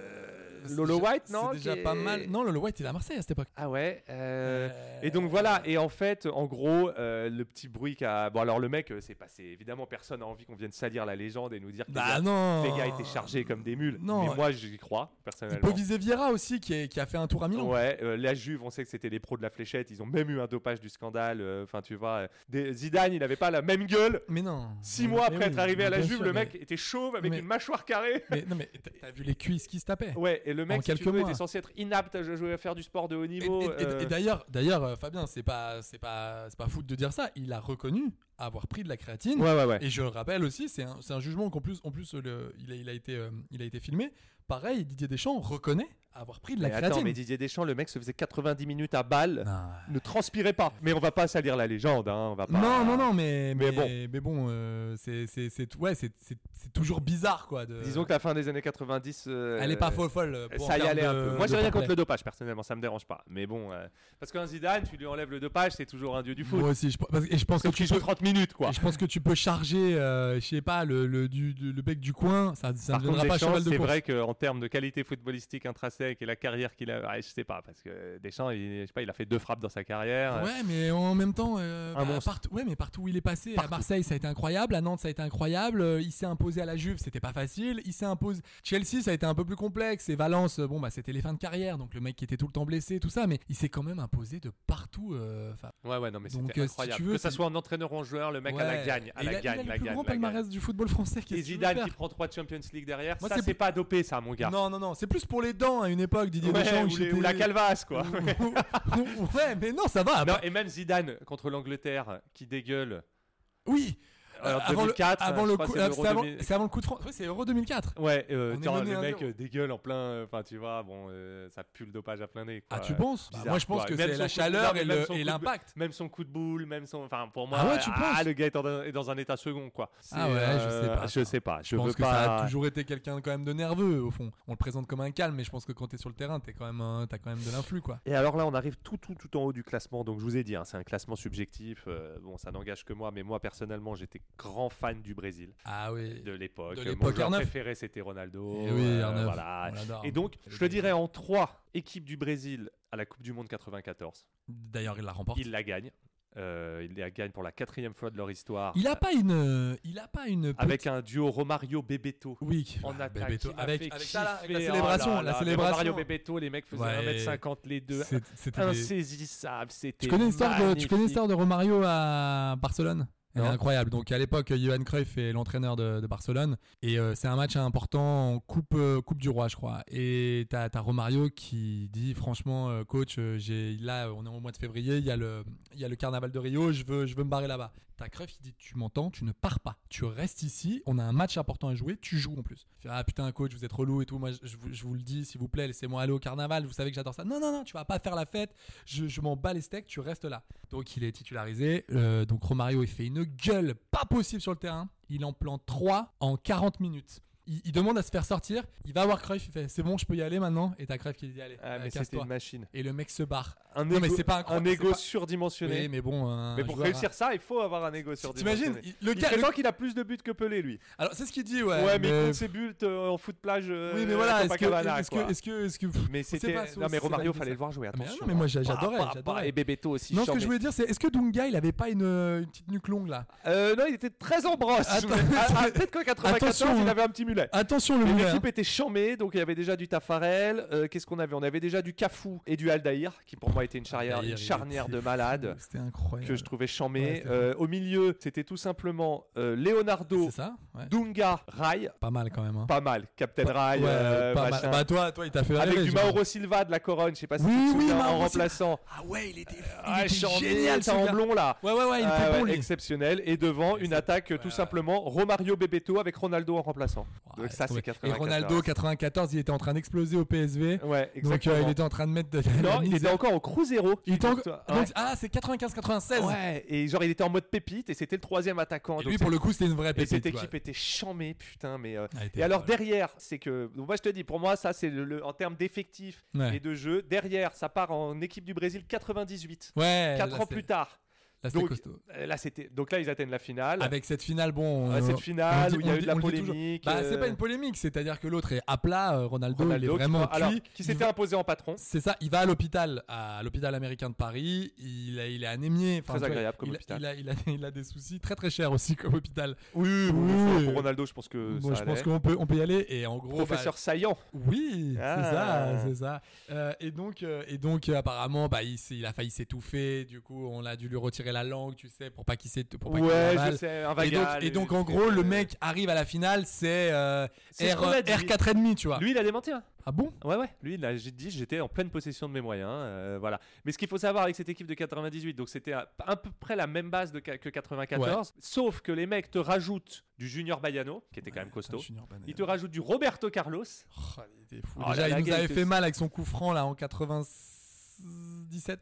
[SPEAKER 7] Lolo
[SPEAKER 8] c'est déjà-
[SPEAKER 7] White, non,
[SPEAKER 8] C'est déjà
[SPEAKER 7] qui est-
[SPEAKER 8] pas mal. Non, Lolo White, il est à Marseille à cette époque.
[SPEAKER 7] Ah ouais. euh,
[SPEAKER 8] Euh,
[SPEAKER 7] Et donc voilà, et en fait, en gros, euh, le petit bruit qu'a. Bon, alors le mec, euh, c'est passé. Évidemment, personne n'a envie qu'on vienne salir la légende et nous dire que les
[SPEAKER 8] Bah
[SPEAKER 7] gars-
[SPEAKER 8] non
[SPEAKER 7] les gars étaient chargés comme des mules.
[SPEAKER 8] Non.
[SPEAKER 7] Mais moi, j'y crois,
[SPEAKER 8] Il
[SPEAKER 7] personnellement.
[SPEAKER 8] peut viser Vieira aussi, qui, est- qui a fait un tour à Milan.
[SPEAKER 7] Euh, Ouais, euh, la Juve, on sait que c'était les pros de la fléchette. Ils ont même eu un dopage du scandale. euh, Enfin, tu vois, euh, des- Zidane, il avait pas la même gueule.
[SPEAKER 8] Mais non
[SPEAKER 7] Six
[SPEAKER 8] Mais-
[SPEAKER 7] mois
[SPEAKER 8] mais
[SPEAKER 7] après
[SPEAKER 8] oui,
[SPEAKER 7] être arrivé à la
[SPEAKER 8] bien
[SPEAKER 7] Juve,
[SPEAKER 8] sûr,
[SPEAKER 7] le
[SPEAKER 8] mais-
[SPEAKER 7] mec était chauve avec
[SPEAKER 8] mais-
[SPEAKER 7] une mâchoire carrée.
[SPEAKER 8] Mais non, mais t'as- t'as vu les cuisses qui se tapaient
[SPEAKER 7] Ouais, et le
[SPEAKER 8] En
[SPEAKER 7] mec, si tu
[SPEAKER 8] quelques
[SPEAKER 7] veux,
[SPEAKER 8] mois.
[SPEAKER 7] était censé être inapte à jouer à faire du sport de haut
[SPEAKER 8] Et,
[SPEAKER 7] niveau.
[SPEAKER 8] et- et-
[SPEAKER 7] euh,
[SPEAKER 8] et d'ailleurs, d'ailleurs, euh, Fabien, c'est pas, c'est pas, c'est pas fou de dire ça. Il a reconnu avoir pris de la créatine.
[SPEAKER 7] ouais, ouais, ouais.
[SPEAKER 8] Et je le rappelle aussi, c'est un, c'est un jugement qu'en plus, en plus, euh, le- il, a, il a été, euh, il a été filmé. Pareil, Didier Deschamps reconnaît avoir pris de la
[SPEAKER 7] Mais
[SPEAKER 8] créatine.
[SPEAKER 7] attends, mais Didier Deschamps, le mec se faisait 90 minutes à balle.
[SPEAKER 8] Non.
[SPEAKER 7] ne transpirez pas. Mais on va pas salir la légende, hein, on va pas.
[SPEAKER 8] Non, non, non, mais,
[SPEAKER 7] Mais
[SPEAKER 8] mais,
[SPEAKER 7] bon.
[SPEAKER 8] mais bon, euh, c'est, c'est, c'est, ouais, c'est, c'est, c'est toujours bizarre, quoi. De...
[SPEAKER 7] Euh, Disons que la fin des années 90. euh,
[SPEAKER 8] Elle est pas folle, folle. euh, pour en
[SPEAKER 7] Ça y
[SPEAKER 8] termes
[SPEAKER 7] allait un
[SPEAKER 8] de-
[SPEAKER 7] peu. Moi,
[SPEAKER 8] de
[SPEAKER 7] j'ai rien contre
[SPEAKER 8] gameplay.
[SPEAKER 7] le dopage, personnellement, ça me dérange pas. Mais bon, euh, parce qu'un Zidane, tu lui enlèves le dopage, c'est toujours un dieu du foot.
[SPEAKER 8] Moi aussi, je, pense- parce que- et je pense que
[SPEAKER 7] Sauf
[SPEAKER 8] tu
[SPEAKER 7] qu'il joue
[SPEAKER 8] peux.
[SPEAKER 7] 30 minutes, quoi.
[SPEAKER 8] et je pense que tu peux charger, euh, je sais pas, le, le, du, du- le bec du coin, ça, ça
[SPEAKER 7] Par
[SPEAKER 8] ne deviendra
[SPEAKER 7] contre,
[SPEAKER 8] pas
[SPEAKER 7] Deschamps,
[SPEAKER 8] cheval de
[SPEAKER 7] c'est
[SPEAKER 8] course.
[SPEAKER 7] vrai qu'en termes de qualité footballistique intrinsèque et la carrière qu'il a, ouais, je sais pas, parce que Deschamps, il, je sais pas, il a fait deux frappes dans sa carrière.
[SPEAKER 8] Ouais, mais en même temps, euh,
[SPEAKER 7] Un
[SPEAKER 8] bah,
[SPEAKER 7] monstre.
[SPEAKER 8] partout, ouais, mais partout où il est passé, à Marseille ça a été incroyable, à Nantes ça a été incroyable, euh, il s'est imposé à la Juve, c'était pas facile, il s'est imposé Chelsea ça a été un peu plus complexe et Valence, euh, bon bah c'était les fins de carrière, donc le mec qui était tout le temps blessé, tout ça, mais il s'est quand même imposé de partout. euh, enfin,
[SPEAKER 7] Ouais, ouais, non, mais
[SPEAKER 8] Donc,
[SPEAKER 7] c'était
[SPEAKER 8] euh, si
[SPEAKER 7] incroyable.
[SPEAKER 8] tu veux,
[SPEAKER 7] que ça
[SPEAKER 8] c'est-
[SPEAKER 7] soit en entraîneur ou en joueur, le mec à la
[SPEAKER 8] ouais,
[SPEAKER 7] gagne, à
[SPEAKER 8] et il
[SPEAKER 7] la gagne,
[SPEAKER 8] a- il a
[SPEAKER 7] la
[SPEAKER 8] le plus
[SPEAKER 7] gagne,
[SPEAKER 8] grand
[SPEAKER 7] la gagne.
[SPEAKER 8] palmarès du football français.
[SPEAKER 7] Et
[SPEAKER 8] qu'est-ce que tu veux
[SPEAKER 7] Zidane
[SPEAKER 8] faire
[SPEAKER 7] qui prend trois Champions League derrière,
[SPEAKER 8] Moi,
[SPEAKER 7] ça
[SPEAKER 8] c'est-
[SPEAKER 7] c'est pas dopé ça à mon mon gars.
[SPEAKER 8] Non, non, non, c'est plus pour les dents à une époque, Didier
[SPEAKER 7] Ouais,
[SPEAKER 8] Deschamps. où
[SPEAKER 7] ou, les-
[SPEAKER 8] j'étais-
[SPEAKER 7] ou la calvasse, quoi.
[SPEAKER 8] ouais, mais non, ça va.
[SPEAKER 7] Non, et même Zidane contre l'Angleterre qui dégueule.
[SPEAKER 8] Oui.
[SPEAKER 7] Alors,
[SPEAKER 8] Euh, avant
[SPEAKER 7] 2004,
[SPEAKER 8] le, avant
[SPEAKER 7] je
[SPEAKER 8] le
[SPEAKER 7] crois
[SPEAKER 8] coup,
[SPEAKER 7] que c'est
[SPEAKER 8] euh,
[SPEAKER 7] l'Euro
[SPEAKER 8] c'est avant,
[SPEAKER 7] 2000.
[SPEAKER 8] c'est avant le coup de France. Oui, c'est Euro 2004.
[SPEAKER 7] Ouais, euh,
[SPEAKER 8] On est
[SPEAKER 7] attends,
[SPEAKER 8] mené
[SPEAKER 7] le
[SPEAKER 8] 1-0.
[SPEAKER 7] mec euh, dégueule en plein. euh, Enfin, tu vois, bon, euh, ça pue le dopage à plein nez. quoi.
[SPEAKER 8] Ah, tu penses
[SPEAKER 7] Bizarre,
[SPEAKER 8] Moi, je pense
[SPEAKER 7] quoi.
[SPEAKER 8] que
[SPEAKER 7] Même
[SPEAKER 8] c'est
[SPEAKER 7] son
[SPEAKER 8] la
[SPEAKER 7] coup de- non,
[SPEAKER 8] chaleur
[SPEAKER 7] mais
[SPEAKER 8] et
[SPEAKER 7] même
[SPEAKER 8] le-
[SPEAKER 7] son
[SPEAKER 8] et
[SPEAKER 7] coup de-
[SPEAKER 8] l'impact.
[SPEAKER 7] Même son coup de boule, même son. Enfin, pour moi.
[SPEAKER 8] Ah ouais, tu penses
[SPEAKER 7] le gars est, en- est dans un état second, quoi. C'est, euh,
[SPEAKER 8] Ah ouais, je sais pas,
[SPEAKER 7] Je
[SPEAKER 8] ça.
[SPEAKER 7] sais pas. Je,
[SPEAKER 8] Je pense
[SPEAKER 7] veux
[SPEAKER 8] que
[SPEAKER 7] pas.
[SPEAKER 8] ça a toujours été quelqu'un quand même de nerveux au fond. On le présente comme un calme, mais je pense que quand t'es sur le terrain, t'es quand même, un- t'as quand même de l'influx quoi.
[SPEAKER 7] Et alors là, on arrive tout, tout, tout en haut du classement. Donc, je vous ai dit, hein, c'est un classement subjectif. euh, bon, ça n'engage que moi, mais moi, personnellement, j'étais grand fan du Brésil
[SPEAKER 8] Ah oui.
[SPEAKER 7] de l'époque.
[SPEAKER 8] De
[SPEAKER 7] Mon
[SPEAKER 8] l'époque
[SPEAKER 7] joueur
[SPEAKER 8] R9.
[SPEAKER 7] préféré, c'était Ronaldo. Euh,
[SPEAKER 8] Eh oui, R9,
[SPEAKER 7] voilà.
[SPEAKER 8] on l'adore.
[SPEAKER 7] Et donc, je le dirais en trois équipes du Brésil à la Coupe du Monde 94.
[SPEAKER 8] D'ailleurs, il la remporte.
[SPEAKER 7] Ils la gagnent. Euh, ils la gagnent pour la quatrième fois de leur histoire.
[SPEAKER 8] Il a pas une, euh, il a pas une. petite-
[SPEAKER 7] Avec un duo Romario Bebeto.
[SPEAKER 8] Oui.
[SPEAKER 7] En
[SPEAKER 8] ah,
[SPEAKER 7] attaque,
[SPEAKER 8] Bebeto.
[SPEAKER 7] il m'a
[SPEAKER 8] avec,
[SPEAKER 7] fait
[SPEAKER 8] avec ça, là, avec la
[SPEAKER 7] kiffer. Oh
[SPEAKER 8] célébration,
[SPEAKER 7] là
[SPEAKER 8] la
[SPEAKER 7] là, mais
[SPEAKER 8] célébration.
[SPEAKER 7] Romario Bebeto, les mecs faisaient
[SPEAKER 8] Ouais.
[SPEAKER 7] 1m50 les deux.
[SPEAKER 8] C'est- c'était des-
[SPEAKER 7] Insaisissable, c'était.
[SPEAKER 8] Tu connais l'histoire de, tu connais
[SPEAKER 7] magnifique.
[SPEAKER 8] l'histoire de Romario à Barcelone Elle est
[SPEAKER 7] Non.
[SPEAKER 8] incroyable. Donc à l'époque, Johan Cruyff est l'entraîneur de, de Barcelone et euh, c'est un match important en coupe euh, coupe du roi, je crois. Et t'as as Romario qui dit franchement, euh, coach, euh, j'ai là, on est au mois de février, il y a le il y a le carnaval de Rio, je veux je veux me barrer là-bas. T'as Cruyff qui dit, tu m'entends, tu ne pars pas, tu restes ici, on a un match important à jouer, tu joues en plus. Il fait, ah putain coach, vous êtes relou et tout, moi je, je vous- je vous le dis, s'il vous plaît, laissez-moi aller au carnaval, vous savez que j'adore ça. Non non non, tu vas pas faire la fête, je, je m'en bats les steaks, tu restes là. Donc il est titularisé. Euh, donc Romario, il fait une gueule pas possible sur le terrain. Il en plante 3 en 40 minutes. Il, il demande à se faire sortir. Il va voir Cruyff. Il fait C'est bon, je peux y aller maintenant. Et t'as Cruyff qui dit Allez,
[SPEAKER 7] Ah, mais
[SPEAKER 8] euh,
[SPEAKER 7] c'était
[SPEAKER 8] casse-toi.
[SPEAKER 7] une machine.
[SPEAKER 8] Et le mec se barre.
[SPEAKER 7] Un
[SPEAKER 8] non, mais
[SPEAKER 7] égo-
[SPEAKER 8] c'est pas
[SPEAKER 7] un
[SPEAKER 8] incroyable.
[SPEAKER 7] égo
[SPEAKER 8] c'est pas-
[SPEAKER 7] surdimensionné.
[SPEAKER 8] Oui, mais bon. un
[SPEAKER 7] Mais pour
[SPEAKER 8] joueur-
[SPEAKER 7] réussir ça, il faut avoir un égo surdimensionné.
[SPEAKER 8] T'imagines il- Le
[SPEAKER 7] Il
[SPEAKER 8] gars. le-
[SPEAKER 7] prétend qu'il a plus de buts que Pelé, lui.
[SPEAKER 8] Alors, c'est ce qu'il dit, ouais.
[SPEAKER 7] Ouais, mais, il compte ses buts euh, en foot plage. euh,
[SPEAKER 8] Oui, mais voilà.
[SPEAKER 7] à
[SPEAKER 8] Est-ce que.
[SPEAKER 7] Copacabana,
[SPEAKER 8] Est-ce
[SPEAKER 7] quoi.
[SPEAKER 8] que. Est-ce que, est-ce que- pff,
[SPEAKER 7] Mais
[SPEAKER 8] c'est
[SPEAKER 7] c'était.
[SPEAKER 8] pas- c'est-
[SPEAKER 7] Non, mais
[SPEAKER 8] c'est pas
[SPEAKER 7] Romario,
[SPEAKER 8] validé,
[SPEAKER 7] fallait
[SPEAKER 8] ça.
[SPEAKER 7] le voir jouer.
[SPEAKER 8] Ah, mais
[SPEAKER 7] Attention.
[SPEAKER 8] non, mais moi, j'a-
[SPEAKER 7] Bah,
[SPEAKER 8] j'adorais,
[SPEAKER 7] bah, bah,
[SPEAKER 8] j'adorais.
[SPEAKER 7] Et Bebeto aussi.
[SPEAKER 8] Non, ce que
[SPEAKER 7] charmé.
[SPEAKER 8] je voulais dire, c'est est-ce que Dunga, il avait pas une, une petite nuque longue là
[SPEAKER 7] Euh, non, il était très en brosse.
[SPEAKER 8] Attends,
[SPEAKER 7] Mais- ah, ah, Peut-être qu'en 94,
[SPEAKER 8] Attention,
[SPEAKER 7] il
[SPEAKER 8] hein.
[SPEAKER 7] avait un petit mulet.
[SPEAKER 8] Attention, le
[SPEAKER 7] Mais
[SPEAKER 8] Mouler,
[SPEAKER 7] l'équipe était chamée, donc il y avait déjà du Tafarel. euh, Qu'est-ce qu'on avait On avait déjà du Cafou et du Aldaïr, qui pour moi était une charnière,
[SPEAKER 8] Aldaïr,
[SPEAKER 7] une
[SPEAKER 8] il
[SPEAKER 7] charnière
[SPEAKER 8] était
[SPEAKER 7] de
[SPEAKER 8] fou,
[SPEAKER 7] malade
[SPEAKER 8] C'était incroyable.
[SPEAKER 7] que je trouvais
[SPEAKER 8] Ouais,
[SPEAKER 7] chamée.
[SPEAKER 8] c'était
[SPEAKER 7] Euh, au milieu, c'était tout simplement euh, Leonardo,
[SPEAKER 8] C'est ça ouais.
[SPEAKER 7] Dunga, Rai.
[SPEAKER 8] Pas mal quand même. Hein.
[SPEAKER 7] Pas mal, Captain Rai,
[SPEAKER 8] Ouais,
[SPEAKER 7] euh,
[SPEAKER 8] pas mal.
[SPEAKER 7] machin.
[SPEAKER 8] Bah toi, toi, il t'a fait
[SPEAKER 7] Avec
[SPEAKER 8] rêver,
[SPEAKER 7] du
[SPEAKER 8] je-
[SPEAKER 7] Mauro Silva de la Corogne, je sais pas si
[SPEAKER 8] Oui,
[SPEAKER 7] tu te
[SPEAKER 8] oui,
[SPEAKER 7] souviens, en
[SPEAKER 8] Mauro Silva.
[SPEAKER 7] remplaçant.
[SPEAKER 8] Ah ouais, il était, il
[SPEAKER 7] Ah,
[SPEAKER 8] était
[SPEAKER 7] génial, ça en
[SPEAKER 8] celui-là.
[SPEAKER 7] blond là.
[SPEAKER 8] Ouais, ouais, ouais, il était
[SPEAKER 7] Ah ouais,
[SPEAKER 8] bon lui.
[SPEAKER 7] exceptionnel. Et devant, une
[SPEAKER 8] c'est-
[SPEAKER 7] attaque euh, tout
[SPEAKER 8] ouais.
[SPEAKER 7] simplement Romario Bebeto avec Ronaldo en remplaçant.
[SPEAKER 8] Ouais,
[SPEAKER 7] Donc ça, c'est
[SPEAKER 8] ouais.
[SPEAKER 7] 94.
[SPEAKER 8] Et Ronaldo 94, il était en train d'exploser au PSV.
[SPEAKER 7] Ouais,
[SPEAKER 8] donc
[SPEAKER 7] exactement.
[SPEAKER 8] euh, il était en train de mettre de la
[SPEAKER 7] Non,
[SPEAKER 8] la
[SPEAKER 7] il
[SPEAKER 8] mise-
[SPEAKER 7] était encore au Cruzeiro.
[SPEAKER 8] il était en-
[SPEAKER 7] Toi,
[SPEAKER 8] donc- ah, c'est 95-96.
[SPEAKER 7] ouais. Ouais, et genre il était en mode pépite et c'était le troisième attaquant.
[SPEAKER 8] Et
[SPEAKER 7] Donc
[SPEAKER 8] lui, pour le coup, c'était une vraie
[SPEAKER 7] et
[SPEAKER 8] pépite.
[SPEAKER 7] cette
[SPEAKER 8] ouais.
[SPEAKER 7] équipe était chamée, putain, mais. euh,
[SPEAKER 8] Ah, il était
[SPEAKER 7] Et alors
[SPEAKER 8] incroyable.
[SPEAKER 7] derrière, c'est que donc, moi je te dis, pour moi ça c'est le, le- en termes d'effectifs
[SPEAKER 8] Ouais.
[SPEAKER 7] et de jeu. Derrière, ça part en équipe du Brésil 98,
[SPEAKER 8] Ouais,
[SPEAKER 7] 4
[SPEAKER 8] là,
[SPEAKER 7] ans
[SPEAKER 8] c'est-
[SPEAKER 7] plus tard.
[SPEAKER 8] Là, c'était
[SPEAKER 7] Donc,
[SPEAKER 8] costaud.
[SPEAKER 7] Euh, Là c'était, donc là ils atteignent la finale.
[SPEAKER 8] Avec cette finale, bon.
[SPEAKER 7] Ouais,
[SPEAKER 8] euh,
[SPEAKER 7] cette finale
[SPEAKER 8] on
[SPEAKER 7] où il y a
[SPEAKER 8] on
[SPEAKER 7] eu de la
[SPEAKER 8] on dit toujours-
[SPEAKER 7] polémique,
[SPEAKER 8] Bah,
[SPEAKER 7] euh,
[SPEAKER 8] c'est pas une polémique, c'est-à-dire que l'autre est à plat. euh, Ronaldo, il est
[SPEAKER 7] Ronaldo,
[SPEAKER 8] vraiment
[SPEAKER 7] qui, alors,
[SPEAKER 8] cuit.
[SPEAKER 7] qui
[SPEAKER 8] Il
[SPEAKER 7] s'était
[SPEAKER 8] va-
[SPEAKER 7] imposé en patron.
[SPEAKER 8] C'est ça, il va à l'hôpital, à l'hôpital américain de Paris, il, a- il est anémié.
[SPEAKER 7] Très
[SPEAKER 8] Enfin, tu vois,
[SPEAKER 7] agréable comme
[SPEAKER 8] il a-
[SPEAKER 7] hôpital.
[SPEAKER 8] Il a, il, a, il a des soucis très très chers aussi comme hôpital.
[SPEAKER 7] Oui,
[SPEAKER 8] oui.
[SPEAKER 7] Pour Ronaldo, je pense que
[SPEAKER 8] bon,
[SPEAKER 7] Euh, ça
[SPEAKER 8] je pense
[SPEAKER 7] allait. hein.
[SPEAKER 8] qu'on peut, on peut y aller. Et en gros, bah,
[SPEAKER 7] Professeur Saillant.
[SPEAKER 8] oui, c'est
[SPEAKER 7] Ah.
[SPEAKER 8] ça, c'est ça. Euh, et donc, euh, et donc euh, apparemment, bah, il, s'est- il a failli s'étouffer. Du coup, on a dû lui retirer la langue, tu sais, pour pas qu'il s'étouffe. pour pas qu'il avale.
[SPEAKER 7] sais, un
[SPEAKER 8] Et donc,
[SPEAKER 7] vagal,
[SPEAKER 8] et donc, en
[SPEAKER 7] euh,
[SPEAKER 8] gros, le mec arrive à la finale, c'est euh,
[SPEAKER 7] C'est ce
[SPEAKER 8] R,
[SPEAKER 7] qu'on a dit.
[SPEAKER 8] R4,5, tu vois.
[SPEAKER 7] Lui, il a démenti. hein.
[SPEAKER 8] Ah bon
[SPEAKER 7] Ouais, ouais. Lui, il a j'ai dit, j'étais en pleine possession de mes moyens. euh, voilà. Mais ce qu'il faut savoir avec cette équipe de 98, donc c'était à, à peu près la même base de ca- que 94, sauf que les mecs te rajoutent du Junior Baiano, qui était quand
[SPEAKER 8] Ah,
[SPEAKER 7] même costaud. Ils
[SPEAKER 8] euh,
[SPEAKER 7] te rajoutent du Roberto Carlos.
[SPEAKER 8] Oh, il était fou.
[SPEAKER 7] Oh,
[SPEAKER 8] Déjà,
[SPEAKER 7] la- la
[SPEAKER 8] il nous
[SPEAKER 7] gueule
[SPEAKER 8] avait
[SPEAKER 7] était-
[SPEAKER 8] fait mal avec son coup franc là en 97.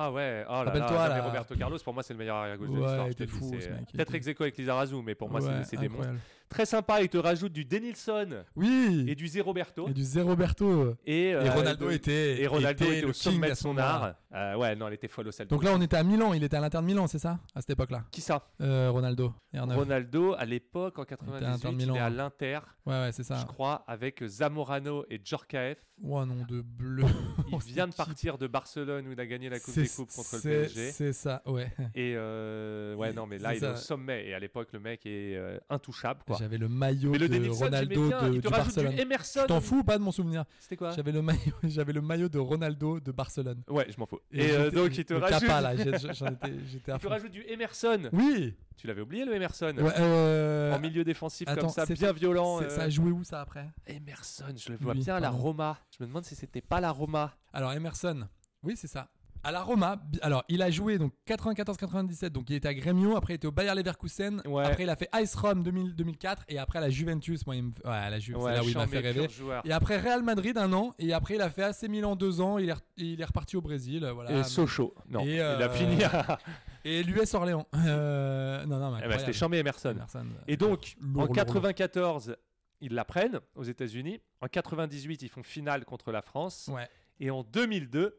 [SPEAKER 7] Ah ouais, oh là là,
[SPEAKER 8] Rappelle-toi,
[SPEAKER 7] non, mais
[SPEAKER 8] là.
[SPEAKER 7] Roberto Carlos, pour moi, c'est le meilleur arrière-gauche de
[SPEAKER 8] Ouais,
[SPEAKER 7] l'histoire.
[SPEAKER 8] il
[SPEAKER 7] je te
[SPEAKER 8] était
[SPEAKER 7] le dis,
[SPEAKER 8] fou,
[SPEAKER 7] c'est-
[SPEAKER 8] ce mec, il
[SPEAKER 7] Peut-être
[SPEAKER 8] était-
[SPEAKER 7] Execo avec Lizarazu, mais pour moi, c'est-
[SPEAKER 8] Ouais,
[SPEAKER 7] c'est des monstres.
[SPEAKER 8] incroyable.
[SPEAKER 7] Très sympa, ils te rajoutent du Denilson
[SPEAKER 8] Oui.
[SPEAKER 7] et du Zé Roberto.
[SPEAKER 8] Et du Zé Roberto.
[SPEAKER 7] Et, euh,
[SPEAKER 8] Et Ronaldo
[SPEAKER 7] de-
[SPEAKER 8] était.
[SPEAKER 7] Et Ronaldo était,
[SPEAKER 8] le
[SPEAKER 7] au
[SPEAKER 8] king
[SPEAKER 7] sommet
[SPEAKER 8] à
[SPEAKER 7] de
[SPEAKER 8] ce
[SPEAKER 7] son
[SPEAKER 8] moment-là.
[SPEAKER 7] art. Euh, ouais, non, elle était folle au sel.
[SPEAKER 8] Donc là, on était à Milan. Il était à l'Inter de Milan, c'est ça À cette époque-là,
[SPEAKER 7] qui ça
[SPEAKER 8] Euh, Ronaldo. R9.
[SPEAKER 7] Ronaldo, à l'époque, en
[SPEAKER 8] à l'Inter
[SPEAKER 7] 98, il
[SPEAKER 8] Milan. hein.
[SPEAKER 7] est à l'Inter,
[SPEAKER 8] Ouais, ouais, c'est
[SPEAKER 7] je
[SPEAKER 8] ça.
[SPEAKER 7] crois, avec Zamorano et Djorkaeff.
[SPEAKER 8] Oh non, de bleu.
[SPEAKER 7] Il vient de partir de Barcelone où il a gagné la Coupe
[SPEAKER 8] Oh, C'est-
[SPEAKER 7] des Coupes contre le
[SPEAKER 8] c'est-
[SPEAKER 7] PSG.
[SPEAKER 8] C'est ça, ouais.
[SPEAKER 7] Et euh, ouais,
[SPEAKER 8] C'est-
[SPEAKER 7] non, mais là,
[SPEAKER 8] c'est
[SPEAKER 7] il est au
[SPEAKER 8] ça.
[SPEAKER 7] sommet. Et à l'époque, le mec est euh, intouchable. Quoi. d'accord.
[SPEAKER 8] J'avais le maillot
[SPEAKER 7] Mais
[SPEAKER 8] de
[SPEAKER 7] le Denilson,
[SPEAKER 8] Ronaldo
[SPEAKER 7] bien.
[SPEAKER 8] de,
[SPEAKER 7] il te
[SPEAKER 8] du
[SPEAKER 7] rajoute
[SPEAKER 8] Barcelone.
[SPEAKER 7] du Emerson.
[SPEAKER 8] Je T'en fous ou pas de mon souvenir
[SPEAKER 7] C'était quoi
[SPEAKER 8] J'avais le maillot, j'avais le maillot de Ronaldo de Barcelone.
[SPEAKER 7] Ouais, je m'en fous. Et, euh,
[SPEAKER 8] j'étais-
[SPEAKER 7] donc, il te
[SPEAKER 8] le
[SPEAKER 7] rajoute.
[SPEAKER 8] Tapa, là, j'ai- j'en étais- j'étais à
[SPEAKER 7] Il te
[SPEAKER 8] fond.
[SPEAKER 7] rajoute du Emerson.
[SPEAKER 8] Oui.
[SPEAKER 7] Tu l'avais oublié le Emerson
[SPEAKER 8] Ouais, euh,
[SPEAKER 7] En milieu défensif
[SPEAKER 8] attends,
[SPEAKER 7] comme ça,
[SPEAKER 8] c'est-
[SPEAKER 7] bien violent.
[SPEAKER 8] c'est-
[SPEAKER 7] euh,
[SPEAKER 8] Ça a joué où ça après
[SPEAKER 7] Emerson, je le vois
[SPEAKER 8] Lui,
[SPEAKER 7] bien à la
[SPEAKER 8] pardon.
[SPEAKER 7] Roma. Je me demande si c'était pas la Roma.
[SPEAKER 8] Alors Emerson, oui c'est ça. À la Roma, bi- alors il a joué donc 94-97, donc il était à Grêmio, après il était au Bayer Leverkusen,
[SPEAKER 7] Ouais.
[SPEAKER 8] après il a fait Ice Rome 2000 2004 et après à la Juventus, moi il me... ouais, à la Juve, c'est là où il m'a
[SPEAKER 7] Champ,
[SPEAKER 8] fait
[SPEAKER 7] mais pur
[SPEAKER 8] rêver.
[SPEAKER 7] joueur.
[SPEAKER 8] Et après Real Madrid un an et après il a fait AC Milan deux ans, il est, re- il est reparti au Brésil, euh, voilà.
[SPEAKER 7] Et Sochaux. Non,
[SPEAKER 8] Et,
[SPEAKER 7] il a
[SPEAKER 8] euh,
[SPEAKER 7] fini Eh à.
[SPEAKER 8] Et l'US Orléans. Euh, Non non mais
[SPEAKER 7] Eh ben, c'était
[SPEAKER 8] incroyable.
[SPEAKER 7] Chambé Emerson.
[SPEAKER 8] Emerson, euh,
[SPEAKER 7] Et donc,
[SPEAKER 8] lourd,
[SPEAKER 7] en
[SPEAKER 8] lourd,
[SPEAKER 7] 94, ils la prennent aux États-Unis. En 98, ils font finale contre la France.
[SPEAKER 8] lourd. ouais.
[SPEAKER 7] Et en 2002,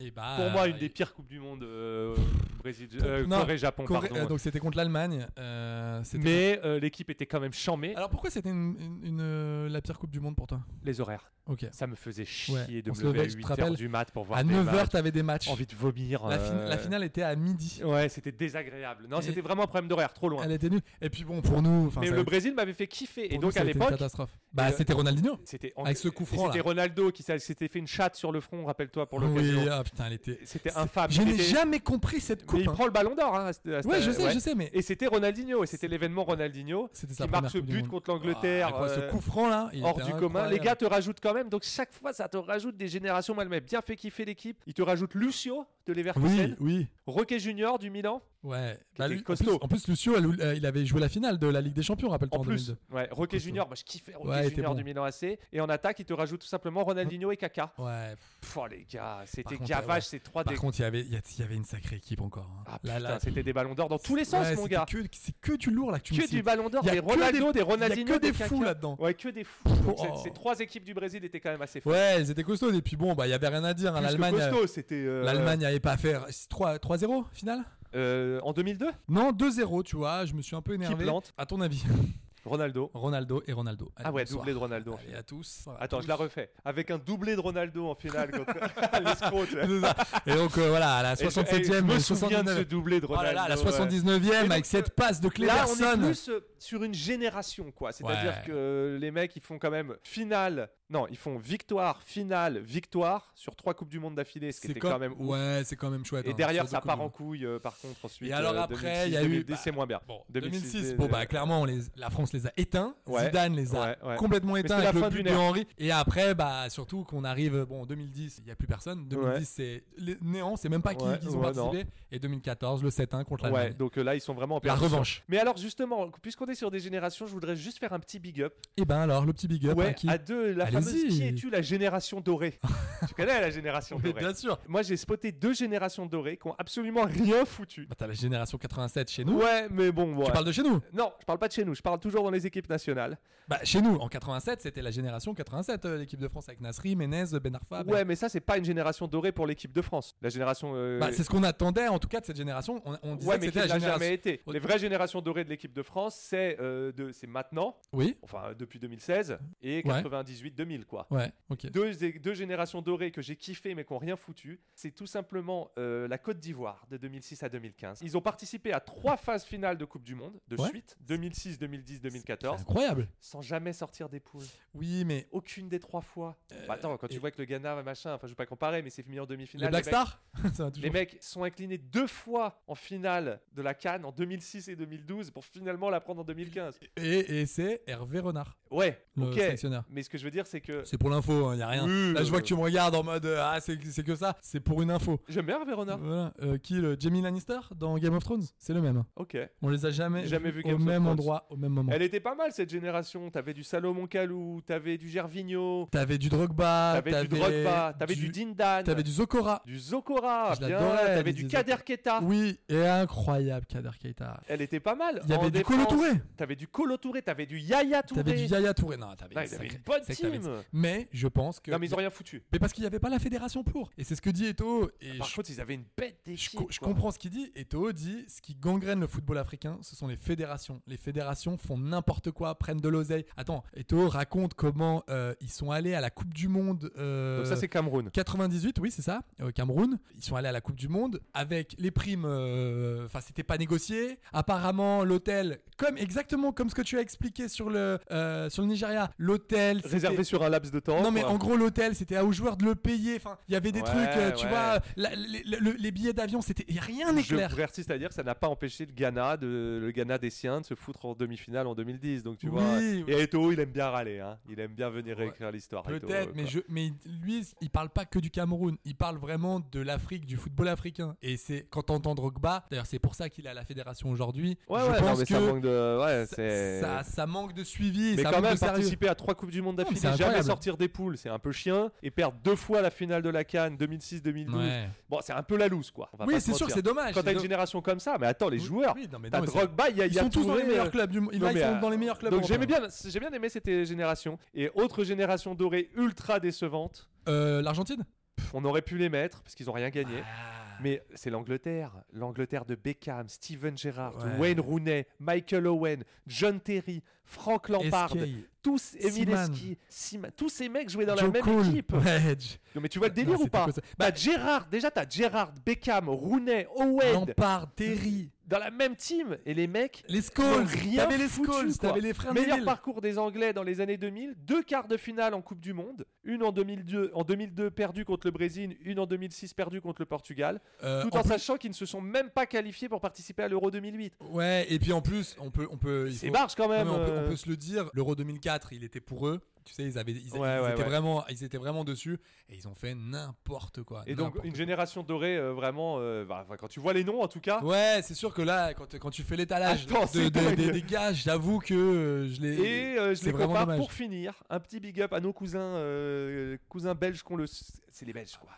[SPEAKER 8] Et bah,
[SPEAKER 7] pour moi, une
[SPEAKER 8] euh,
[SPEAKER 7] des pires Coupes du Monde, euh, Brésil,
[SPEAKER 8] Pour-
[SPEAKER 7] euh,
[SPEAKER 8] non,
[SPEAKER 7] Corée-Japon,
[SPEAKER 8] Corée-
[SPEAKER 7] pardon.
[SPEAKER 8] euh, donc c'était contre l'Allemagne. euh, c'était-
[SPEAKER 7] mais euh, l'équipe était quand même chambée.
[SPEAKER 8] Alors pourquoi c'était une- une- une, euh, la pire coupe du monde pour toi
[SPEAKER 7] Les horaires,
[SPEAKER 8] Ok.
[SPEAKER 7] ça me faisait chier
[SPEAKER 8] Ouais,
[SPEAKER 7] de
[SPEAKER 8] on
[SPEAKER 7] me
[SPEAKER 8] se
[SPEAKER 7] lever à
[SPEAKER 8] levait, je te
[SPEAKER 7] 8h
[SPEAKER 8] rappelle,
[SPEAKER 7] du mat pour voir
[SPEAKER 8] À
[SPEAKER 7] des
[SPEAKER 8] 9h,
[SPEAKER 7] matchs.
[SPEAKER 8] t'avais des matchs.
[SPEAKER 7] Envie de vomir.
[SPEAKER 8] La, fin-
[SPEAKER 7] euh,
[SPEAKER 8] la finale était à midi.
[SPEAKER 7] Ouais, c'était désagréable. Non,
[SPEAKER 8] Et-
[SPEAKER 7] c'était vraiment un problème d'horaire, trop loin.
[SPEAKER 8] Elle était nulle. Et puis bon, pour nous, enfin,
[SPEAKER 7] Mais
[SPEAKER 8] ça-
[SPEAKER 7] le Brésil m'avait fait kiffer.
[SPEAKER 8] pour
[SPEAKER 7] Et
[SPEAKER 8] nous,
[SPEAKER 7] donc
[SPEAKER 8] ça
[SPEAKER 7] à
[SPEAKER 8] a été une
[SPEAKER 7] l'époque,
[SPEAKER 8] catastrophe. Bah,
[SPEAKER 7] euh,
[SPEAKER 8] c'était Ronaldinho.
[SPEAKER 7] c'était en-
[SPEAKER 8] Avec ce coup
[SPEAKER 7] et
[SPEAKER 8] franc,
[SPEAKER 7] C'était
[SPEAKER 8] là.
[SPEAKER 7] Ronaldo qui s'a- s'était fait une chatte sur le front, rappelle-toi pour l'occasion.
[SPEAKER 8] Oui, ah putain, elle était.
[SPEAKER 7] C'était
[SPEAKER 8] c'est-
[SPEAKER 7] infâme.
[SPEAKER 8] Je
[SPEAKER 7] Il
[SPEAKER 8] n'ai
[SPEAKER 7] était-
[SPEAKER 8] jamais compris cette coupe.
[SPEAKER 7] Mais il
[SPEAKER 8] hein.
[SPEAKER 7] prend le ballon d'or. Hein, à cette- à cette-
[SPEAKER 8] Ouais, je sais,
[SPEAKER 7] ouais.
[SPEAKER 8] je sais, mais
[SPEAKER 7] Et c'était Ronaldinho, et c'était l'événement Ronaldinho
[SPEAKER 8] c'était sa
[SPEAKER 7] qui
[SPEAKER 8] première
[SPEAKER 7] marque ce
[SPEAKER 8] Coupe du
[SPEAKER 7] but
[SPEAKER 8] Monde.
[SPEAKER 7] contre l'Angleterre.
[SPEAKER 8] Ah, quoi,
[SPEAKER 7] euh,
[SPEAKER 8] ce coup franc là, il
[SPEAKER 7] hors
[SPEAKER 8] était
[SPEAKER 7] du commun. Les
[SPEAKER 8] incroyable.
[SPEAKER 7] gars te rajoutent quand même, donc chaque fois ça te rajoute des générations. Moi, elle m'a bien fait kiffer l'équipe. Ils te rajoutent Lucio de
[SPEAKER 8] Oui,
[SPEAKER 7] Leverkusen,
[SPEAKER 8] oui.
[SPEAKER 7] Roquet Junior du Milan.
[SPEAKER 8] Ouais. Bah,
[SPEAKER 7] était
[SPEAKER 8] lui- en plus-
[SPEAKER 7] costaud.
[SPEAKER 8] En plus, Lucio, elle- euh, il avait joué la finale de la Ligue des Champions, rappelle-toi.
[SPEAKER 7] En plus,
[SPEAKER 8] 2002.
[SPEAKER 7] ouais, Roquet
[SPEAKER 8] Costaud.
[SPEAKER 7] Junior, moi je kiffais Roquet
[SPEAKER 8] Ouais, il était
[SPEAKER 7] Junior
[SPEAKER 8] bon.
[SPEAKER 7] du Milan AC. Et en attaque, ils te rajoutent tout simplement Ronaldinho et Kaka.
[SPEAKER 8] Ouais.
[SPEAKER 7] Pff, oh, les gars, c'était
[SPEAKER 8] contre,
[SPEAKER 7] gavage,
[SPEAKER 8] ouais.
[SPEAKER 7] ces trois
[SPEAKER 8] Par
[SPEAKER 7] Ah, des.
[SPEAKER 8] contre, il y avait, il y a- il y avait une sacrée équipe encore. hein.
[SPEAKER 7] Ah
[SPEAKER 8] Là,
[SPEAKER 7] putain,
[SPEAKER 8] là,
[SPEAKER 7] c'était des ballons d'or dans tous les sens,
[SPEAKER 8] ouais,
[SPEAKER 7] mon
[SPEAKER 8] c'était
[SPEAKER 7] gars.
[SPEAKER 8] que- C'est que du lourd là que tu me
[SPEAKER 7] Que
[SPEAKER 8] cites.
[SPEAKER 7] du ballon d'or,
[SPEAKER 8] Il y a
[SPEAKER 7] des
[SPEAKER 8] que des-
[SPEAKER 7] Ronaldo, des
[SPEAKER 8] il y a que
[SPEAKER 7] Ronaldinho,
[SPEAKER 8] des
[SPEAKER 7] Kaka.
[SPEAKER 8] fous là-dedans.
[SPEAKER 7] Ouais, que des fous. Donc,
[SPEAKER 8] Oh.
[SPEAKER 7] ces- Ces trois équipes du Brésil étaient quand même assez fortes.
[SPEAKER 8] Ouais, ils étaient costauds. Et puis bon, bah, il y avait rien à dire. hein.
[SPEAKER 7] Plus que
[SPEAKER 8] L'Allemagne,
[SPEAKER 7] costaud, c'était. euh,
[SPEAKER 8] l'Allemagne n'avait pas à faire 3 3-0 finale.
[SPEAKER 7] euh, en 2002,
[SPEAKER 8] Non, 2-0, tu vois. Je me suis un peu énervé.
[SPEAKER 7] plante
[SPEAKER 8] À ton avis,
[SPEAKER 7] Ronaldo.
[SPEAKER 8] Ronaldo et Ronaldo. Allez,
[SPEAKER 7] Ah ouais,
[SPEAKER 8] bonsoir.
[SPEAKER 7] doublé de Ronaldo.
[SPEAKER 8] Allez, à tous. À
[SPEAKER 7] Attends,
[SPEAKER 8] tous.
[SPEAKER 7] je la refais. Avec un doublé de Ronaldo en finale contre l'escroc. tu vois.
[SPEAKER 8] C'est ça. Et donc euh, voilà, à la
[SPEAKER 7] Et je- et
[SPEAKER 8] 67
[SPEAKER 7] je
[SPEAKER 8] e
[SPEAKER 7] me souviens de ce doublé de
[SPEAKER 8] Oh
[SPEAKER 7] Ronaldo.
[SPEAKER 8] là là, la
[SPEAKER 7] ouais.
[SPEAKER 8] 79 e
[SPEAKER 7] Et donc,
[SPEAKER 8] avec cette passe de
[SPEAKER 7] Là, on est
[SPEAKER 8] Cleverson.
[SPEAKER 7] plus euh, sur une génération, quoi. C'est-à-dire
[SPEAKER 8] Ouais.
[SPEAKER 7] que les mecs, ils font quand même finale. Non, ils font victoire, finale, victoire sur trois Coupes du Monde d'affilée, ce qui
[SPEAKER 8] C'est
[SPEAKER 7] était quand
[SPEAKER 8] comme-
[SPEAKER 7] même ouf.
[SPEAKER 8] Ouais, c'est quand même chouette.
[SPEAKER 7] Et
[SPEAKER 8] hein,
[SPEAKER 7] derrière,
[SPEAKER 8] surtout
[SPEAKER 7] ça
[SPEAKER 8] que-
[SPEAKER 7] part en couille, euh, par contre, ensuite.
[SPEAKER 8] Et alors
[SPEAKER 7] euh,
[SPEAKER 8] après, il
[SPEAKER 7] 2006,
[SPEAKER 8] y a eu-
[SPEAKER 7] 2010,
[SPEAKER 8] bah,
[SPEAKER 7] c'est moins bien.
[SPEAKER 8] Bon,
[SPEAKER 7] 2006,
[SPEAKER 8] 2006,
[SPEAKER 7] euh,
[SPEAKER 8] bon bah clairement on les- la France les a éteints,
[SPEAKER 7] Ouais.
[SPEAKER 8] Zidane les a
[SPEAKER 7] Ouais, ouais.
[SPEAKER 8] complètement
[SPEAKER 7] Mais
[SPEAKER 8] éteints
[SPEAKER 7] c'était la
[SPEAKER 8] avec le
[SPEAKER 7] fin
[SPEAKER 8] but
[SPEAKER 7] d'une
[SPEAKER 8] de
[SPEAKER 7] ère.
[SPEAKER 8] Henry et après bah surtout qu'on arrive bon en 2010, il y a plus personne, 2010
[SPEAKER 7] Ouais.
[SPEAKER 8] c'est les néants, c'est même pas qui,
[SPEAKER 7] Ouais,
[SPEAKER 8] qui ont
[SPEAKER 7] ouais,
[SPEAKER 8] participé et 2014 le 7-1 contre
[SPEAKER 7] Ouais,
[SPEAKER 8] l'Allemagne.
[SPEAKER 7] donc euh, là, ils sont vraiment en
[SPEAKER 8] la
[SPEAKER 7] perdition.
[SPEAKER 8] revanche.
[SPEAKER 7] Mais alors, justement, puisqu'on est sur des générations, je voudrais juste faire un petit big up.
[SPEAKER 8] Et ben alors le petit big up
[SPEAKER 7] ouais,
[SPEAKER 8] à qui
[SPEAKER 7] à deux, la fameuse
[SPEAKER 8] Allez-y.
[SPEAKER 7] Qui es-tu, la génération dorée Tu connais la génération
[SPEAKER 8] Mais
[SPEAKER 7] dorée
[SPEAKER 8] Bien sûr.
[SPEAKER 7] Moi, j'ai spoté deux générations dorées qui ont absolument rien foutu.
[SPEAKER 8] Bah, t'as la génération 87 chez nous.
[SPEAKER 7] Ouais, mais bon, ouais.
[SPEAKER 8] Tu parles de chez nous
[SPEAKER 7] Non, je parle pas de chez nous, je parle toujours dans les équipes nationales.
[SPEAKER 8] Bah chez nous en 87, c'était la génération 87 euh, l'équipe de France avec Nasri, Menez, Ben Arfa. Ben-
[SPEAKER 7] ouais, mais ça, c'est pas une génération dorée pour l'équipe de France. La génération. euh,
[SPEAKER 8] Bah, c'est ce qu'on attendait en tout cas de cette génération, on, on disait
[SPEAKER 7] ouais,
[SPEAKER 8] que
[SPEAKER 7] mais qui
[SPEAKER 8] c'était la
[SPEAKER 7] ne l'a
[SPEAKER 8] génération
[SPEAKER 7] jamais été.
[SPEAKER 8] Oh.
[SPEAKER 7] Les vraies générations dorées de l'équipe de France, c'est euh, de- c'est maintenant,
[SPEAKER 8] Oui.
[SPEAKER 7] enfin depuis 2016 et 98-2000, quoi.
[SPEAKER 8] Ouais, OK.
[SPEAKER 7] Deux, deux générations dorées que j'ai kiffées mais qui n'ont rien foutu, c'est tout simplement euh, la Côte d'Ivoire de 2006 à 2015. Ils ont participé à trois phases finales de Coupe du Monde de
[SPEAKER 8] Ouais.
[SPEAKER 7] suite, 2006, 2010, 2014,
[SPEAKER 8] Incroyable.
[SPEAKER 7] sans jamais sortir des poules.
[SPEAKER 8] Oui, mais
[SPEAKER 7] Aucune des trois fois. Bah attends, quand tu
[SPEAKER 8] Euh, et-
[SPEAKER 7] vois que le Ghana, machin, enfin je vais pas comparer, mais c'est fini en
[SPEAKER 8] les
[SPEAKER 7] demi-finale.
[SPEAKER 8] Black
[SPEAKER 7] mecs-
[SPEAKER 8] Stars Ça va toujours.
[SPEAKER 7] les mecs sont inclinés deux fois en finale de la Cannes en 2006 et 2012 pour finalement la prendre en 2015.
[SPEAKER 8] Et, et c'est Hervé Renard,
[SPEAKER 7] Ouais,
[SPEAKER 8] le
[SPEAKER 7] ok.
[SPEAKER 8] sélectionneur.
[SPEAKER 7] Mais ce que je veux dire, c'est que
[SPEAKER 8] C'est pour l'info, hein, y a rien.
[SPEAKER 7] Oui,
[SPEAKER 8] Là, je vois
[SPEAKER 7] euh.
[SPEAKER 8] que tu me regardes en mode euh, Ah, c'est c'est que ça. C'est pour une info.
[SPEAKER 7] j'aime bien Hervé Renard.
[SPEAKER 8] Voilà. Euh, qui le Jamie Lannister dans Game of Thrones C'est le même. hein.
[SPEAKER 7] Ok.
[SPEAKER 8] On les a jamais,
[SPEAKER 7] Jamais vu
[SPEAKER 8] au
[SPEAKER 7] Game of
[SPEAKER 8] même
[SPEAKER 7] Thrones.
[SPEAKER 8] endroit, au même moment.
[SPEAKER 7] Elle était pas mal cette génération. T'avais du Salomon Kalou, t'avais du Gervinho,
[SPEAKER 8] T'avais du Drogba,
[SPEAKER 7] t'avais du Drogba, t'avais du Dindan,
[SPEAKER 8] t'avais Ah, du Zokora.
[SPEAKER 7] du Zokora,
[SPEAKER 8] Je
[SPEAKER 7] bien,
[SPEAKER 8] l'adorais,
[SPEAKER 7] t'avais du
[SPEAKER 8] Didier
[SPEAKER 7] Kader
[SPEAKER 8] Zokora.
[SPEAKER 7] Keta.
[SPEAKER 8] Oui, et incroyable Kader Keita.
[SPEAKER 7] Elle était pas mal.
[SPEAKER 8] Il y avait
[SPEAKER 7] En
[SPEAKER 8] du
[SPEAKER 7] défense,
[SPEAKER 8] Kolo Touré.
[SPEAKER 7] T'avais du Colo Touré, t'avais du Yaya Touré.
[SPEAKER 8] T'avais du Yaya Touré. Non, t'avais
[SPEAKER 7] Ouais,
[SPEAKER 8] une
[SPEAKER 7] ils avaient
[SPEAKER 8] sacrée-
[SPEAKER 7] Ah, une bonne
[SPEAKER 8] c'est que t'avais-
[SPEAKER 7] team.
[SPEAKER 8] Mais je pense que
[SPEAKER 7] Non mais ils ont rien foutu.
[SPEAKER 8] Mais parce qu'il n'y avait pas la fédération pour. Et c'est ce que dit Eto'o. Et
[SPEAKER 7] Ah, Par
[SPEAKER 8] je,
[SPEAKER 7] contre, ils avaient une bête
[SPEAKER 8] je
[SPEAKER 7] d'équipe.
[SPEAKER 8] co- je
[SPEAKER 7] quoi.
[SPEAKER 8] comprends ce qu'il dit. Eto'o dit ce qui gangrène le football africain, ce sont les fédérations. Les fédérations font n'importe quoi, prennent de l'oseille. Attends, Eto'o raconte comment euh, ils sont allés à la Coupe du Monde. euh,
[SPEAKER 7] Donc ça c'est Cameroun.
[SPEAKER 8] 98, oui, c'est ça, au Cameroun. Ils sont allés à la Coupe du Monde avec les primes. euh, Enfin, c'était pas négocié. Apparemment, l'hôtel, comme exactement comme ce que tu as expliqué sur le euh, sur le Nigeria, l'hôtel c'était-
[SPEAKER 7] Réservé sur un laps de temps.
[SPEAKER 8] Non mais
[SPEAKER 7] quoi.
[SPEAKER 8] en gros l'hôtel c'était à aux joueurs de le payer. Enfin, il y avait des
[SPEAKER 7] Ouais,
[SPEAKER 8] trucs, euh, tu
[SPEAKER 7] ouais.
[SPEAKER 8] vois, la- les, le- les billets d'avion c'était rien n'est
[SPEAKER 7] Je
[SPEAKER 8] clair.
[SPEAKER 7] persiste à dire que ça n'a pas empêché le Ghana, de, le Ghana des siens, de se foutre en demi-finale en 2010. Donc tu
[SPEAKER 8] Oui,
[SPEAKER 7] vois.
[SPEAKER 8] oui.
[SPEAKER 7] Et Eto'o, il aime bien râler. hein. Il aime bien venir
[SPEAKER 8] Ouais.
[SPEAKER 7] réécrire l'histoire.
[SPEAKER 8] Peut-être,
[SPEAKER 7] Eto'o,
[SPEAKER 8] mais,
[SPEAKER 7] quoi.
[SPEAKER 8] je, mais il- lui, il parle pas que du Cameroun, il parle vraiment de l'Afrique, du football africain. Et c'est quand t'entends Drogba, d'ailleurs c'est pour ça qu'il est à la fédération aujourd'hui.
[SPEAKER 7] Ouais,
[SPEAKER 8] je
[SPEAKER 7] ouais,
[SPEAKER 8] pense
[SPEAKER 7] non, mais
[SPEAKER 8] que
[SPEAKER 7] ça manque de. Ouais, c'est.
[SPEAKER 8] ça, ça manque de suivi,
[SPEAKER 7] Mais
[SPEAKER 8] ça
[SPEAKER 7] quand
[SPEAKER 8] manque
[SPEAKER 7] même,
[SPEAKER 8] de sérieux.
[SPEAKER 7] participer à trois Coupes du Monde
[SPEAKER 8] Non, mais
[SPEAKER 7] d'affilée,
[SPEAKER 8] c'est
[SPEAKER 7] jamais
[SPEAKER 8] incroyable.
[SPEAKER 7] sortir des poules, c'est un peu chien. Et perdre deux fois la finale de la Cannes 2006-2012,
[SPEAKER 8] Ouais.
[SPEAKER 7] bon, c'est un peu la loose, quoi. on va pas
[SPEAKER 8] Oui,
[SPEAKER 7] se
[SPEAKER 8] c'est sûr que
[SPEAKER 7] mentir.
[SPEAKER 8] c'est dommage.
[SPEAKER 7] Quand
[SPEAKER 8] c'est
[SPEAKER 7] t'as une
[SPEAKER 8] do-
[SPEAKER 7] génération comme ça, mais attends, les
[SPEAKER 8] Ah, Oui,
[SPEAKER 7] joueurs,
[SPEAKER 8] oui, non, mais
[SPEAKER 7] t'as
[SPEAKER 8] non, mais c'est-
[SPEAKER 7] Drogba, il y a, il
[SPEAKER 8] Ils
[SPEAKER 7] y a
[SPEAKER 8] sont tous dans les
[SPEAKER 7] Touré,
[SPEAKER 8] meilleurs
[SPEAKER 7] euh,
[SPEAKER 8] clubs du monde.
[SPEAKER 7] non,
[SPEAKER 8] Là, ils
[SPEAKER 7] mais,
[SPEAKER 8] sont
[SPEAKER 7] euh,
[SPEAKER 8] dans les meilleurs clubs. hein.
[SPEAKER 7] Donc
[SPEAKER 8] européens.
[SPEAKER 7] j'aimais bien, j'ai bien aimé cette euh, génération. Et autre génération dorée ultra décevante,
[SPEAKER 8] Euh, L'Argentine
[SPEAKER 7] pff, on aurait pu les mettre parce qu'ils ont rien gagné.
[SPEAKER 8] Ah.
[SPEAKER 7] Mais c'est l'Angleterre, l'Angleterre de Beckham, Steven Gerrard,
[SPEAKER 8] Ouais.
[SPEAKER 7] Wayne Rooney, Michael Owen, John Terry, Frank Lampard,
[SPEAKER 8] SK,
[SPEAKER 7] tous Emile
[SPEAKER 8] Seaman.
[SPEAKER 7] Eschi, Seaman, tous ces mecs jouaient dans la
[SPEAKER 8] Joe
[SPEAKER 7] même
[SPEAKER 8] Cole.
[SPEAKER 7] équipe.
[SPEAKER 8] Ouais, J-
[SPEAKER 7] Non, mais tu vois le délire
[SPEAKER 8] Non,
[SPEAKER 7] ou
[SPEAKER 8] c'était
[SPEAKER 7] pas
[SPEAKER 8] quoi ça
[SPEAKER 7] Bah Gerrard, déjà t'as Gerrard, Beckham, Rooney, Owen
[SPEAKER 8] Lampard, Terry,
[SPEAKER 7] dans la même team et les mecs
[SPEAKER 8] les
[SPEAKER 7] n'ont
[SPEAKER 8] Scholes.
[SPEAKER 7] rien
[SPEAKER 8] T'avais les
[SPEAKER 7] foutu,
[SPEAKER 8] Scholes,
[SPEAKER 7] quoi.
[SPEAKER 8] t'avais les frères
[SPEAKER 7] Meilleur
[SPEAKER 8] Neville.
[SPEAKER 7] parcours des Anglais dans les années 2000, deux quarts de finale en Coupe du Monde, une en 2002, en 2002 perdue contre le Brésil, une en 2006 perdue contre le Portugal,
[SPEAKER 8] Euh,
[SPEAKER 7] tout
[SPEAKER 8] en
[SPEAKER 7] en,
[SPEAKER 8] plus-
[SPEAKER 7] sachant qu'ils ne se sont même pas qualifiés pour participer à l'Euro 2008.
[SPEAKER 8] Ouais, et puis en plus, on peut. On peut il
[SPEAKER 7] C'est
[SPEAKER 8] faut-
[SPEAKER 7] barge quand
[SPEAKER 8] Non,
[SPEAKER 7] même.
[SPEAKER 8] mais on, peut, on
[SPEAKER 7] euh.
[SPEAKER 8] peut se le dire, l'Euro 2004, il était pour eux. Tu sais, ils, avaient, ils, ils
[SPEAKER 7] Ouais, ouais,
[SPEAKER 8] étaient,
[SPEAKER 7] ouais.
[SPEAKER 8] Vraiment, ils étaient vraiment dessus et ils ont fait n'importe quoi.
[SPEAKER 7] Et donc
[SPEAKER 8] n'importe
[SPEAKER 7] une
[SPEAKER 8] quoi.
[SPEAKER 7] génération dorée euh, vraiment. euh, bah, enfin, quand tu vois les noms en tout cas.
[SPEAKER 8] Ouais, c'est sûr que là, quand, quand tu fais l'étalage
[SPEAKER 7] Attends,
[SPEAKER 8] de-
[SPEAKER 7] c'est
[SPEAKER 8] de-
[SPEAKER 7] dingue.
[SPEAKER 8] des, des gars, j'avoue que euh, je les.
[SPEAKER 7] Et euh, je
[SPEAKER 8] c'est
[SPEAKER 7] les
[SPEAKER 8] vraiment
[SPEAKER 7] compare
[SPEAKER 8] dommage.
[SPEAKER 7] pour finir. Un petit big up à nos cousins, euh, cousins belges qu'on le. C'est les Belges quoi.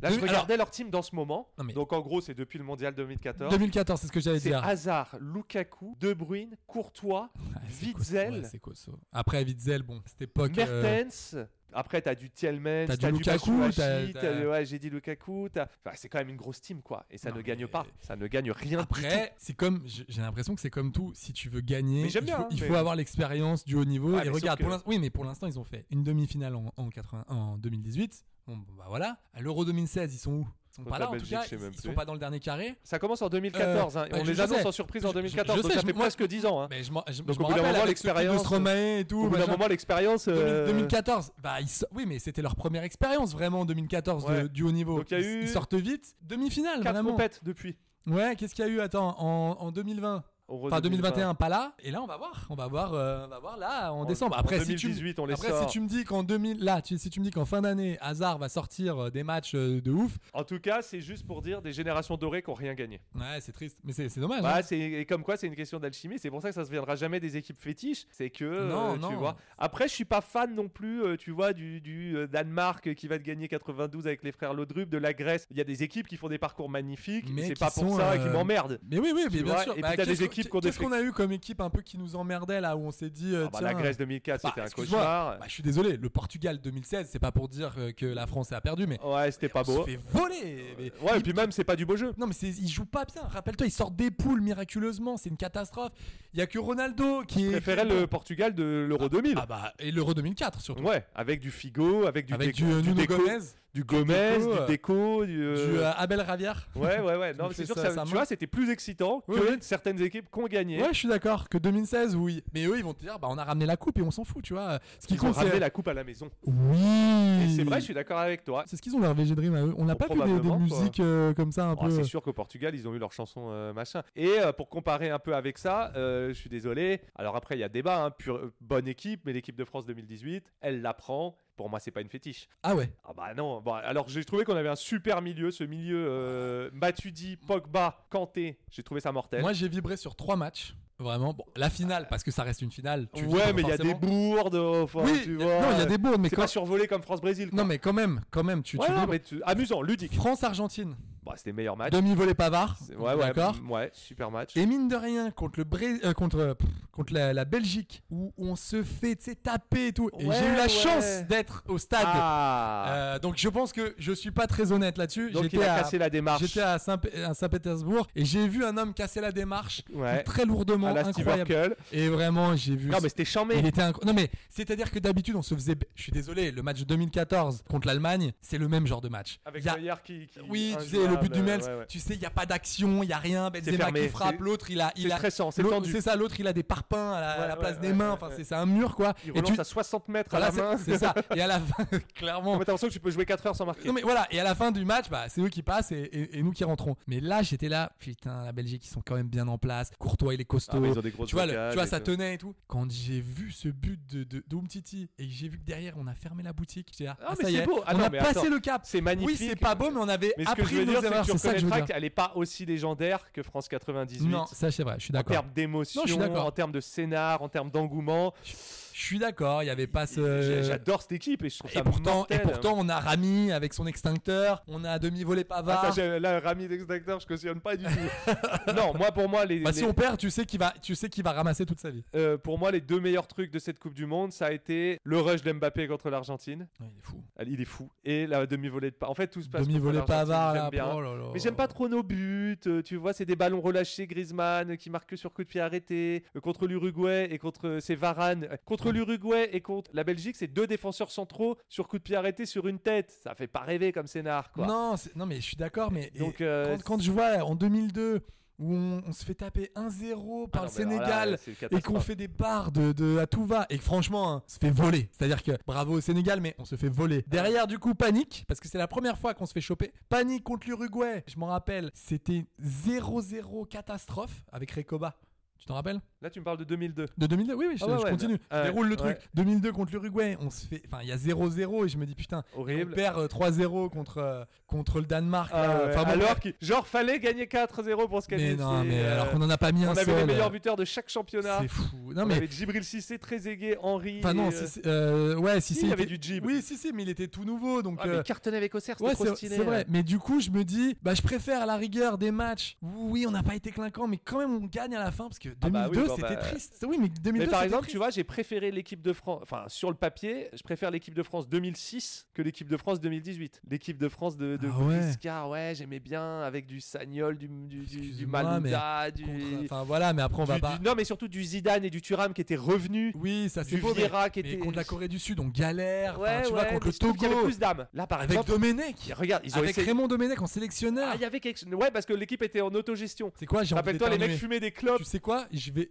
[SPEAKER 7] Là,
[SPEAKER 8] Deux-
[SPEAKER 7] je regardais leur team dans ce moment.
[SPEAKER 8] Non, mais-
[SPEAKER 7] Donc, en gros, c'est depuis le mondial 2014.
[SPEAKER 8] 2014, c'est ce que j'allais
[SPEAKER 7] C'est
[SPEAKER 8] dire.
[SPEAKER 7] Hazard, Lukaku, De Bruyne, Courtois,
[SPEAKER 8] Ouais, c'est
[SPEAKER 7] Witzel.
[SPEAKER 8] Kosso, ouais, c'est Kosso. Après Witzel, bon, cette époque. euh,
[SPEAKER 7] Mertens. Après, t'as du Tielmans,
[SPEAKER 8] t'as
[SPEAKER 7] t'as
[SPEAKER 8] du
[SPEAKER 7] du
[SPEAKER 8] Lukaku,
[SPEAKER 7] Masuachi, t'as-
[SPEAKER 8] t'as- t'as-
[SPEAKER 7] ouais, j'ai dit Lukaku. t'as- Enfin, c'est quand même une grosse team, quoi. Et ça
[SPEAKER 8] Non,
[SPEAKER 7] ne gagne
[SPEAKER 8] mais-
[SPEAKER 7] pas. Ça ne gagne rien. du tout.
[SPEAKER 8] Après, c'est comme, j'ai j'ai l'impression que c'est comme tout. Si tu veux
[SPEAKER 7] Mais
[SPEAKER 8] gagner, il faut,
[SPEAKER 7] j'aime bien, hein,
[SPEAKER 8] il
[SPEAKER 7] mais-
[SPEAKER 8] faut avoir l'expérience du haut niveau.
[SPEAKER 7] Ouais, mais
[SPEAKER 8] et regarde,
[SPEAKER 7] sauf que-
[SPEAKER 8] pour l'instant- oui, mais pour l'instant, ils ont fait une demi-finale en, en, 80 en 2018. Bon, bon, bah voilà. À l'Euro 2016, ils sont où Ils sont
[SPEAKER 7] Contre
[SPEAKER 8] pas
[SPEAKER 7] la
[SPEAKER 8] là en tout
[SPEAKER 7] Belgique,
[SPEAKER 8] cas.
[SPEAKER 7] je sais
[SPEAKER 8] Ils,
[SPEAKER 7] même
[SPEAKER 8] ils sont
[SPEAKER 7] plus.
[SPEAKER 8] pas dans le dernier carré.
[SPEAKER 7] Ça commence en 2014.
[SPEAKER 8] Euh,
[SPEAKER 7] hein, et
[SPEAKER 8] ouais,
[SPEAKER 7] on
[SPEAKER 8] je-
[SPEAKER 7] les
[SPEAKER 8] je
[SPEAKER 7] annonce
[SPEAKER 8] sais.
[SPEAKER 7] en surprise en
[SPEAKER 8] Je- je-
[SPEAKER 7] 2014.
[SPEAKER 8] je
[SPEAKER 7] donc
[SPEAKER 8] sais,
[SPEAKER 7] ça
[SPEAKER 8] je-
[SPEAKER 7] fait
[SPEAKER 8] moi-
[SPEAKER 7] presque 10 ans. hein.
[SPEAKER 8] Mais je m'en, je,
[SPEAKER 7] Donc,
[SPEAKER 8] je m'en
[SPEAKER 7] au bout d'un
[SPEAKER 8] rappelle
[SPEAKER 7] moment,
[SPEAKER 8] avec ce truc de
[SPEAKER 7] l'expérience- euh,
[SPEAKER 8] Stromae et tout.
[SPEAKER 7] Au bout d'un
[SPEAKER 8] machin.
[SPEAKER 7] moment, l'expérience. euh,
[SPEAKER 8] 2014, bah ils so- oui mais c'était leur première expérience vraiment en 2014 de-
[SPEAKER 7] Ouais.
[SPEAKER 8] du haut niveau.
[SPEAKER 7] Donc, il y a
[SPEAKER 8] Ils-
[SPEAKER 7] eu-
[SPEAKER 8] Ils sortent vite, demi-finale
[SPEAKER 7] Quatre
[SPEAKER 8] vraiment.
[SPEAKER 7] compètes depuis.
[SPEAKER 8] Ouais, qu'est-ce qu'il y a eu Attends, en, en 2020,
[SPEAKER 7] Euro
[SPEAKER 8] enfin 2021 pas là. Et là on va voir, on va voir, euh, on va voir là en, décembre. Après
[SPEAKER 7] en
[SPEAKER 8] si tu
[SPEAKER 7] 2018, on les
[SPEAKER 8] après,
[SPEAKER 7] sort.
[SPEAKER 8] si tu me dis qu'en 2000, là, tu- si tu me dis qu'en fin d'année, Hazard va sortir euh, des matchs euh, de ouf,
[SPEAKER 7] En tout cas, c'est juste pour dire des générations dorées qui n'ont rien gagné.
[SPEAKER 8] ouais, c'est triste, mais c'est c'est dommage. hein.
[SPEAKER 7] Bah, c'est et comme quoi, c'est une question d'alchimie. C'est pour ça que ça se viendra jamais des équipes fétiches. C'est que euh,
[SPEAKER 8] Non,
[SPEAKER 7] tu
[SPEAKER 8] non.
[SPEAKER 7] vois. Après, je suis pas fan non plus. euh, tu vois du, du, euh, Danemark qui va te gagner 92 avec les frères Laudrup, de la Grèce. Il y a des équipes qui font des parcours magnifiques.
[SPEAKER 8] Mais
[SPEAKER 7] C'est
[SPEAKER 8] qui
[SPEAKER 7] pas pour
[SPEAKER 8] sont,
[SPEAKER 7] ça
[SPEAKER 8] euh,
[SPEAKER 7] et qui m'emmerdent.
[SPEAKER 8] Mais oui, oui, mais
[SPEAKER 7] Tu
[SPEAKER 8] bien
[SPEAKER 7] vois,
[SPEAKER 8] sûr. Bah,
[SPEAKER 7] et puis t'as
[SPEAKER 8] qu'est-ce
[SPEAKER 7] des
[SPEAKER 8] que-
[SPEAKER 7] équipes qui ont des
[SPEAKER 8] Qu'est-ce qu'on a eu comme équipe un peu qui nous emmerdait là où on s'est dit, euh,
[SPEAKER 7] Ah bah,
[SPEAKER 8] tiens,
[SPEAKER 7] la Grèce 2004,
[SPEAKER 8] bah,
[SPEAKER 7] c'était un
[SPEAKER 8] excuse-moi,
[SPEAKER 7] cauchemar.
[SPEAKER 8] bah, je suis désolé, le Portugal 2016, c'est pas pour dire euh, que la France a perdu, mais
[SPEAKER 7] ouais, c'était pas
[SPEAKER 8] on se
[SPEAKER 7] beau.
[SPEAKER 8] fait voler. mais-
[SPEAKER 7] Ouais, et puis même, c'est pas du beau jeu.
[SPEAKER 8] Non mais c'est- ils jouent pas bien. Rappelle-toi, ils sortent des poules miraculeusement, c'est une catastrophe. Il y a que Ronaldo qui
[SPEAKER 7] Je
[SPEAKER 8] est
[SPEAKER 7] préférais le Portugal de l'Euro 2000.
[SPEAKER 8] Ah bah et l'Euro 2004 surtout.
[SPEAKER 7] Ouais, avec du Figo, avec du
[SPEAKER 8] Avec
[SPEAKER 7] Deco-
[SPEAKER 8] du, euh, Nuno
[SPEAKER 7] Deco-
[SPEAKER 8] Gomez,
[SPEAKER 7] du Gomez,
[SPEAKER 8] Deco, euh,
[SPEAKER 7] du Déco, du.
[SPEAKER 8] du
[SPEAKER 7] euh,
[SPEAKER 8] euh, Abel Ravière.
[SPEAKER 7] Ouais, ouais, ouais. Non,
[SPEAKER 8] me
[SPEAKER 7] mais
[SPEAKER 8] fais
[SPEAKER 7] c'est sûr,
[SPEAKER 8] ça,
[SPEAKER 7] que
[SPEAKER 8] ça
[SPEAKER 7] ça,
[SPEAKER 8] me-
[SPEAKER 7] tu vois, c'était plus excitant
[SPEAKER 8] Oui,
[SPEAKER 7] que
[SPEAKER 8] oui.
[SPEAKER 7] certaines équipes qui ont gagné.
[SPEAKER 8] Ouais, je suis d'accord que 2016 oui, mais eux ils vont te dire bah on a ramené la coupe et on s'en fout, tu vois. Ce qui
[SPEAKER 7] Ils ont
[SPEAKER 8] compte
[SPEAKER 7] ramené
[SPEAKER 8] c'est
[SPEAKER 7] la coupe à la maison.
[SPEAKER 8] Oui.
[SPEAKER 7] Et c'est vrai, je suis d'accord avec toi.
[SPEAKER 8] C'est ce qu'ils ont leur VG Dream à eux. On n'a
[SPEAKER 7] Bon,
[SPEAKER 8] pas vu des, des
[SPEAKER 7] probablement, quoi.
[SPEAKER 8] musiques euh, comme ça un
[SPEAKER 7] Oh,
[SPEAKER 8] peu.
[SPEAKER 7] c'est sûr qu'au Portugal, ils ont eu leur chanson euh, machin. Et euh, pour comparer un peu avec ça, euh, je suis désolé. Alors après, il y a débat. Hein, pure- euh, bonne équipe, mais l'équipe de France 2018, elle la prend. Pour moi, c'est pas une fétiche.
[SPEAKER 8] Ah ouais.
[SPEAKER 7] Ah bah non. Bon, alors j'ai trouvé qu'on avait un super milieu. Ce milieu, euh, Matuidi, Pogba, Kanté. J'ai trouvé ça mortel.
[SPEAKER 8] Moi, j'ai vibré sur trois matchs. Vraiment, bon, la finale, parce que ça reste une finale. tu
[SPEAKER 7] ouais,
[SPEAKER 8] vibres
[SPEAKER 7] mais il y a des
[SPEAKER 8] forcément.
[SPEAKER 7] bourdes. Enfin,
[SPEAKER 8] Oui,
[SPEAKER 7] tu vois.
[SPEAKER 8] non, il y a des bourdes, mais
[SPEAKER 7] C'est
[SPEAKER 8] quand...
[SPEAKER 7] pas survolé comme France-Brésil. quoi.
[SPEAKER 8] non, mais quand même, quand même, tu, tu
[SPEAKER 7] Ouais, non,
[SPEAKER 8] vibres.
[SPEAKER 7] mais tu- amusant, ludique.
[SPEAKER 8] France-Argentine.
[SPEAKER 7] Bah, c'était le meilleur match.
[SPEAKER 8] Demi-volée Pavard.
[SPEAKER 7] C'est- Ouais, ouais,
[SPEAKER 8] D'accord.
[SPEAKER 7] m- ouais, super match.
[SPEAKER 8] Et mine de rien, contre, le Bré- euh, contre, euh, pff, contre la, la Belgique, où on se fait tu sais, taper et tout. Et
[SPEAKER 7] Ouais,
[SPEAKER 8] j'ai eu la
[SPEAKER 7] ouais.
[SPEAKER 8] chance d'être au stade.
[SPEAKER 7] ah
[SPEAKER 8] Euh, donc je pense que je suis pas très honnête là-dessus.
[SPEAKER 7] Donc il
[SPEAKER 8] J'étais
[SPEAKER 7] a
[SPEAKER 8] à,
[SPEAKER 7] cassé la démarche.
[SPEAKER 8] j'étais à Saint- à Saint-Pétersbourg et j'ai vu un homme casser la démarche
[SPEAKER 7] Ouais.
[SPEAKER 8] très lourdement,
[SPEAKER 7] à la Steve
[SPEAKER 8] Euh, incroyable.
[SPEAKER 7] Urkel.
[SPEAKER 8] Et vraiment, j'ai vu.
[SPEAKER 7] Non, mais c'était
[SPEAKER 8] Il
[SPEAKER 7] charmé.
[SPEAKER 8] était incro- Non mais c'est-à-dire que d'habitude on se faisait. Je suis désolé, le match 2014 contre l'Allemagne, c'est le même genre de match.
[SPEAKER 7] Avec
[SPEAKER 8] Il y a-
[SPEAKER 7] Neuer qui, qui-
[SPEAKER 8] Oui, tu sais,
[SPEAKER 7] injouable,
[SPEAKER 8] le but du Mels,
[SPEAKER 7] ouais, ouais.
[SPEAKER 8] tu sais, il n'y a pas d'action, il n'y a rien. Benzema
[SPEAKER 7] fermé,
[SPEAKER 8] qui frappe,
[SPEAKER 7] c'est-
[SPEAKER 8] l'autre il a. il
[SPEAKER 7] c'est
[SPEAKER 8] a-
[SPEAKER 7] stressant, c'est
[SPEAKER 8] l'autre-
[SPEAKER 7] tendu.
[SPEAKER 8] C'est ça, l'autre il a des parpaings à la, à la
[SPEAKER 7] ouais,
[SPEAKER 8] place des
[SPEAKER 7] ouais,
[SPEAKER 8] mains,
[SPEAKER 7] ouais,
[SPEAKER 8] enfin
[SPEAKER 7] ouais.
[SPEAKER 8] c'est c'est un mur quoi.
[SPEAKER 7] Il
[SPEAKER 8] et
[SPEAKER 7] relance
[SPEAKER 8] tu...
[SPEAKER 7] à 60 mètres
[SPEAKER 8] Voilà,
[SPEAKER 7] à la main.
[SPEAKER 8] c'est- c'est ça. Et à la fin,
[SPEAKER 7] T'as
[SPEAKER 8] clairement.
[SPEAKER 7] l'impression que tu peux jouer 4 heures sans marquer.
[SPEAKER 8] Non mais voilà, et à la fin du match, bah, c'est eux qui passent et, et- et nous qui rentrons. Mais là, j'étais là, putain, la Belgique, ils sont quand même bien en place. Courtois, il est costaud.
[SPEAKER 7] Ah, mais ils ont des grosses euh.
[SPEAKER 8] tu vois, le-
[SPEAKER 7] vocales
[SPEAKER 8] tu vois
[SPEAKER 7] et
[SPEAKER 8] ça
[SPEAKER 7] tout.
[SPEAKER 8] tenait et tout. Quand j'ai vu ce but de, de, d'Umtiti et que j'ai vu que derrière, on a fermé la boutique, j'étais là,
[SPEAKER 7] Ah,
[SPEAKER 8] ah,
[SPEAKER 7] mais
[SPEAKER 8] ça y
[SPEAKER 7] c'est
[SPEAKER 8] est,
[SPEAKER 7] beau. Ah,
[SPEAKER 8] on
[SPEAKER 7] non,
[SPEAKER 8] a
[SPEAKER 7] mais
[SPEAKER 8] passé
[SPEAKER 7] attends,
[SPEAKER 8] le cap.
[SPEAKER 7] c'est
[SPEAKER 8] Oui,
[SPEAKER 7] magnifique.
[SPEAKER 8] c'est pas beau, mais on avait
[SPEAKER 7] Mais ce que je
[SPEAKER 8] appris
[SPEAKER 7] veux
[SPEAKER 8] nos
[SPEAKER 7] dire, c'est
[SPEAKER 8] erreurs.
[SPEAKER 7] que tu
[SPEAKER 8] C'est ça que je veux
[SPEAKER 7] reconnaîtras
[SPEAKER 8] dire.
[SPEAKER 7] qu'elle n'est pas aussi légendaire que France 98.
[SPEAKER 8] Non, ça c'est vrai, je suis
[SPEAKER 7] en
[SPEAKER 8] d'accord.
[SPEAKER 7] termes
[SPEAKER 8] Non, je suis
[SPEAKER 7] d'émotion,
[SPEAKER 8] d'accord.
[SPEAKER 7] en termes de scénar, en termes d'engouement.
[SPEAKER 8] Je suis d'accord, il n'y avait pas
[SPEAKER 7] J'ai-
[SPEAKER 8] ce.
[SPEAKER 7] J'adore cette équipe et je trouve
[SPEAKER 8] Et
[SPEAKER 7] ça
[SPEAKER 8] pourtant, et
[SPEAKER 7] mortel.
[SPEAKER 8] pourtant, on a Rami avec son extincteur, on a demi-volé
[SPEAKER 7] Ah, ça,
[SPEAKER 8] Pavard.
[SPEAKER 7] j'ai- là, Rami Dexter, je cautionne pas du tout. non, moi, pour moi, les,
[SPEAKER 8] Bah, si
[SPEAKER 7] les-
[SPEAKER 8] on perd, tu sais qu'il va, tu sais qu'il va ramasser toute sa vie.
[SPEAKER 7] euh, pour moi, les deux meilleurs trucs de cette Coupe du Monde, ça a été le rush d'Mbappé contre l'Argentine.
[SPEAKER 8] il est fou.
[SPEAKER 7] Ah, Il est fou. Et la demi-volée de Pavard. En fait, tout se passe.
[SPEAKER 8] Demi-volée
[SPEAKER 7] contre l'Argentine,
[SPEAKER 8] Pavard,
[SPEAKER 7] j'aime
[SPEAKER 8] là.
[SPEAKER 7] bien.
[SPEAKER 8] oh là là.
[SPEAKER 7] Mais j'aime pas trop nos buts, euh, tu vois, c'est des ballons relâchés, Griezmann euh, qui marque que sur coup de pied arrêté, euh, contre l'Uruguay et contre euh, c'est Varane, Euh, contre l'Uruguay et contre la Belgique, c'est deux défenseurs centraux sur coup de pied arrêté sur une tête, ça fait pas rêver comme scénar quoi.
[SPEAKER 8] Non, c'est- non, mais je suis d'accord, mais et
[SPEAKER 7] Donc, euh,
[SPEAKER 8] quand, quand je vois en 2002 où on, on se fait taper 1-0 par
[SPEAKER 7] Ah non,
[SPEAKER 8] le
[SPEAKER 7] mais alors là,
[SPEAKER 8] Sénégal
[SPEAKER 7] c'est une
[SPEAKER 8] et
[SPEAKER 7] catastrophe.
[SPEAKER 8] qu'on fait des barres de, de à tout va et que franchement hein, on se fait voler. C'est-à-dire que bravo au Sénégal, mais on se fait voler.
[SPEAKER 7] Ah.
[SPEAKER 8] Derrière du coup panique parce que c'est la première fois qu'on se fait choper. Panique contre l'Uruguay. Je m'en rappelle, c'était 0-0 catastrophe avec Recoba. Tu t'en rappelles
[SPEAKER 7] Là tu me parles de 2002.
[SPEAKER 8] De 2002, oui, oui, je,
[SPEAKER 7] Ah ouais,
[SPEAKER 8] je
[SPEAKER 7] ouais,
[SPEAKER 8] continue.
[SPEAKER 7] mais-
[SPEAKER 8] Je
[SPEAKER 7] ouais,
[SPEAKER 8] déroule le truc.
[SPEAKER 7] ouais.
[SPEAKER 8] 2002 contre l'Uruguay, on se fait. Enfin, il y a 0-0 et je me dis putain,
[SPEAKER 7] Horrible.
[SPEAKER 8] on perd euh, 3-0 contre, euh, contre le Danemark.
[SPEAKER 7] Ah
[SPEAKER 8] là.
[SPEAKER 7] ouais,
[SPEAKER 8] Enfin, bon,
[SPEAKER 7] alors
[SPEAKER 8] bref.
[SPEAKER 7] qu'il genre fallait gagner 4-0 pour se qualifier.
[SPEAKER 8] Mais non, mais
[SPEAKER 7] euh,
[SPEAKER 8] alors qu'on en a pas mis
[SPEAKER 7] on
[SPEAKER 8] un
[SPEAKER 7] avait
[SPEAKER 8] seul.
[SPEAKER 7] les meilleurs
[SPEAKER 8] euh,
[SPEAKER 7] buteurs de chaque championnat.
[SPEAKER 8] C'est fou. Non,
[SPEAKER 7] On
[SPEAKER 8] mais.
[SPEAKER 7] avait Djibril Cissé, Trezeguet, Henry.
[SPEAKER 8] Enfin, non,
[SPEAKER 7] et,
[SPEAKER 8] si,
[SPEAKER 7] euh,
[SPEAKER 8] si, euh, ouais,
[SPEAKER 7] si,
[SPEAKER 8] si, si,
[SPEAKER 7] il y avait
[SPEAKER 8] était-
[SPEAKER 7] du Jib.
[SPEAKER 8] Oui, si, si, mais il était tout nouveau. Donc,
[SPEAKER 7] ah, mais
[SPEAKER 8] euh,
[SPEAKER 7] cartonné avec Auxerre, c'était
[SPEAKER 8] Ouais,
[SPEAKER 7] trop
[SPEAKER 8] c'est
[SPEAKER 7] stylé.
[SPEAKER 8] c'est vrai. Mais du coup, je me dis, bah, je préfère à la rigueur des matchs où, oui, on n'a pas été clinquant, mais quand même, on gagne à la fin parce que 2002,
[SPEAKER 7] Ah bah oui, bon,
[SPEAKER 8] c'était
[SPEAKER 7] bah,
[SPEAKER 8] triste. Oui, mais 2002,
[SPEAKER 7] Mais par
[SPEAKER 8] c'était
[SPEAKER 7] exemple,
[SPEAKER 8] triste.
[SPEAKER 7] tu vois, j'ai préféré l'équipe de France, enfin sur le papier, je préfère l'équipe de France 2006 que l'équipe de France 2018. L'équipe de France de, de
[SPEAKER 8] Ah ouais.
[SPEAKER 7] Brisca, ouais, j'aimais bien avec du Sagnol, du, du, du, du
[SPEAKER 8] Excuse-moi,
[SPEAKER 7] Malouda, du,
[SPEAKER 8] Contre- Enfin, voilà, mais après, on va
[SPEAKER 7] du-
[SPEAKER 8] pas.
[SPEAKER 7] du- non mais surtout du Zidane et du Thuram qui étaient revenus.
[SPEAKER 8] Oui, ça c'est
[SPEAKER 7] Du
[SPEAKER 8] beau. mais-
[SPEAKER 7] Vieira qui
[SPEAKER 8] mais
[SPEAKER 7] était-
[SPEAKER 8] contre la Corée du Sud, on galère. Enfin, tu vois, contre
[SPEAKER 7] mais
[SPEAKER 8] le
[SPEAKER 7] je trouve qu'il y avait
[SPEAKER 8] Togo,
[SPEAKER 7] plus d'âme. Là par
[SPEAKER 8] avec
[SPEAKER 7] exemple,
[SPEAKER 8] Domenech,
[SPEAKER 7] regarde, ils ont
[SPEAKER 8] avec
[SPEAKER 7] essayé.
[SPEAKER 8] Raymond Domenech en sélectionneur.
[SPEAKER 7] Ah, il y avait quelque... ouais parce que l'équipe était en autogestion.
[SPEAKER 8] C'est quoi J'ai envie
[SPEAKER 7] Rappelle-toi, les mecs
[SPEAKER 8] d'éternuer.
[SPEAKER 7] fumaient des clopes.
[SPEAKER 8] Tu sais quoi Je vais.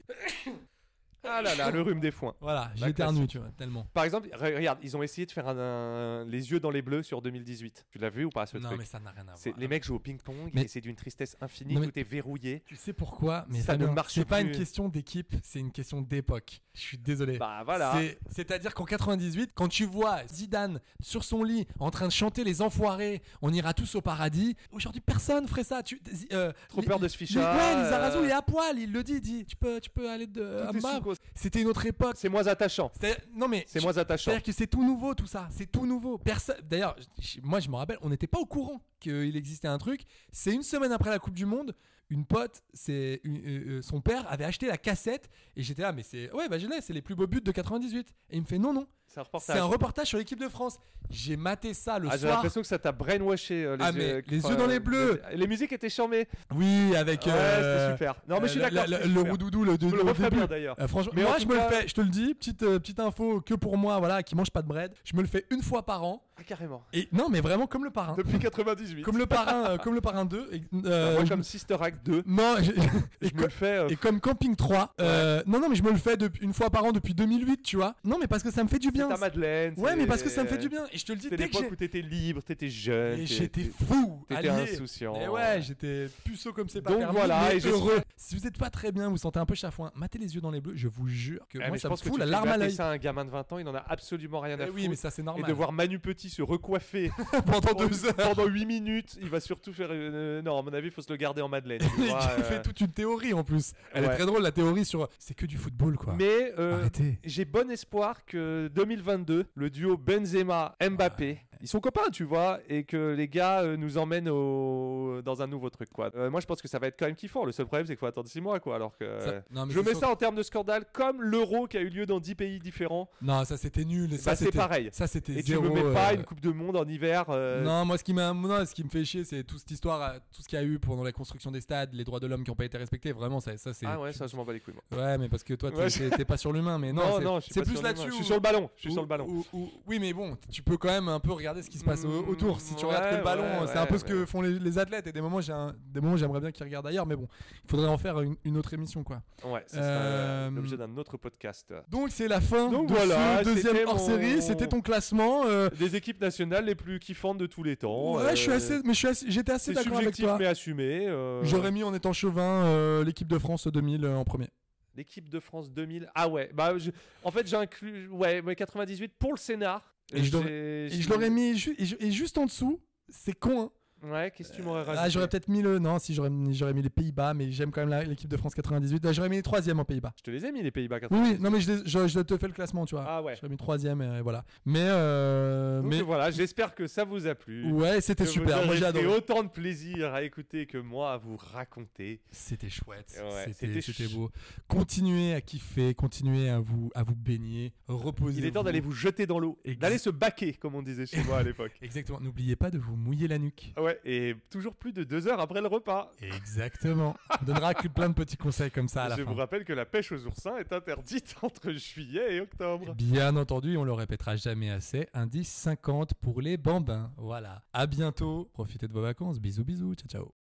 [SPEAKER 7] Ah là là, le rhume des foins.
[SPEAKER 8] Voilà,
[SPEAKER 7] La
[SPEAKER 8] j'éternue, tu vois, tellement.
[SPEAKER 7] Par exemple, re- regarde, ils ont essayé de faire un, un- les yeux dans les bleus sur 2018. Tu l'as vu ou pas ce
[SPEAKER 8] Non,
[SPEAKER 7] truc
[SPEAKER 8] mais ça n'a rien à
[SPEAKER 7] C'est-
[SPEAKER 8] voir.
[SPEAKER 7] Les mecs jouent au ping-pong
[SPEAKER 8] Mais-
[SPEAKER 7] et c'est d'une tristesse infinie,
[SPEAKER 8] Non, mais-
[SPEAKER 7] tout est verrouillé.
[SPEAKER 8] Tu sais pourquoi Mais
[SPEAKER 7] Ça ne
[SPEAKER 8] Fabien,
[SPEAKER 7] marche
[SPEAKER 8] C'est pas
[SPEAKER 7] plus.
[SPEAKER 8] une question d'équipe, c'est une question d'époque. Je suis désolé.
[SPEAKER 7] Bah voilà.
[SPEAKER 8] C'est- C'est-à-dire qu'en 98, quand tu vois Zidane sur son lit en train de chanter Les Enfoirés, on ira tous au paradis. Aujourd'hui, personne ferait ça. Tu, zi- euh,
[SPEAKER 7] Trop
[SPEAKER 8] li-
[SPEAKER 7] peur de se
[SPEAKER 8] li-
[SPEAKER 7] ficher.
[SPEAKER 8] Ouais, Lizarazu,
[SPEAKER 7] euh,
[SPEAKER 8] il est à poil, il le dit. Il dit Tu peux, tu peux aller de. à
[SPEAKER 7] est
[SPEAKER 8] Euh, ma-
[SPEAKER 7] sous cause.
[SPEAKER 8] C'était une autre époque.
[SPEAKER 7] C'est moins attachant.
[SPEAKER 8] C'est-à-dire- Non mais.
[SPEAKER 7] C'est moins attachant.
[SPEAKER 8] C'est-à-dire que c'est tout nouveau tout ça, c'est tout nouveau. Personne. D'ailleurs, je- je- moi je me rappelle, on n'était pas au courant qu'il existait un truc. C'est une semaine après la Coupe du Monde, une pote, c'est une- euh, euh, son père avait acheté la cassette et j'étais là, mais c'est ouais bah je l'ai, c'est les plus beaux buts de 98. Et il me fait non non,
[SPEAKER 7] C'est un
[SPEAKER 8] c'est
[SPEAKER 7] reportage.
[SPEAKER 8] un reportage sur l'équipe de France. J'ai maté ça le
[SPEAKER 7] Ah, J'ai
[SPEAKER 8] soir.
[SPEAKER 7] l'impression que ça t'a brainwashé euh, les,
[SPEAKER 8] Ah,
[SPEAKER 7] yeux,
[SPEAKER 8] mais
[SPEAKER 7] euh,
[SPEAKER 8] les
[SPEAKER 7] enfin,
[SPEAKER 8] yeux dans les
[SPEAKER 7] euh,
[SPEAKER 8] bleus.
[SPEAKER 7] Les, les musiques étaient charmées.
[SPEAKER 8] Oui avec.
[SPEAKER 7] Ah Ouais,
[SPEAKER 8] euh,
[SPEAKER 7] c'était super. Non, mais je suis
[SPEAKER 8] euh, la-
[SPEAKER 7] d'accord,
[SPEAKER 8] la-
[SPEAKER 7] c'était
[SPEAKER 8] Le
[SPEAKER 7] super.
[SPEAKER 8] roudoudou, le,
[SPEAKER 7] Je me le
[SPEAKER 8] au
[SPEAKER 7] referais
[SPEAKER 8] début.
[SPEAKER 7] bien, d'ailleurs.
[SPEAKER 8] Euh, franchement,
[SPEAKER 7] Mais en
[SPEAKER 8] moi
[SPEAKER 7] tout
[SPEAKER 8] je me le
[SPEAKER 7] cas-
[SPEAKER 8] fais, je te le dis, petite, euh, petite info que pour moi, voilà, qui mange pas de bread, je me le fais une fois par an.
[SPEAKER 7] Ah, carrément.
[SPEAKER 8] Et non, mais vraiment comme le parrain.
[SPEAKER 7] Depuis 98.
[SPEAKER 8] Comme le parrain, euh, comme le parrain 2. et,
[SPEAKER 7] Ah,
[SPEAKER 8] euh,
[SPEAKER 7] Moi,
[SPEAKER 8] je-
[SPEAKER 7] comme Sister Act 2,
[SPEAKER 8] Non,
[SPEAKER 7] je
[SPEAKER 8] je- et,
[SPEAKER 7] me
[SPEAKER 8] co-
[SPEAKER 7] le fais. euh,
[SPEAKER 8] et comme Camping 3. euh, non, non, mais je me le fais depuis, une fois par an depuis 2008, tu vois. Non, mais parce que ça me fait du bien.
[SPEAKER 7] c'est ta Madeleine.
[SPEAKER 8] Ouais,
[SPEAKER 7] c'est-
[SPEAKER 8] mais parce que ça me fait du bien. Et je te le dis,
[SPEAKER 7] C'était
[SPEAKER 8] dès que
[SPEAKER 7] l'époque
[SPEAKER 8] j'ai.
[SPEAKER 7] où t'étais libre, t'étais jeune.
[SPEAKER 8] Et
[SPEAKER 7] t'es-
[SPEAKER 8] j'étais
[SPEAKER 7] t'es-
[SPEAKER 8] fou,
[SPEAKER 7] t'étais
[SPEAKER 8] allié.
[SPEAKER 7] insouciant.
[SPEAKER 8] Et ouais, j'étais puceau comme c'est pas
[SPEAKER 7] Donc
[SPEAKER 8] permis,
[SPEAKER 7] voilà,
[SPEAKER 8] mais
[SPEAKER 7] et j'espère-
[SPEAKER 8] heureux. Si vous êtes pas très bien, vous sentez un peu chafouin, matez les yeux dans les bleus, je vous jure que
[SPEAKER 7] Eh,
[SPEAKER 8] moi
[SPEAKER 7] mais je
[SPEAKER 8] ça me
[SPEAKER 7] pense que
[SPEAKER 8] fout
[SPEAKER 7] tu
[SPEAKER 8] la
[SPEAKER 7] fais
[SPEAKER 8] larme à
[SPEAKER 7] mater
[SPEAKER 8] l'œil.
[SPEAKER 7] ça à un gamin de 20 ans, il en a absolument rien à
[SPEAKER 8] Eh
[SPEAKER 7] foutre.
[SPEAKER 8] oui, mais ça c'est
[SPEAKER 7] Et
[SPEAKER 8] normal.
[SPEAKER 7] de voir Manu Petit se recoiffer
[SPEAKER 8] pendant deux heures.
[SPEAKER 7] pendant 8 minutes, il va surtout faire. une- euh, non, à mon avis, il faut se le garder en Madeleine. tu
[SPEAKER 8] Il
[SPEAKER 7] vois, euh.
[SPEAKER 8] fait toute une théorie en plus. Elle
[SPEAKER 7] Ouais.
[SPEAKER 8] est très drôle la théorie sur c'est que du football quoi.
[SPEAKER 7] Mais euh,
[SPEAKER 8] Arrêtez.
[SPEAKER 7] j'ai bon espoir que 2022, le duo Benzema-Mbappé Ils sont copains, tu vois, et que les gars euh, nous emmènent au... dans un nouveau truc, quoi. Euh, moi, je pense que ça va être quand même kiffant. Le seul problème, c'est qu'il faut attendre 6 mois, quoi. Alors que.
[SPEAKER 8] Ça- non, mais
[SPEAKER 7] je
[SPEAKER 8] c'est
[SPEAKER 7] mets
[SPEAKER 8] sûr-
[SPEAKER 7] ça en termes de scandale, comme l'euro qui a eu lieu dans 10 pays différents.
[SPEAKER 8] Non, ça c'était nul. et Ça
[SPEAKER 7] Bah, c'est
[SPEAKER 8] c'était-
[SPEAKER 7] pareil.
[SPEAKER 8] Ça c'était
[SPEAKER 7] Et
[SPEAKER 8] zéro.
[SPEAKER 7] tu me mets pas
[SPEAKER 8] euh,
[SPEAKER 7] une Coupe du Monde en hiver. euh,
[SPEAKER 8] Non, moi ce qui m'a- non, ce qui me fait chier, c'est toute cette histoire, euh, tout ce qu'il y a eu pendant la construction des stades, les droits de l'homme qui n'ont pas été respectés. Vraiment, ça, ça c'est.
[SPEAKER 7] Ah ouais, ça, je m'en bats les couilles, moi.
[SPEAKER 8] Ouais, mais parce que toi, t'es
[SPEAKER 7] Ouais, je-
[SPEAKER 8] t'es pas sur l'humain, mais non,
[SPEAKER 7] Non,
[SPEAKER 8] c'est-
[SPEAKER 7] non, je suis
[SPEAKER 8] c'est
[SPEAKER 7] pas
[SPEAKER 8] plus
[SPEAKER 7] sur l'humain.
[SPEAKER 8] là-dessus.
[SPEAKER 7] Je suis
[SPEAKER 8] où-
[SPEAKER 7] sur le ballon, je suis
[SPEAKER 8] où-
[SPEAKER 7] sur le ballon.
[SPEAKER 8] où- où- Oui, mais bon, tu peux quand même un peu regarder ce qui se passe au-
[SPEAKER 7] Mm,
[SPEAKER 8] autour. Si tu
[SPEAKER 7] ouais,
[SPEAKER 8] regardes que le ballon,
[SPEAKER 7] ouais,
[SPEAKER 8] c'est un peu
[SPEAKER 7] ouais,
[SPEAKER 8] ce que
[SPEAKER 7] ouais.
[SPEAKER 8] font les, les athlètes. Et des moments, j'ai un- des moments, j'aimerais bien qu'ils regardent ailleurs, mais bon, il faudrait en faire une, une autre émission, quoi.
[SPEAKER 7] Ouais, ça
[SPEAKER 8] Euh,
[SPEAKER 7] sera l'objet d'un autre podcast.
[SPEAKER 8] Donc c'est la fin
[SPEAKER 7] Donc
[SPEAKER 8] de
[SPEAKER 7] voilà,
[SPEAKER 8] ce deuxième
[SPEAKER 7] c'était
[SPEAKER 8] hors série.
[SPEAKER 7] mon-
[SPEAKER 8] C'était ton classement. euh,
[SPEAKER 7] Des équipes nationales les plus kiffantes de tous les temps.
[SPEAKER 8] ouais,
[SPEAKER 7] euh,
[SPEAKER 8] je suis assez, mais je suis assez- j'étais
[SPEAKER 7] C'est
[SPEAKER 8] assez d'accord avec
[SPEAKER 7] subjectif
[SPEAKER 8] toi.
[SPEAKER 7] mais assumé. euh,
[SPEAKER 8] J'aurais mis en étant chauvin euh, l'équipe de France 2000 euh, en premier.
[SPEAKER 7] L'équipe de France 2000. Ah ouais, bah je- en fait j'inclus ouais, mais 98 pour le scénar.
[SPEAKER 8] Et je l'aurais-
[SPEAKER 7] J'ai-
[SPEAKER 8] Et
[SPEAKER 7] j'ai-
[SPEAKER 8] je l'aurais mis ju- et, ju- et juste en dessous, c'est con. hein.
[SPEAKER 7] Ouais, qu'est-ce que tu m'aurais rajouté
[SPEAKER 8] Ah, j'aurais peut-être mis le non, si j'aurais mis, j'aurais mis les Pays-Bas, mais j'aime quand même la- l'équipe de France 98. Ah, j'aurais mis les troisièmes en Pays-Bas.
[SPEAKER 7] Je te les ai mis les Pays-Bas 98.
[SPEAKER 8] Oui, oui, non mais je, les- je- je te fais le classement, tu vois.
[SPEAKER 7] Ah ouais.
[SPEAKER 8] J'aurais mis troisième, euh, voilà. Mais euh,
[SPEAKER 7] Donc
[SPEAKER 8] mais
[SPEAKER 7] voilà, j'espère que ça vous a plu.
[SPEAKER 8] ouais, c'était
[SPEAKER 7] que vous
[SPEAKER 8] super. Moi
[SPEAKER 7] avez
[SPEAKER 8] j'ai
[SPEAKER 7] pris
[SPEAKER 8] adoré.
[SPEAKER 7] autant de plaisir à écouter que moi à vous raconter.
[SPEAKER 8] C'était chouette,
[SPEAKER 7] Ouais,
[SPEAKER 8] c'était
[SPEAKER 7] c'était
[SPEAKER 8] c'était
[SPEAKER 7] chou-
[SPEAKER 8] beau. Continuez à kiffer, continuez à vous à vous baigner, reposez.
[SPEAKER 7] Il est temps d'aller vous jeter dans l'eau,
[SPEAKER 8] Ex-
[SPEAKER 7] d'aller se baquer comme on disait chez moi à l'époque. Ah
[SPEAKER 8] Exactement. N'oubliez pas de vous mouiller la nuque.
[SPEAKER 7] Ouais, et toujours plus de deux heures après le repas.
[SPEAKER 8] Exactement. On donnera que plein de petits conseils comme ça à la
[SPEAKER 7] Je
[SPEAKER 8] fin.
[SPEAKER 7] vous rappelle que la pêche aux oursins est interdite entre juillet et octobre.
[SPEAKER 8] Bien entendu, on le répétera jamais assez. Indice 50 pour les bambins. Voilà. À bientôt. Profitez de vos vacances. Bisous, bisous. Ciao, ciao.